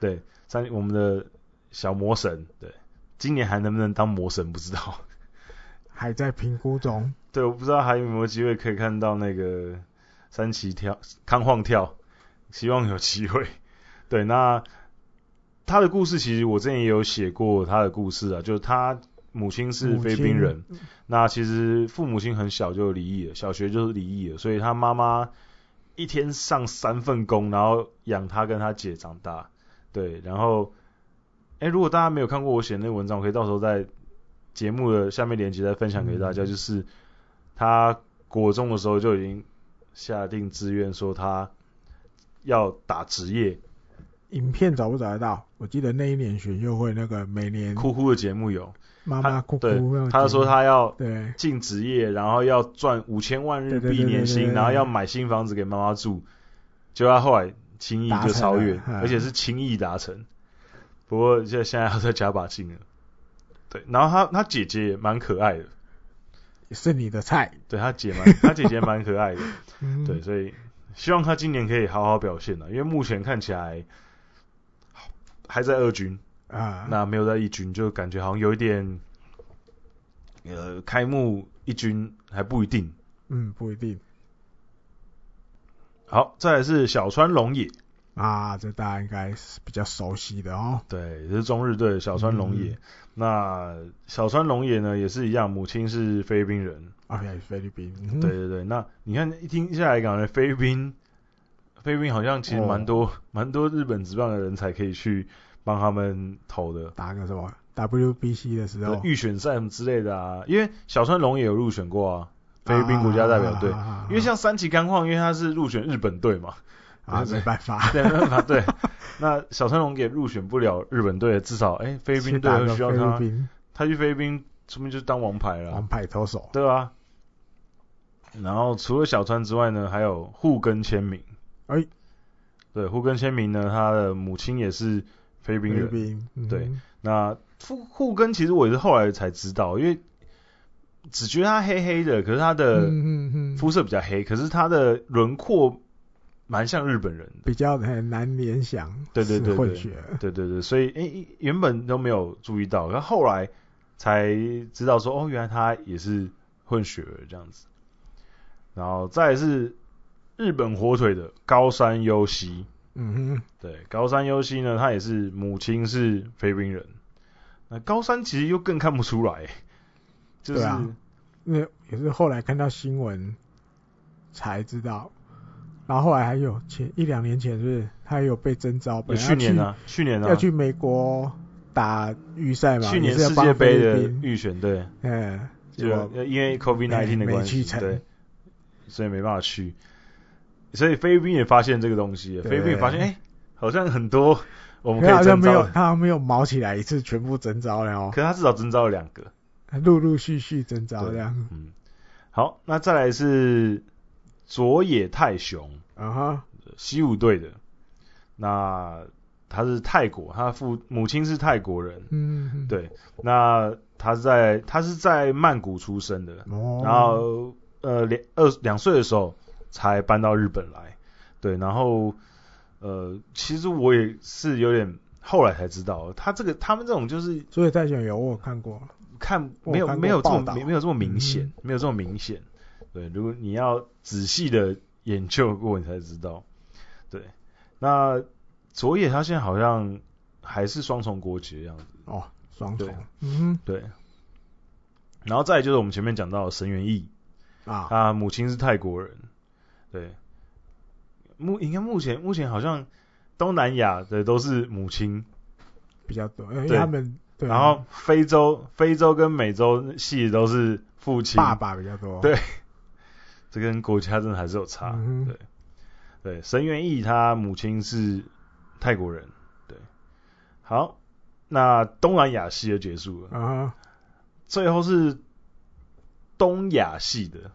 Speaker 2: 对，三我们的小魔神，对，今年还能不能当魔神不知道，
Speaker 1: 还在评估中，
Speaker 2: 对，我不知道还有没有机会可以看到那个三崎跳康晃跳，希望有机会。对，那他的故事其实我之前也有写过他的故事啊，就是他母亲嗯是菲律宾人，
Speaker 1: 母亲，
Speaker 2: 那其实父母亲很小就离异了，小学就是离异了，所以他妈妈一天上三份工，然后养他跟他姐长大。对，然后，哎，如果大家没有看过我写的那个文章，我可以到时候在节目的下面链接再分享给大家。就是他国中的时候就已经下定志愿说他要打职业，
Speaker 1: 影片找不找得到？我记得那一年选秀会那个每年
Speaker 2: 哭哭的节目有，
Speaker 1: 妈妈哭哭
Speaker 2: 对
Speaker 1: 那种节目，
Speaker 2: 他说他要
Speaker 1: 对
Speaker 2: 进职业，然后要赚五千万日
Speaker 1: 对对对
Speaker 2: 币
Speaker 1: 对
Speaker 2: 年
Speaker 1: 对
Speaker 2: 薪，
Speaker 1: 对
Speaker 2: 然后要买新房子给妈妈住，结果他后来轻易
Speaker 1: 达
Speaker 2: 就
Speaker 1: 成
Speaker 2: 超
Speaker 1: 了
Speaker 2: 越，
Speaker 1: 嗯
Speaker 2: 而且是轻易达成。不过现在现在要再加把劲了。对，然后他他姐姐也蛮可爱的，
Speaker 1: 是你的菜，
Speaker 2: 对他姐蛮他姐姐蛮可爱的，
Speaker 1: 嗯
Speaker 2: 对，所以希望他今年可以好好表现啊了，因为目前看起来还在二军，
Speaker 1: 啊，
Speaker 2: 那没有在一军，就感觉好像有一点，呃，开幕一军还不一定。
Speaker 1: 嗯不一定
Speaker 2: 好，再来是小川龙也，
Speaker 1: 啊，这大家应该是比较熟悉的哦，
Speaker 2: 对，这是中日队的小川龙也。
Speaker 1: 嗯
Speaker 2: 那小川龙也呢，也是一样，母亲是菲律宾人。
Speaker 1: 啊，也是菲律宾，嗯
Speaker 2: 对对对，那你看一听下来，感觉菲律宾，菲律宾好像其实蛮多、蛮多日本职棒的人才可以去帮他们投的，
Speaker 1: 打个什么 WBC 的时候，
Speaker 2: 预选赛之类的啊。因为小川龙也有入选过啊，菲律宾国家代表队。
Speaker 1: 啊，啊啊啊
Speaker 2: 因为像三崎干晃，因为他是入选日本队 嘛，
Speaker 1: 啊没办法，
Speaker 2: 对，没办法，对。那小川龙也入选不了日本队，至少哎、菲律
Speaker 1: 去
Speaker 2: 宾队
Speaker 1: 打
Speaker 2: 会
Speaker 1: 个
Speaker 2: 需要
Speaker 1: 菲律
Speaker 2: 他，
Speaker 1: 宾
Speaker 2: 他去菲律宾说明就是当王牌了啊，
Speaker 1: 王牌投手，
Speaker 2: 对啊。然后除了小川之外呢，还有户根签名。
Speaker 1: 哎
Speaker 2: 对，户根签名呢，他的母亲也是菲
Speaker 1: 菲
Speaker 2: 律宾
Speaker 1: 律
Speaker 2: 人。
Speaker 1: 宾，嗯
Speaker 2: 对，那户户根其实我也是后来才知道，因为只觉得他黑黑的，可是他的
Speaker 1: 嗯嗯嗯，
Speaker 2: 肤色比较黑，可是他的轮廓蛮像日本人的。
Speaker 1: 比较很难联想，
Speaker 2: 对对对
Speaker 1: 是
Speaker 2: 对
Speaker 1: 混血，
Speaker 2: 对对对，所以诶、一原本都没有注意到，然后后来才知道说，哦，原来他也是混血儿这样子。然后再来是日本火腿的高山优希，
Speaker 1: 嗯哼，
Speaker 2: 对，高山优希呢，他也是母亲是菲律宾人。那高山其实又更看不出来，就是
Speaker 1: 对啊那也是后来看到新闻才知道，然后后来还有前一两年前是不是他也有被征召，
Speaker 2: 呃
Speaker 1: 本来要
Speaker 2: 去年呢、
Speaker 1: 去
Speaker 2: 去年呢、啊
Speaker 1: 要去美国打预赛嘛，
Speaker 2: 去年
Speaker 1: 也是要
Speaker 2: 世
Speaker 1: 帮
Speaker 2: 界杯
Speaker 1: 菲
Speaker 2: 的
Speaker 1: 律宾
Speaker 2: 预选对，
Speaker 1: 嗯，
Speaker 2: 就
Speaker 1: 结
Speaker 2: 呃
Speaker 1: 果
Speaker 2: 因为
Speaker 1: 没
Speaker 2: COVID nineteen 的
Speaker 1: 没
Speaker 2: 关
Speaker 1: 去
Speaker 2: 系，
Speaker 1: 成
Speaker 2: 对，所以没办法去。所以菲律宾也发现这个东西了，
Speaker 1: 对
Speaker 2: 菲律宾也发现哎、好像很多我们可
Speaker 1: 他好
Speaker 2: 以
Speaker 1: 像
Speaker 2: 征
Speaker 1: 没有
Speaker 2: 招，
Speaker 1: 他好像没有毛起来一次全部征招了哦
Speaker 2: 可，是他至少征招了两个。
Speaker 1: 陆陆续续征招
Speaker 2: 对
Speaker 1: 这样，
Speaker 2: 嗯，好，那再来是佐野泰雄，
Speaker 1: 啊哈，
Speaker 2: 西武队的，那他是泰国，他父母亲是泰国人，
Speaker 1: 嗯，
Speaker 2: 对，那他在他是在曼谷出生的，
Speaker 1: 哦，
Speaker 2: 然后呃两二两岁的时候才搬到日本来，对，然后呃其实我也是有点后来才知道，他这个他们这种就是
Speaker 1: 所以泰选有我有看过，
Speaker 2: 看
Speaker 1: 我
Speaker 2: 没有
Speaker 1: 看过
Speaker 2: 没有这
Speaker 1: 报
Speaker 2: 么
Speaker 1: 道啊
Speaker 2: 没没有这么明显，
Speaker 1: 嗯
Speaker 2: 没有这么明显，对，如果你要仔细的研究过你才知道，对，那佐野他现在好像还是双重国籍的样子，
Speaker 1: 哦，双重
Speaker 2: 对，
Speaker 1: 嗯
Speaker 2: 对。然后再来就是我们前面讲到的神原义，
Speaker 1: 哼啊，
Speaker 2: 他母亲是泰国人，对。目应该目前目前好像东南亚的都是母亲，
Speaker 1: 比较多，因为
Speaker 2: 对
Speaker 1: 他们对，啊
Speaker 2: 然后非洲非洲跟美洲系都是父亲，
Speaker 1: 爸爸比较多，
Speaker 2: 啊对这跟国家真的还是有差。
Speaker 1: 嗯哼
Speaker 2: 对，对，神原义他母亲是泰国人。对，好，那东南亚系就结束了，
Speaker 1: 啊哈，
Speaker 2: 最后是东亚系的，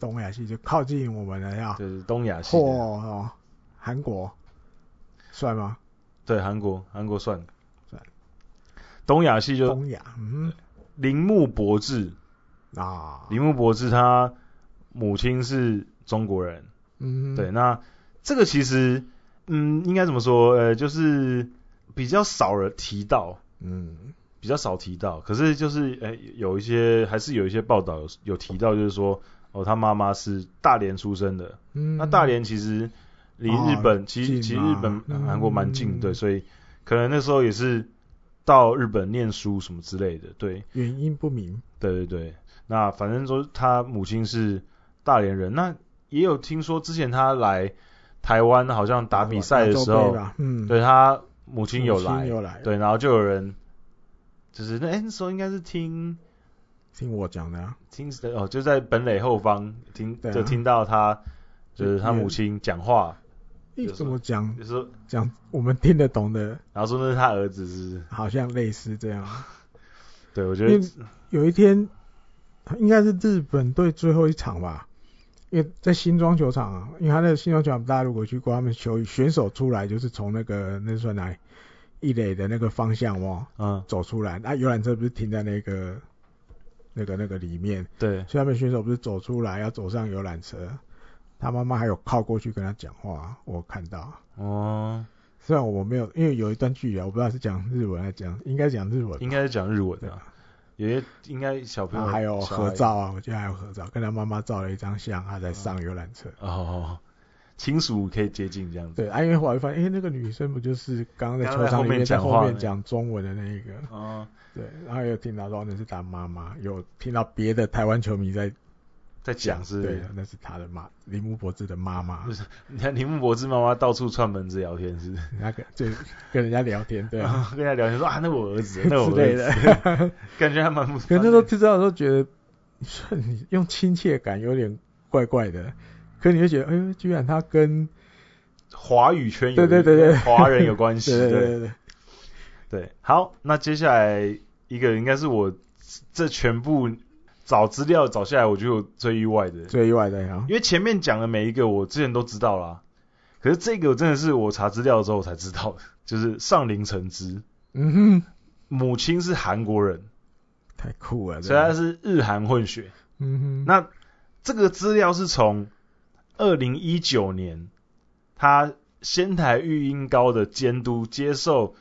Speaker 1: 东亚系就靠近我们了呀。
Speaker 2: 就是东亚系
Speaker 1: 嚯、
Speaker 2: 的。
Speaker 1: 哦，韩国帅吗？
Speaker 2: 对，韩国，韩国算
Speaker 1: 算
Speaker 2: 东亚系就
Speaker 1: 东亚，嗯
Speaker 2: 铃木博志，
Speaker 1: 啊，
Speaker 2: 铃木博志他母亲是中国人，
Speaker 1: 嗯，
Speaker 2: 对，，那这个其实，嗯，应该怎么说？呃，就是比较少人提到，
Speaker 1: 嗯，
Speaker 2: 比较少提到，可是就是呃，有一些还是有一些报道有有提到，就是说，哦，他妈妈是大连出生的，
Speaker 1: 嗯哦
Speaker 2: 那大连其实离日本，其
Speaker 1: 近
Speaker 2: 实其实
Speaker 1: 嘛
Speaker 2: 日本、呃
Speaker 1: 嗯
Speaker 2: 韩国蛮近，对，所以可能那时候也是到日本念书什么之类的，对，
Speaker 1: 原因不明，
Speaker 2: 对对对。那反正说他母亲是大连人，那也有听说之前他来台湾好像打比赛的时
Speaker 1: 亚洲
Speaker 2: 候
Speaker 1: 杯，吧，嗯，
Speaker 2: 对他母
Speaker 1: 母亲
Speaker 2: 亲有来，
Speaker 1: 有来，，
Speaker 2: 对，然后就有人就是那哎、那时候应该是听
Speaker 1: 听我讲的啊，
Speaker 2: 听哦，就在本垒后方听、
Speaker 1: 对啊
Speaker 2: 就听到他就是他母亲讲话，
Speaker 1: 你
Speaker 2: 就是
Speaker 1: 怎么讲
Speaker 2: 就说
Speaker 1: 讲我们听得懂的，
Speaker 2: 然后说那是他儿子是不是，
Speaker 1: 好像类似这样。啊
Speaker 2: 对我觉
Speaker 1: 因
Speaker 2: 得
Speaker 1: 为有一天，应该是日本队最后一场吧，因为在新庄球场啊，因为他那个新庄球场，大家如果去过，他们球选手出来就是从那个那算哪里一垒的那个方向哦
Speaker 2: 嗯
Speaker 1: 走出来，啊那游览车不是停在那个那个那个里面，
Speaker 2: 对，
Speaker 1: 所以他们选手不是走出来要走上游览车，他妈妈还有靠过去跟他讲话，我看到。
Speaker 2: 哦，
Speaker 1: 虽然我没有，因为有一段距离啊，我不知道是讲日文还是讲，应该讲日文吧。
Speaker 2: 应该是讲日文的、啊，有些应该小朋
Speaker 1: 然
Speaker 2: 友
Speaker 1: 后还有
Speaker 2: 小
Speaker 1: 合
Speaker 2: 孩
Speaker 1: 照啊，我记得还有合照，跟他妈妈照了一张相，他在上游览车。
Speaker 2: 哦，亲属可以接近这样子。
Speaker 1: 对，啊，因为后来发现，哎、那个女生不就是刚刚在球
Speaker 2: 刚刚在后
Speaker 1: 场里面
Speaker 2: 面
Speaker 1: 在
Speaker 2: 讲
Speaker 1: 后
Speaker 2: 话
Speaker 1: 面
Speaker 2: 的
Speaker 1: 讲中文的那一个？
Speaker 2: 哦，
Speaker 1: 对，然后有听到说那是他妈妈，有听到别的台湾球迷在
Speaker 2: 在讲
Speaker 1: 对
Speaker 2: 是，，
Speaker 1: 那是他的妈，铃木博志的妈妈
Speaker 2: 就，是 你看铃木博之妈妈到处串门子聊天是，
Speaker 1: 那个就跟人家聊天，对
Speaker 2: 然
Speaker 1: 啊，
Speaker 2: 后跟他聊天说啊，那我儿子，那
Speaker 1: 之
Speaker 2: 我儿
Speaker 1: 类
Speaker 2: 子，
Speaker 1: 的。
Speaker 2: 感觉还蛮不。
Speaker 1: 可是那时候知道的时候觉得， 你用亲切感有点怪怪的，可你会觉得，哎呦，居然他跟
Speaker 2: 华语圈有
Speaker 1: 对对对对
Speaker 2: 华人有关 系，
Speaker 1: 对对
Speaker 2: 对
Speaker 1: 对对，
Speaker 2: 对，好，那接下来一个应该是我这全部找资料找下来，我觉得我最意外的，
Speaker 1: 最意外的呀，
Speaker 2: 因为前面讲的每一个我之前都知道啦，可是这个我真的是我查资料之后才知道的，就是上林诚之
Speaker 1: 嗯哼，
Speaker 2: 母亲是韩国人，
Speaker 1: 太酷了，
Speaker 2: 所以
Speaker 1: 这
Speaker 2: 他
Speaker 1: 个
Speaker 2: 是日韩混血。
Speaker 1: 嗯哼，
Speaker 2: 那这个资料是从二零一九年他仙台育英高的监督接受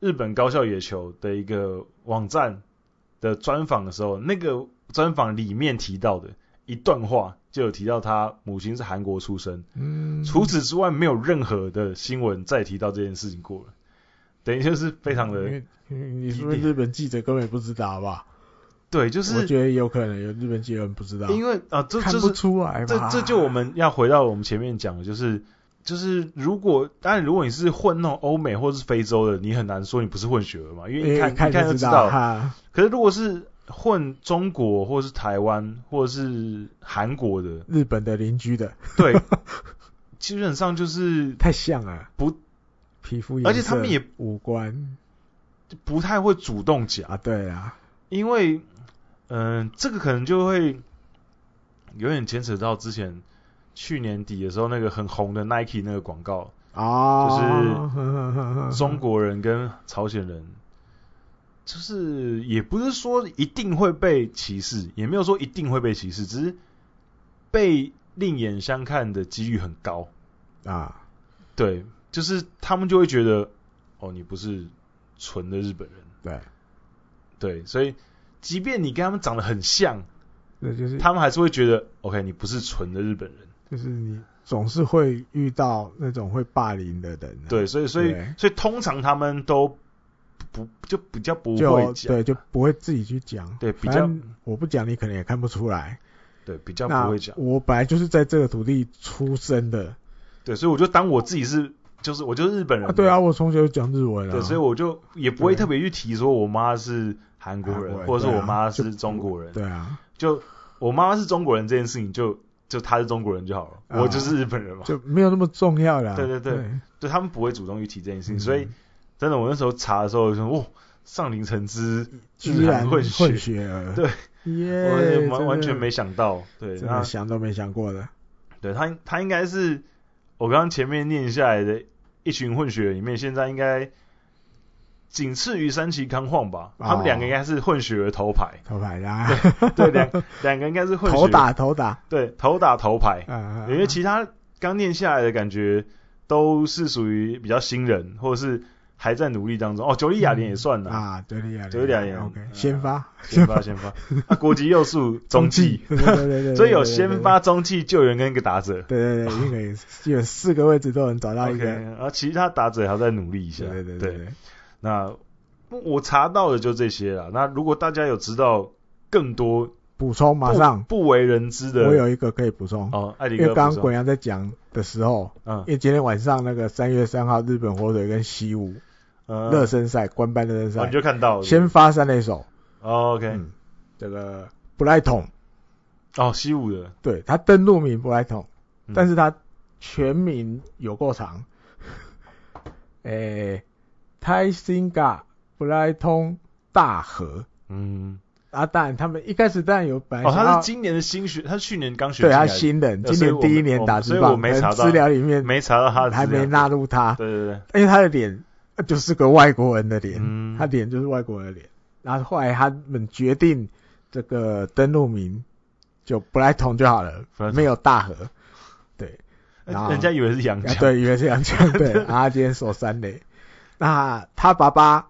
Speaker 2: 日本高校野球的一个网站的专访的时候，那个专访里面提到的一段话，就有提到他母亲是韩国出生。
Speaker 1: 嗯，
Speaker 2: 除此之外，没有任何的新闻再提到这件事情过了。等于就是非常
Speaker 1: 因
Speaker 2: 的
Speaker 1: 为嗯你说日本记者根本不知道好不好？
Speaker 2: 对，就
Speaker 1: 我
Speaker 2: 是
Speaker 1: 觉得有可能有日本记者不知道，
Speaker 2: 因为啊，这
Speaker 1: 看
Speaker 2: 就
Speaker 1: 不
Speaker 2: 是
Speaker 1: 出来
Speaker 2: 这
Speaker 1: 嘛。
Speaker 2: 这就我们要回到我们前面讲的，就是就是如果当然如果你是混那种欧美或是非洲的，你很难说你不是混血儿嘛，因为
Speaker 1: 因
Speaker 2: 你
Speaker 1: 为
Speaker 2: 看
Speaker 1: 一
Speaker 2: 一看
Speaker 1: 哎就
Speaker 2: 就知
Speaker 1: 道
Speaker 2: 道。
Speaker 1: 哈，
Speaker 2: 可是如果是混中国或是台湾或是韩国的，
Speaker 1: 日本的邻居的
Speaker 2: 对，基本上就是
Speaker 1: 太像了，
Speaker 2: 不
Speaker 1: 皮肤，
Speaker 2: 而且他们也
Speaker 1: 五官
Speaker 2: 不太会主动讲，
Speaker 1: 啊，对啊，
Speaker 2: 因为嗯、这个可能就会有点牵扯到之前去年底的时候那个很红的 Nike 那个广告。
Speaker 1: 啊，是
Speaker 2: 中国人跟朝鲜人，就是也不是说一定会被歧视，也没有说一定会被歧视，只是被另眼相看的几率很高。
Speaker 1: 啊，
Speaker 2: 对，就是他们就会觉得，哦，你不是纯的日本人。
Speaker 1: 对，
Speaker 2: 对，所以即便你跟他们长得很像，
Speaker 1: 那就是
Speaker 2: 他们还是会觉得，OK，你不是纯的日本人。
Speaker 1: 就是你总是会遇到那种会霸凌的人啊、
Speaker 2: 对，所以所以
Speaker 1: 对
Speaker 2: 所以通常他们都不就比较不会
Speaker 1: 就
Speaker 2: 讲，
Speaker 1: 对就不会自己去讲。
Speaker 2: 对比
Speaker 1: 反
Speaker 2: 较
Speaker 1: 正我不讲，你可能也看不出来。
Speaker 2: 对，比较
Speaker 1: 那
Speaker 2: 不会讲。
Speaker 1: 我本来就是在这个土地出生的
Speaker 2: 对，所以我就当我自己是，就是我就是日本人、
Speaker 1: 啊，对啊，，我从小就讲日文啊，
Speaker 2: 对，所以我就也不会
Speaker 1: 对
Speaker 2: 特别去提说我妈是韩国
Speaker 1: 韩国
Speaker 2: 人，
Speaker 1: 人
Speaker 2: 或者是
Speaker 1: 对啊
Speaker 2: 我妈是
Speaker 1: 就
Speaker 2: 中国人，
Speaker 1: 对啊，
Speaker 2: 就我妈妈是中国人这件事情就就他是中国人就好了，
Speaker 1: 啊
Speaker 2: 我就是日本人嘛。
Speaker 1: 就没有那么重要啦。
Speaker 2: 对对对
Speaker 1: 对，
Speaker 2: 就他们不会主动去提这件事情，
Speaker 1: 嗯
Speaker 2: 所以真的我那时候查的时候我就说，哇，上林橙汁
Speaker 1: 居然
Speaker 2: 混血，
Speaker 1: 混血儿，
Speaker 2: 对，
Speaker 1: 耶，哎
Speaker 2: 我完
Speaker 1: 真
Speaker 2: 完
Speaker 1: 的
Speaker 2: 全没啊想到。对，
Speaker 1: 真
Speaker 2: 那
Speaker 1: 的想都没想过的，
Speaker 2: 对他他应该是我刚刚前面念下来的一群混血里面，现在应该仅次于三崎康晃吧？
Speaker 1: 哦，
Speaker 2: 他们两个应该是混血的头牌
Speaker 1: 头牌的啊，
Speaker 2: 对， 两两个应该是混血
Speaker 1: 头打头打，
Speaker 2: 对头打头牌，
Speaker 1: 嗯，
Speaker 2: 因为其他刚念下来的感觉都是属于比较新人，或者是还在努力当中。哦，九里雅莲也算了，
Speaker 1: 啊，对对对，
Speaker 2: 九里雅莲
Speaker 1: OK，
Speaker 2: 嗯
Speaker 1: 先发
Speaker 2: 先发 先发，啊，国籍又是中继，，
Speaker 1: 对对对对对，
Speaker 2: 所以
Speaker 1: 对
Speaker 2: 有
Speaker 1: 对对
Speaker 2: 先发、中继、救援跟一个打者。
Speaker 1: 对对对，因为有四个位置都能找到一
Speaker 2: OK，
Speaker 1: 个，
Speaker 2: 然后其他打者还要再努力一下。
Speaker 1: 对对对
Speaker 2: 对
Speaker 1: 啊对，
Speaker 2: 那我查到的就这些了。那如果大家有知道更多
Speaker 1: 补充马
Speaker 2: 不
Speaker 1: 上，
Speaker 2: 不为人知的，
Speaker 1: 我有一个可以补充，
Speaker 2: 哦，艾迪
Speaker 1: 因
Speaker 2: 哥
Speaker 1: 为刚
Speaker 2: 补
Speaker 1: 刚
Speaker 2: 充
Speaker 1: 滚阳在讲的时候，
Speaker 2: 嗯
Speaker 1: 因为今天晚上那个三月三号日本火腿跟西武
Speaker 2: 嗯
Speaker 1: 热身赛官办热身赛，
Speaker 2: 哦你就看到了
Speaker 1: 先发三垒手，
Speaker 2: 哦 OK
Speaker 1: 嗯，这个布莱统，
Speaker 2: 哦西武的，
Speaker 1: 对他登录名布莱统，
Speaker 2: 嗯
Speaker 1: 但是他全名有够长， 诶 t y s i n g a 布莱通大和
Speaker 2: 嗯
Speaker 1: 啊，当然他们一开始当然有本来
Speaker 2: 哦
Speaker 1: 想要
Speaker 2: 他是今年的新学，他是去年刚学
Speaker 1: 对
Speaker 2: 进
Speaker 1: 他
Speaker 2: 来的
Speaker 1: 新人，
Speaker 2: 呃
Speaker 1: 今年第一年打
Speaker 2: 所
Speaker 1: 职
Speaker 2: 以我
Speaker 1: 棒，
Speaker 2: 我没
Speaker 1: 可能
Speaker 2: 查到
Speaker 1: 资料里面
Speaker 2: 没查到他的资
Speaker 1: 还没
Speaker 2: 料
Speaker 1: 纳入他，
Speaker 2: 对对对，
Speaker 1: 因为他的脸呃就是个外国人的脸，
Speaker 2: 嗯
Speaker 1: 他脸就是外国人的脸。然后后来他们决定这个登录名就布莱同就好了，
Speaker 2: Brighton
Speaker 1: 没有大和。对，然后
Speaker 2: 哎人家以为是洋
Speaker 1: 啊
Speaker 2: 将，
Speaker 1: 对，以为是洋 将，对，然后他今天守三垒。那他爸爸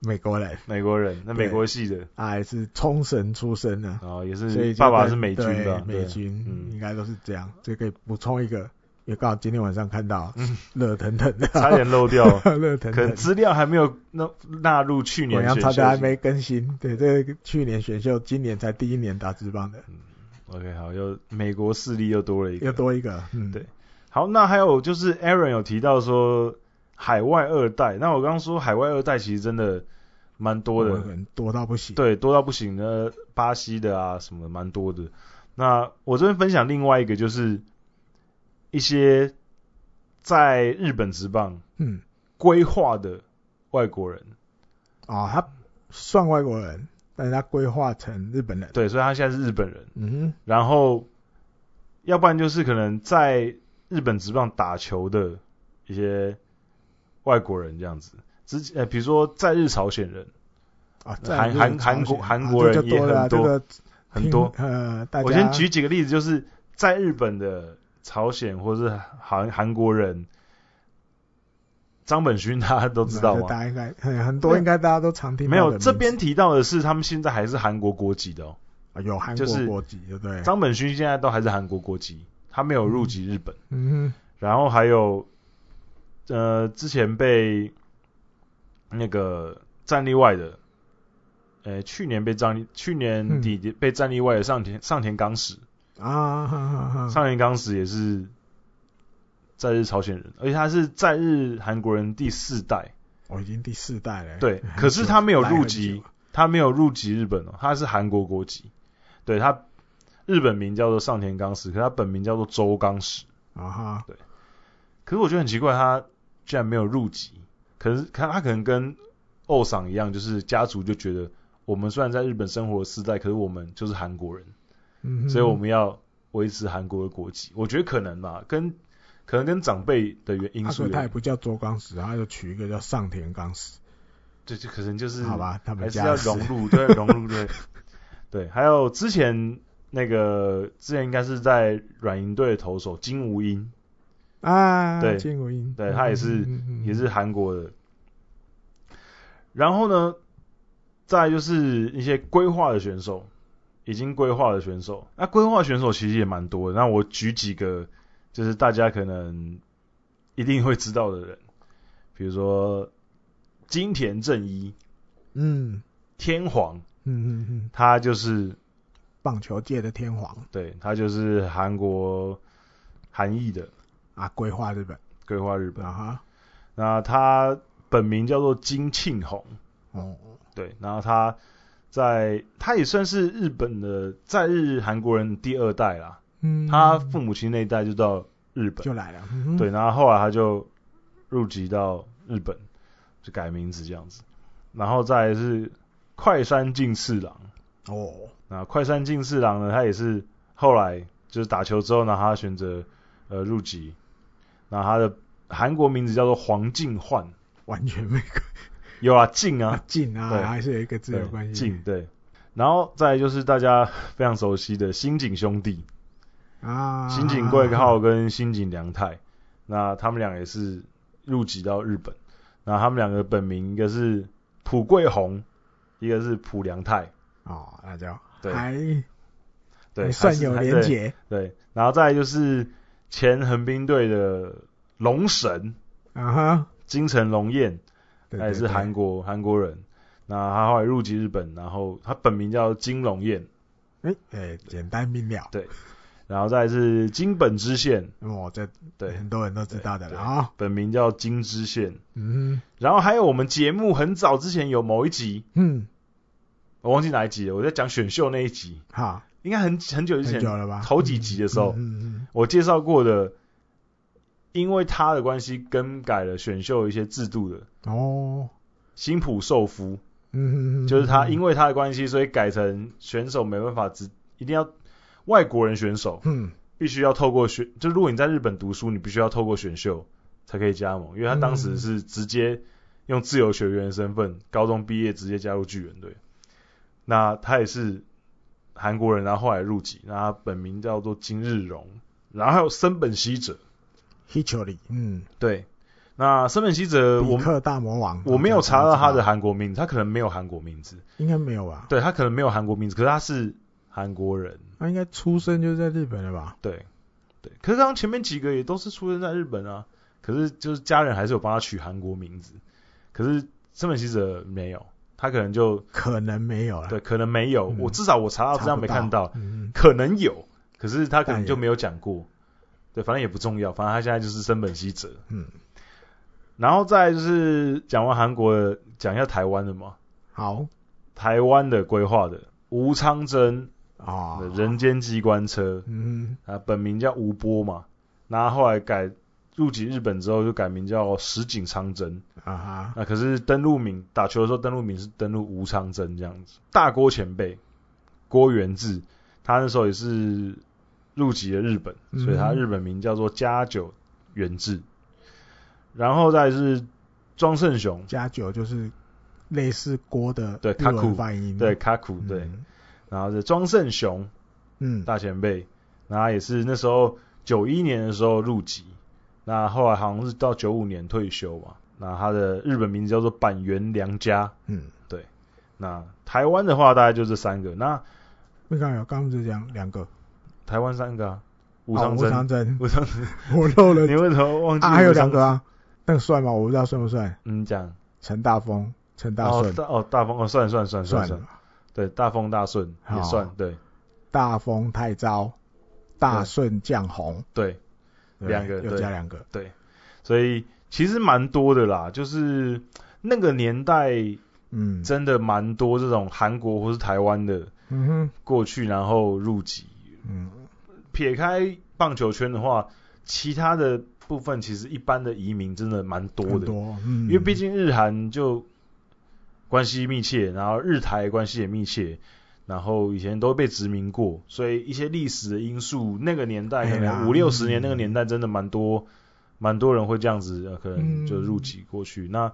Speaker 1: 美国人，
Speaker 2: 美国人，那
Speaker 1: 对
Speaker 2: 美国系的，
Speaker 1: 啊，也是冲绳出身的，
Speaker 2: 然后也
Speaker 1: 所以
Speaker 2: 是
Speaker 1: 就
Speaker 2: 爸爸
Speaker 1: 跟
Speaker 2: 是美军
Speaker 1: 对
Speaker 2: 的，
Speaker 1: 美
Speaker 2: 对
Speaker 1: 军
Speaker 2: 嗯
Speaker 1: 应该都是这样。这可以补充一个，也刚好今天晚上看到热腾腾的，
Speaker 2: 嗯差点漏掉 了，
Speaker 1: 热腾
Speaker 2: 可
Speaker 1: 腾
Speaker 2: 能。资料还没有纳纳入去
Speaker 1: 果
Speaker 2: 年
Speaker 1: 然
Speaker 2: 选
Speaker 1: 他
Speaker 2: 秀
Speaker 1: 都还
Speaker 2: 进
Speaker 1: 没更新，对，这个去年选秀，今年才第一年打职棒的，
Speaker 2: 嗯 OK，好，又美国势力又多了一个。
Speaker 1: 又多一个，嗯，
Speaker 2: 对好，那还有就是 Aaron 有提到说海外二代，那我刚刚说海外二代其实真的蛮多的，
Speaker 1: 人多到不行，
Speaker 2: 对，多到不行的，巴西的啊什么的蛮多的。那我这边分享另外一个就是一些在日本职棒
Speaker 1: 嗯，
Speaker 2: 规划的外国人，
Speaker 1: 哦，他算外国人，但是他规划成日本人，
Speaker 2: 对，所以他现在是日本人。
Speaker 1: 嗯
Speaker 2: 然后要不然就是可能在日本职棒打球的一些外国人这样子。之呃，比如说在日朝鲜人
Speaker 1: 哼，啊，
Speaker 2: 韩
Speaker 1: 再来就是
Speaker 2: 韩韩国
Speaker 1: 朝鲜
Speaker 2: 韩国人
Speaker 1: 啊这就多了啊，
Speaker 2: 也很多
Speaker 1: 这个
Speaker 2: 很
Speaker 1: 听
Speaker 2: 多，
Speaker 1: 呃，大家
Speaker 2: 我先举几个例子，就是在日本的朝鲜或是韩韩国人，张本勋大家都知道
Speaker 1: 嗯这大
Speaker 2: 吗？
Speaker 1: 家应该很很多，应该大家都常听
Speaker 2: 没
Speaker 1: 到的
Speaker 2: 有，
Speaker 1: 名字
Speaker 2: 这边提到的是他们现在还是韩国国籍的哦，
Speaker 1: 啊有韩
Speaker 2: 就是
Speaker 1: 国国籍，对不对？
Speaker 2: 张本勋现在都还是韩国国籍，他没有入籍日本。
Speaker 1: 嗯
Speaker 2: 然后还有，呃，之前被那个战力外的，呃，去年被战力，去年底被战力外的上田、上田刚史，
Speaker 1: 哼啊，哈哈哈
Speaker 2: 上田刚史也是在日朝鲜人，而且他是在日韩国人第四代，
Speaker 1: 我已经第四代了，很
Speaker 2: 对
Speaker 1: 久
Speaker 2: 可是他没有入
Speaker 1: 来很
Speaker 2: 籍
Speaker 1: 久，
Speaker 2: 他没有入籍日本哦，他是韩国国籍，对他日本名叫做上田刚史，可他本名叫做周刚史。
Speaker 1: 啊哈，
Speaker 2: 可是我觉得很奇怪，他居然没有入籍。可是他他可能跟欧赏一样，就是家族就觉得我们虽然在日本生活了四代，可是我们就是韩国人，
Speaker 1: 嗯哼，
Speaker 2: 所以我们要维持韩国的国籍。我觉得可能吧，跟可能跟长辈的原因
Speaker 1: 他
Speaker 2: 素
Speaker 1: 说
Speaker 2: 有
Speaker 1: 啊他也
Speaker 2: 关，
Speaker 1: 不叫周刚石，他就取一个叫上田刚石，
Speaker 2: 对，就可能就是
Speaker 1: 好吧？他
Speaker 2: 还
Speaker 1: 们
Speaker 2: 是
Speaker 1: 家
Speaker 2: 要
Speaker 1: 是
Speaker 2: 融入，对，融 入对，对。还有之前那个之前应该是在软银队的投手金无英，
Speaker 1: 啊，
Speaker 2: 对
Speaker 1: 金国英，
Speaker 2: 对他也是
Speaker 1: 嗯嗯嗯
Speaker 2: 也是韩国的。然后呢，再来就是一些规划的选手，已经规划的选手。那规划选手其实也蛮多的。那我举几个，就是大家可能一定会知道的人，比如说金田正一、
Speaker 1: 嗯
Speaker 2: 天皇，
Speaker 1: 嗯嗯嗯，
Speaker 2: 他就是
Speaker 1: 棒球界的天皇
Speaker 2: 对他就是韩国韩裔的
Speaker 1: 啊，规划日本
Speaker 2: 规划日本。
Speaker 1: 啊哈，
Speaker 2: 那他本名叫做金庆红。
Speaker 1: 哦，
Speaker 2: 对，然后他在他也算是日本的在日韩国人第二代啦，
Speaker 1: 嗯，
Speaker 2: 他父母亲那一代就到日本，
Speaker 1: 就来了，嗯哼
Speaker 2: 对，，然后后来他就入籍到日本，就改名字这样子。然后再来是快山进次郎，
Speaker 1: 哦，
Speaker 2: 那快山进次郎呢，他也是后来就是打球之后呢，他选择呃入籍，那他的韩国名字叫做黄敬焕，
Speaker 1: 完全没
Speaker 2: 有啊敬啊，
Speaker 1: 进啊，
Speaker 2: 对
Speaker 1: 还是有一个字
Speaker 2: 对，
Speaker 1: 有关系，
Speaker 2: 敬对。然后再来就是大家 非常熟悉的新井兄弟，
Speaker 1: 啊，
Speaker 2: 新井贵浩跟新井良太，那他们俩也是入籍到日本，那他们两个本名一个是浦贵宏，一个是浦良太，
Speaker 1: 哦，那就
Speaker 2: 对
Speaker 1: 还
Speaker 2: 对，
Speaker 1: 还算
Speaker 2: 还是
Speaker 1: 有
Speaker 2: 还
Speaker 1: 连结
Speaker 2: 对对，然后再来就是前横滨队的龙神
Speaker 1: 啊哈，
Speaker 2: 金城龙彦，
Speaker 1: 对
Speaker 2: 他也
Speaker 1: 对
Speaker 2: 是
Speaker 1: 对
Speaker 2: 韩国韩国人，那他后来入籍日本，然后他本名叫金龙彦，
Speaker 1: 哎哎，简单明了，
Speaker 2: 然后再来是金本知县，
Speaker 1: 哦，这
Speaker 2: 对，
Speaker 1: 很多人都知道的
Speaker 2: 对
Speaker 1: 了啊，
Speaker 2: 本名叫金知县，
Speaker 1: 嗯
Speaker 2: 然后还有我们节目很早之前有某一集，
Speaker 1: 哼嗯，
Speaker 2: 我忘记哪一集了，我在讲选秀那一集，
Speaker 1: 好，
Speaker 2: 应该很很久之
Speaker 1: 很
Speaker 2: 前
Speaker 1: 久了吧？
Speaker 2: 头几集的时候，
Speaker 1: 嗯嗯
Speaker 2: 我介绍过的，因为他的关系更改了选秀一些制度的
Speaker 1: 嗯，哦，
Speaker 2: 辛普寿夫，
Speaker 1: 嗯嗯嗯，
Speaker 2: 就是他因
Speaker 1: 为
Speaker 2: 为他的关系，所以改成选手没办法只一定要外国人选手
Speaker 1: 嗯，
Speaker 2: 必须要透过选，就如果你在日本读书，你必须要透过选秀才可以加盟，因为他当时是直接用自由学员的身份，高中毕业直接加入巨人队。那他也是韩国人，然后后来入籍，那他本名叫做金日荣，然后还有森本希哲。
Speaker 1: h i c h o r y 嗯，
Speaker 2: 对，那森本希哲
Speaker 1: 比
Speaker 2: 我
Speaker 1: 克大魔王，
Speaker 2: 我没有查到他的
Speaker 1: 嗯，
Speaker 2: 韩国名字，他可能没有韩国名字，
Speaker 1: 应该没有吧？
Speaker 2: 对他可能没有韩国名字，可是他是韩国人。
Speaker 1: 他应该出生就是在日本了吧？
Speaker 2: 对，对。可是刚刚前面几个也都是出生在日本啊，可是就是家人还是有帮他取韩国名字，可是森本希哲没有，他可能就
Speaker 1: 可能没有了，
Speaker 2: 对，可能没有。
Speaker 1: 嗯
Speaker 2: 我至少我查
Speaker 1: 查
Speaker 2: 到资
Speaker 1: 不
Speaker 2: 料没看到，
Speaker 1: 嗯，嗯
Speaker 2: 可能有，可是他可
Speaker 1: 但
Speaker 2: 能
Speaker 1: 也
Speaker 2: 就没有讲过。对，反正也不重要，反正他现在就是森本希哲。
Speaker 1: 嗯，
Speaker 2: 然后再来就是讲完韩国的，讲一下台湾的嘛。
Speaker 1: 好
Speaker 2: 台湾的规划的吴昌真
Speaker 1: 啊
Speaker 2: 的，人，间机关车，
Speaker 1: 嗯
Speaker 2: 啊，本名叫吴波嘛，那后来改入籍日本之后就改名叫石井昌真，
Speaker 1: 哼啊哈，
Speaker 2: 那可是登录名打球的时候登录名是登录吴昌真这样子。大郭前辈郭元志，他那时候也是入籍了日本，
Speaker 1: 嗯
Speaker 2: 所以他日本名叫做加久元志。然后再来是庄胜雄，
Speaker 1: 加九就是类似锅的
Speaker 2: 对
Speaker 1: 日文
Speaker 2: kaku，
Speaker 1: 发音，
Speaker 2: 对卡库
Speaker 1: 嗯
Speaker 2: 对，，然后是庄胜雄，
Speaker 1: 嗯，
Speaker 2: 大前辈，那他也是那时候九一年的时候入籍，那后来好像是到九五年退休嘛。那他的日本名字叫做板垣良家。
Speaker 1: 嗯，
Speaker 2: 那台湾的话，大概就这三个。那
Speaker 1: 那刚有刚刚不是讲两个，
Speaker 2: 台湾三个啊，武
Speaker 1: 哦
Speaker 2: 昌
Speaker 1: 吴
Speaker 2: 真，
Speaker 1: 长征，
Speaker 2: 武昌，
Speaker 1: 我漏了
Speaker 2: 你为什么忘记？
Speaker 1: 啊，还有两个，啊，那个算吗？我不知道算不算。
Speaker 2: 嗯，讲
Speaker 1: 陈大风、陈大
Speaker 2: 哦
Speaker 1: 顺
Speaker 2: 大哦大风哦，算算算算
Speaker 1: 算
Speaker 2: 算，
Speaker 1: 了，
Speaker 2: 对大风大顺也
Speaker 1: 好
Speaker 2: 算对
Speaker 1: 大风太糟，大顺降红，
Speaker 2: 对，
Speaker 1: 对不对
Speaker 2: 两个
Speaker 1: 又
Speaker 2: 对
Speaker 1: 加两个，
Speaker 2: 所以其实蛮多的啦，就是那个年代
Speaker 1: 嗯，
Speaker 2: 真的蛮多这种韩国或是台湾的
Speaker 1: 嗯哼，
Speaker 2: 过去然后入籍。
Speaker 1: 嗯，
Speaker 2: 撇开棒球圈的话，其他的部分其实一般的移民真的蛮多
Speaker 1: 很
Speaker 2: 的，
Speaker 1: 多，嗯，
Speaker 2: 因为毕竟日韩就关系密切，然后日台关系也密切。然后以前都被殖民过，所以一些历史的因素，那个年代
Speaker 1: 哎
Speaker 2: 可
Speaker 1: 呀
Speaker 2: 能五六十年
Speaker 1: 嗯
Speaker 2: 那个年代真的蛮多，蛮多人会这样子，呃可能
Speaker 1: 嗯
Speaker 2: 就入籍过去。那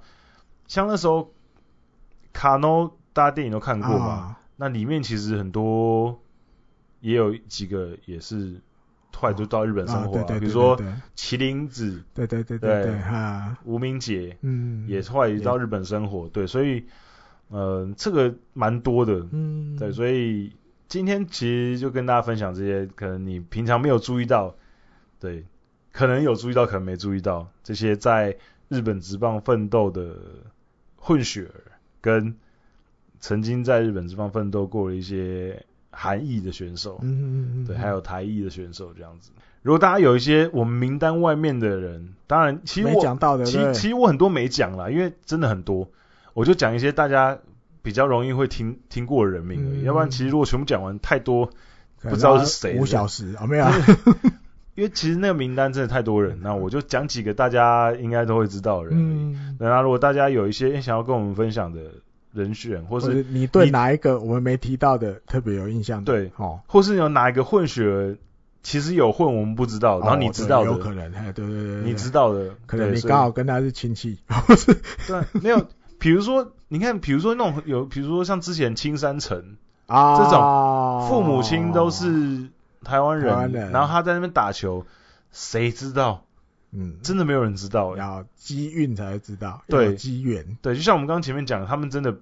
Speaker 2: 像那时候卡诺，大家电影都看过嘛，
Speaker 1: 啊，
Speaker 2: 那里面其实很多也有几个也是后来就到日本生活、
Speaker 1: 啊对对对
Speaker 2: 比如说
Speaker 1: 对
Speaker 2: 麒麟子、
Speaker 1: 对对对对
Speaker 2: 对
Speaker 1: 对哈，
Speaker 2: 吴明杰
Speaker 1: 嗯，
Speaker 2: 也后来也到日本生活，对，所以呃这个蛮多的，
Speaker 1: 嗯，
Speaker 2: 对，所以今天其实就跟大家分享这些，可能你平常没有注意到，对，可能有注意到，可能没注意到这些在日本职棒奋斗的混血儿跟曾经在日本职棒奋斗过的一些韩裔的选手，
Speaker 1: 嗯，嗯嗯嗯，
Speaker 2: 对，还有台裔的选手这样子。如果大家有一些我们名单外面的人，当然其实
Speaker 1: 没
Speaker 2: 我
Speaker 1: 讲到的，
Speaker 2: 其
Speaker 1: 对
Speaker 2: 其实我很多没讲啦，因为真的很多，我就讲一些大家比较容易会听听过的人名而已。
Speaker 1: 嗯
Speaker 2: 要不然其实如果全部讲完太多，不知道是谁
Speaker 1: 五
Speaker 2: 的
Speaker 1: 小时啊，没有啊，
Speaker 2: 因为其实那个名单真的太多人，那我就讲几个大家应该都会知道的人而已。
Speaker 1: 嗯，
Speaker 2: 那、如果大家有一些想要跟我们分享的人选，或
Speaker 1: 或
Speaker 2: 是
Speaker 1: 是你对
Speaker 2: 你
Speaker 1: 哪一个我们没提到的特别有印象的？
Speaker 2: 对，
Speaker 1: 哦，
Speaker 2: 或是有哪一个混血儿其实有混我们不知道，然后你
Speaker 1: 哦
Speaker 2: 知
Speaker 1: 对
Speaker 2: 道的，
Speaker 1: 有可能，哎，对对对，对
Speaker 2: 你
Speaker 1: 对
Speaker 2: 知道的，
Speaker 1: 可能
Speaker 2: 对
Speaker 1: 你
Speaker 2: 所以
Speaker 1: 刚好跟他是亲戚，
Speaker 2: 对啊，没有，比如说，你看，比如说那种有，比如说像之前青山城，
Speaker 1: 啊，
Speaker 2: 这父母亲都是台湾人，
Speaker 1: 台湾人
Speaker 2: 然后他在那边打球，谁知道？
Speaker 1: 嗯，
Speaker 2: 真的没有人知道、欸。
Speaker 1: 要机运才知道，
Speaker 2: 对
Speaker 1: 要有机缘
Speaker 2: 对，就像我们刚刚前面讲的，他们真的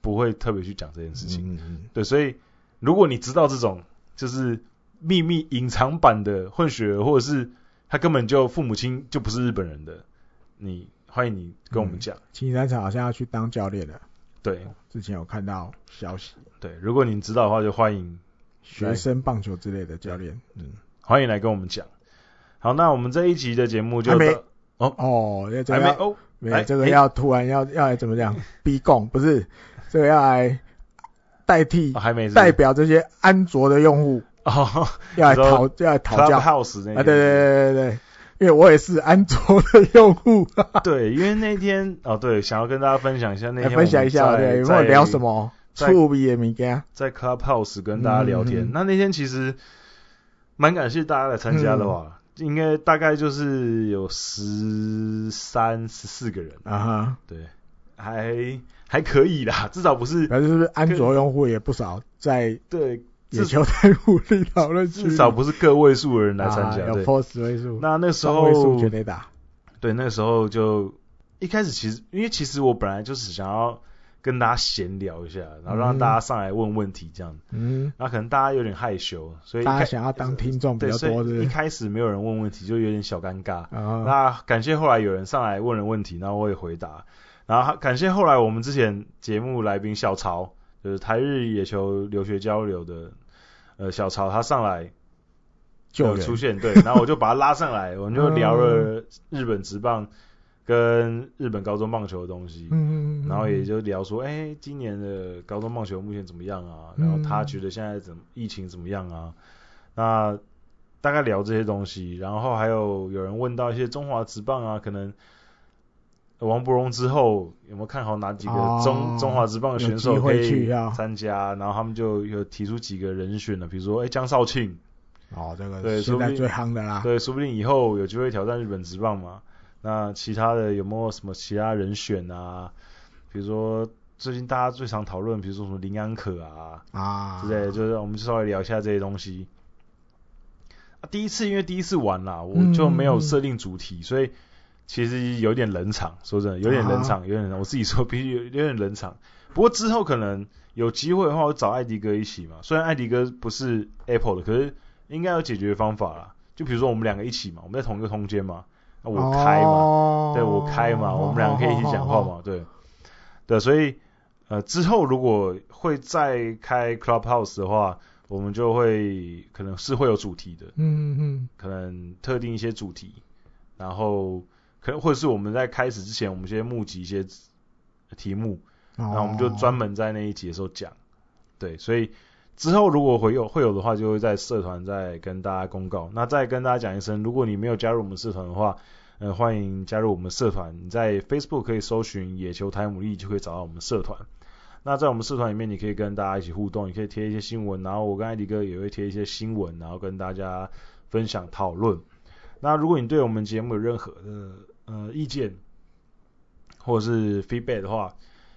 Speaker 2: 不会特别去讲这件事情。
Speaker 1: 嗯嗯
Speaker 2: 对，所以如果你知道这种就是秘密隐藏版的混血儿，或者是他根本就父母亲就不是日本人的，你欢迎你跟我们讲。
Speaker 1: 嗯青山厂好像要去当教练了，
Speaker 2: 对
Speaker 1: 之前有看到消息，
Speaker 2: 对，如果你知道的话，就欢迎
Speaker 1: 学生棒球之类的教练，嗯，
Speaker 2: 欢迎来跟我们讲。好，那我们这一集的节目就
Speaker 1: 还没
Speaker 2: 到
Speaker 1: 哦，要这
Speaker 2: 还
Speaker 1: 个
Speaker 2: 没
Speaker 1: 要
Speaker 2: 哦，
Speaker 1: 没
Speaker 2: 哎
Speaker 1: 有这个
Speaker 2: 哎
Speaker 1: 要突然要要来怎么讲逼供，不是这个要来代替
Speaker 2: 哦还没是不
Speaker 1: 代
Speaker 2: 是
Speaker 1: 表这些安卓的用户
Speaker 2: 哦
Speaker 1: 要来
Speaker 2: 你说
Speaker 1: 讨要来讨教啊，
Speaker 2: ，Clubhouse
Speaker 1: 对
Speaker 2: 那
Speaker 1: 对对对对，因为我也是安卓的用户，
Speaker 2: 对对，因为那天哦对，想要跟大家分享一下那
Speaker 1: 来哎
Speaker 2: 天
Speaker 1: 分享一下，对，有没有聊什
Speaker 2: 么？
Speaker 1: 么
Speaker 2: 在
Speaker 1: 触笔的物件？
Speaker 2: 在 Clubhouse 跟大家聊天。
Speaker 1: 嗯
Speaker 2: 那那天其实蛮感谢大家来参加的
Speaker 1: 嗯
Speaker 2: 话，应该大概就是有十三、十四个人，
Speaker 1: 啊哈，
Speaker 2: 对，还还可以啦， 至少不是
Speaker 1: 反正就是安卓用户也不少，在
Speaker 2: 对，
Speaker 1: 野
Speaker 2: 至
Speaker 1: 球台鼓励讨论区里
Speaker 2: 至少不是个位数的人来参
Speaker 1: 啊
Speaker 2: 加。
Speaker 1: 有
Speaker 2: 对，
Speaker 1: 破十位数，
Speaker 2: 那那时
Speaker 1: 双位数
Speaker 2: 候
Speaker 1: 全得打，
Speaker 2: 对，那时候就一开始其实，因为其实我本来就是想要跟大家闲聊一下，然后让
Speaker 1: 嗯
Speaker 2: 大家上来问问题这样。
Speaker 1: 嗯，
Speaker 2: 那可能大家有点害羞，所以一
Speaker 1: 大
Speaker 2: 开
Speaker 1: 家想要当听众比
Speaker 2: 对，
Speaker 1: 较
Speaker 2: 所
Speaker 1: 多，是不
Speaker 2: 以一
Speaker 1: 是？
Speaker 2: 开始没有人问问题，就有点小尴尬。
Speaker 1: 啊，
Speaker 2: 那感谢后来有人上来问了问题，然后我也回答。然后感谢后来我们之前节目来宾小曹，就是台日野球留学交流的呃小曹，他上来
Speaker 1: 救嗯
Speaker 2: 有
Speaker 1: 人
Speaker 2: 出现， 对，然后我就把他拉上来，我们就聊了日本职棒跟日本高中棒球的东西，
Speaker 1: 嗯
Speaker 2: 然后也就聊说，哎、今年的高中棒球目前怎么样啊？
Speaker 1: 嗯
Speaker 2: 然后他觉得现在怎么疫情怎么样啊？那大概聊这些东西，然后还有有人问到一些中华职棒啊，可能王伯荣之后有没有看好哪几个
Speaker 1: 哦
Speaker 2: 中、中华职棒的选手
Speaker 1: 有机会
Speaker 2: 可以
Speaker 1: 去啊
Speaker 2: 参加？然后他们就有提出几个人选了，比如说哎、江少庆，
Speaker 1: 哦，这
Speaker 2: 对
Speaker 1: 个
Speaker 2: 说
Speaker 1: 现
Speaker 2: 不定
Speaker 1: 在最夯的啦，
Speaker 2: 对，说不定以后有机会挑战日本职棒嘛。那其他的有没有什么其他人选啊？比如说最近大家最常讨论，比如说什么林安可啊
Speaker 1: 啊，
Speaker 2: 之类的，就是我们稍微聊一下这些东西。啊、第一次因为第一次玩啦，我就没有设定主题，所以其实有点冷场，说真的有点冷场，有点冷场我自己说必须有有点冷场。不过之后可能有机会的话，我找艾迪哥一起嘛。虽然艾迪哥不是 Apple 的，可是应该有解决方法啦。就比如说我们两个一起嘛，我们在同一个空间嘛，那我开嘛，
Speaker 1: 哦嘛
Speaker 2: 对我开
Speaker 1: 哦
Speaker 2: 嘛，我们两个可以一起讲话嘛，对，对，所以呃之后如果会再开 Clubhouse 的话，我们就会可能是会有主题的，
Speaker 1: 嗯嗯
Speaker 2: 可能特定一些主题，然后可能或者是我们在开始之前，我们先募集一些题目，
Speaker 1: 嗯，
Speaker 2: 那我们就
Speaker 1: 哦
Speaker 2: 专门在那一集的时候讲，对，所以之后如果会有会有的话，就会在社团再跟大家公告。那再跟大家讲一声，如果你没有加入我们社团的话，呃，欢迎加入我们社团。你在 Facebook 可以搜寻“野球台姆利”，就可以找到我们社团。那在我们社团里面，你可以跟大家一起互动，你可以贴一些新闻，然后我跟艾迪哥也会贴一些新闻，然后跟大家分享讨论。那如果你对我们节目有任何的呃意见或者是 feedback 的话，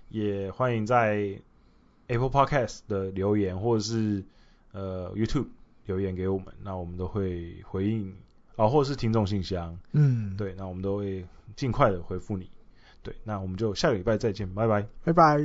Speaker 2: 也欢迎在 Apple Podcast 的留言或者是呃 YouTube 留言给我们，那我们都会回应啊、或者是听众信箱，
Speaker 1: 嗯，
Speaker 2: 对，那我们都会尽快的回复你。对，那我们就下个礼拜再见，拜拜。
Speaker 1: 拜拜。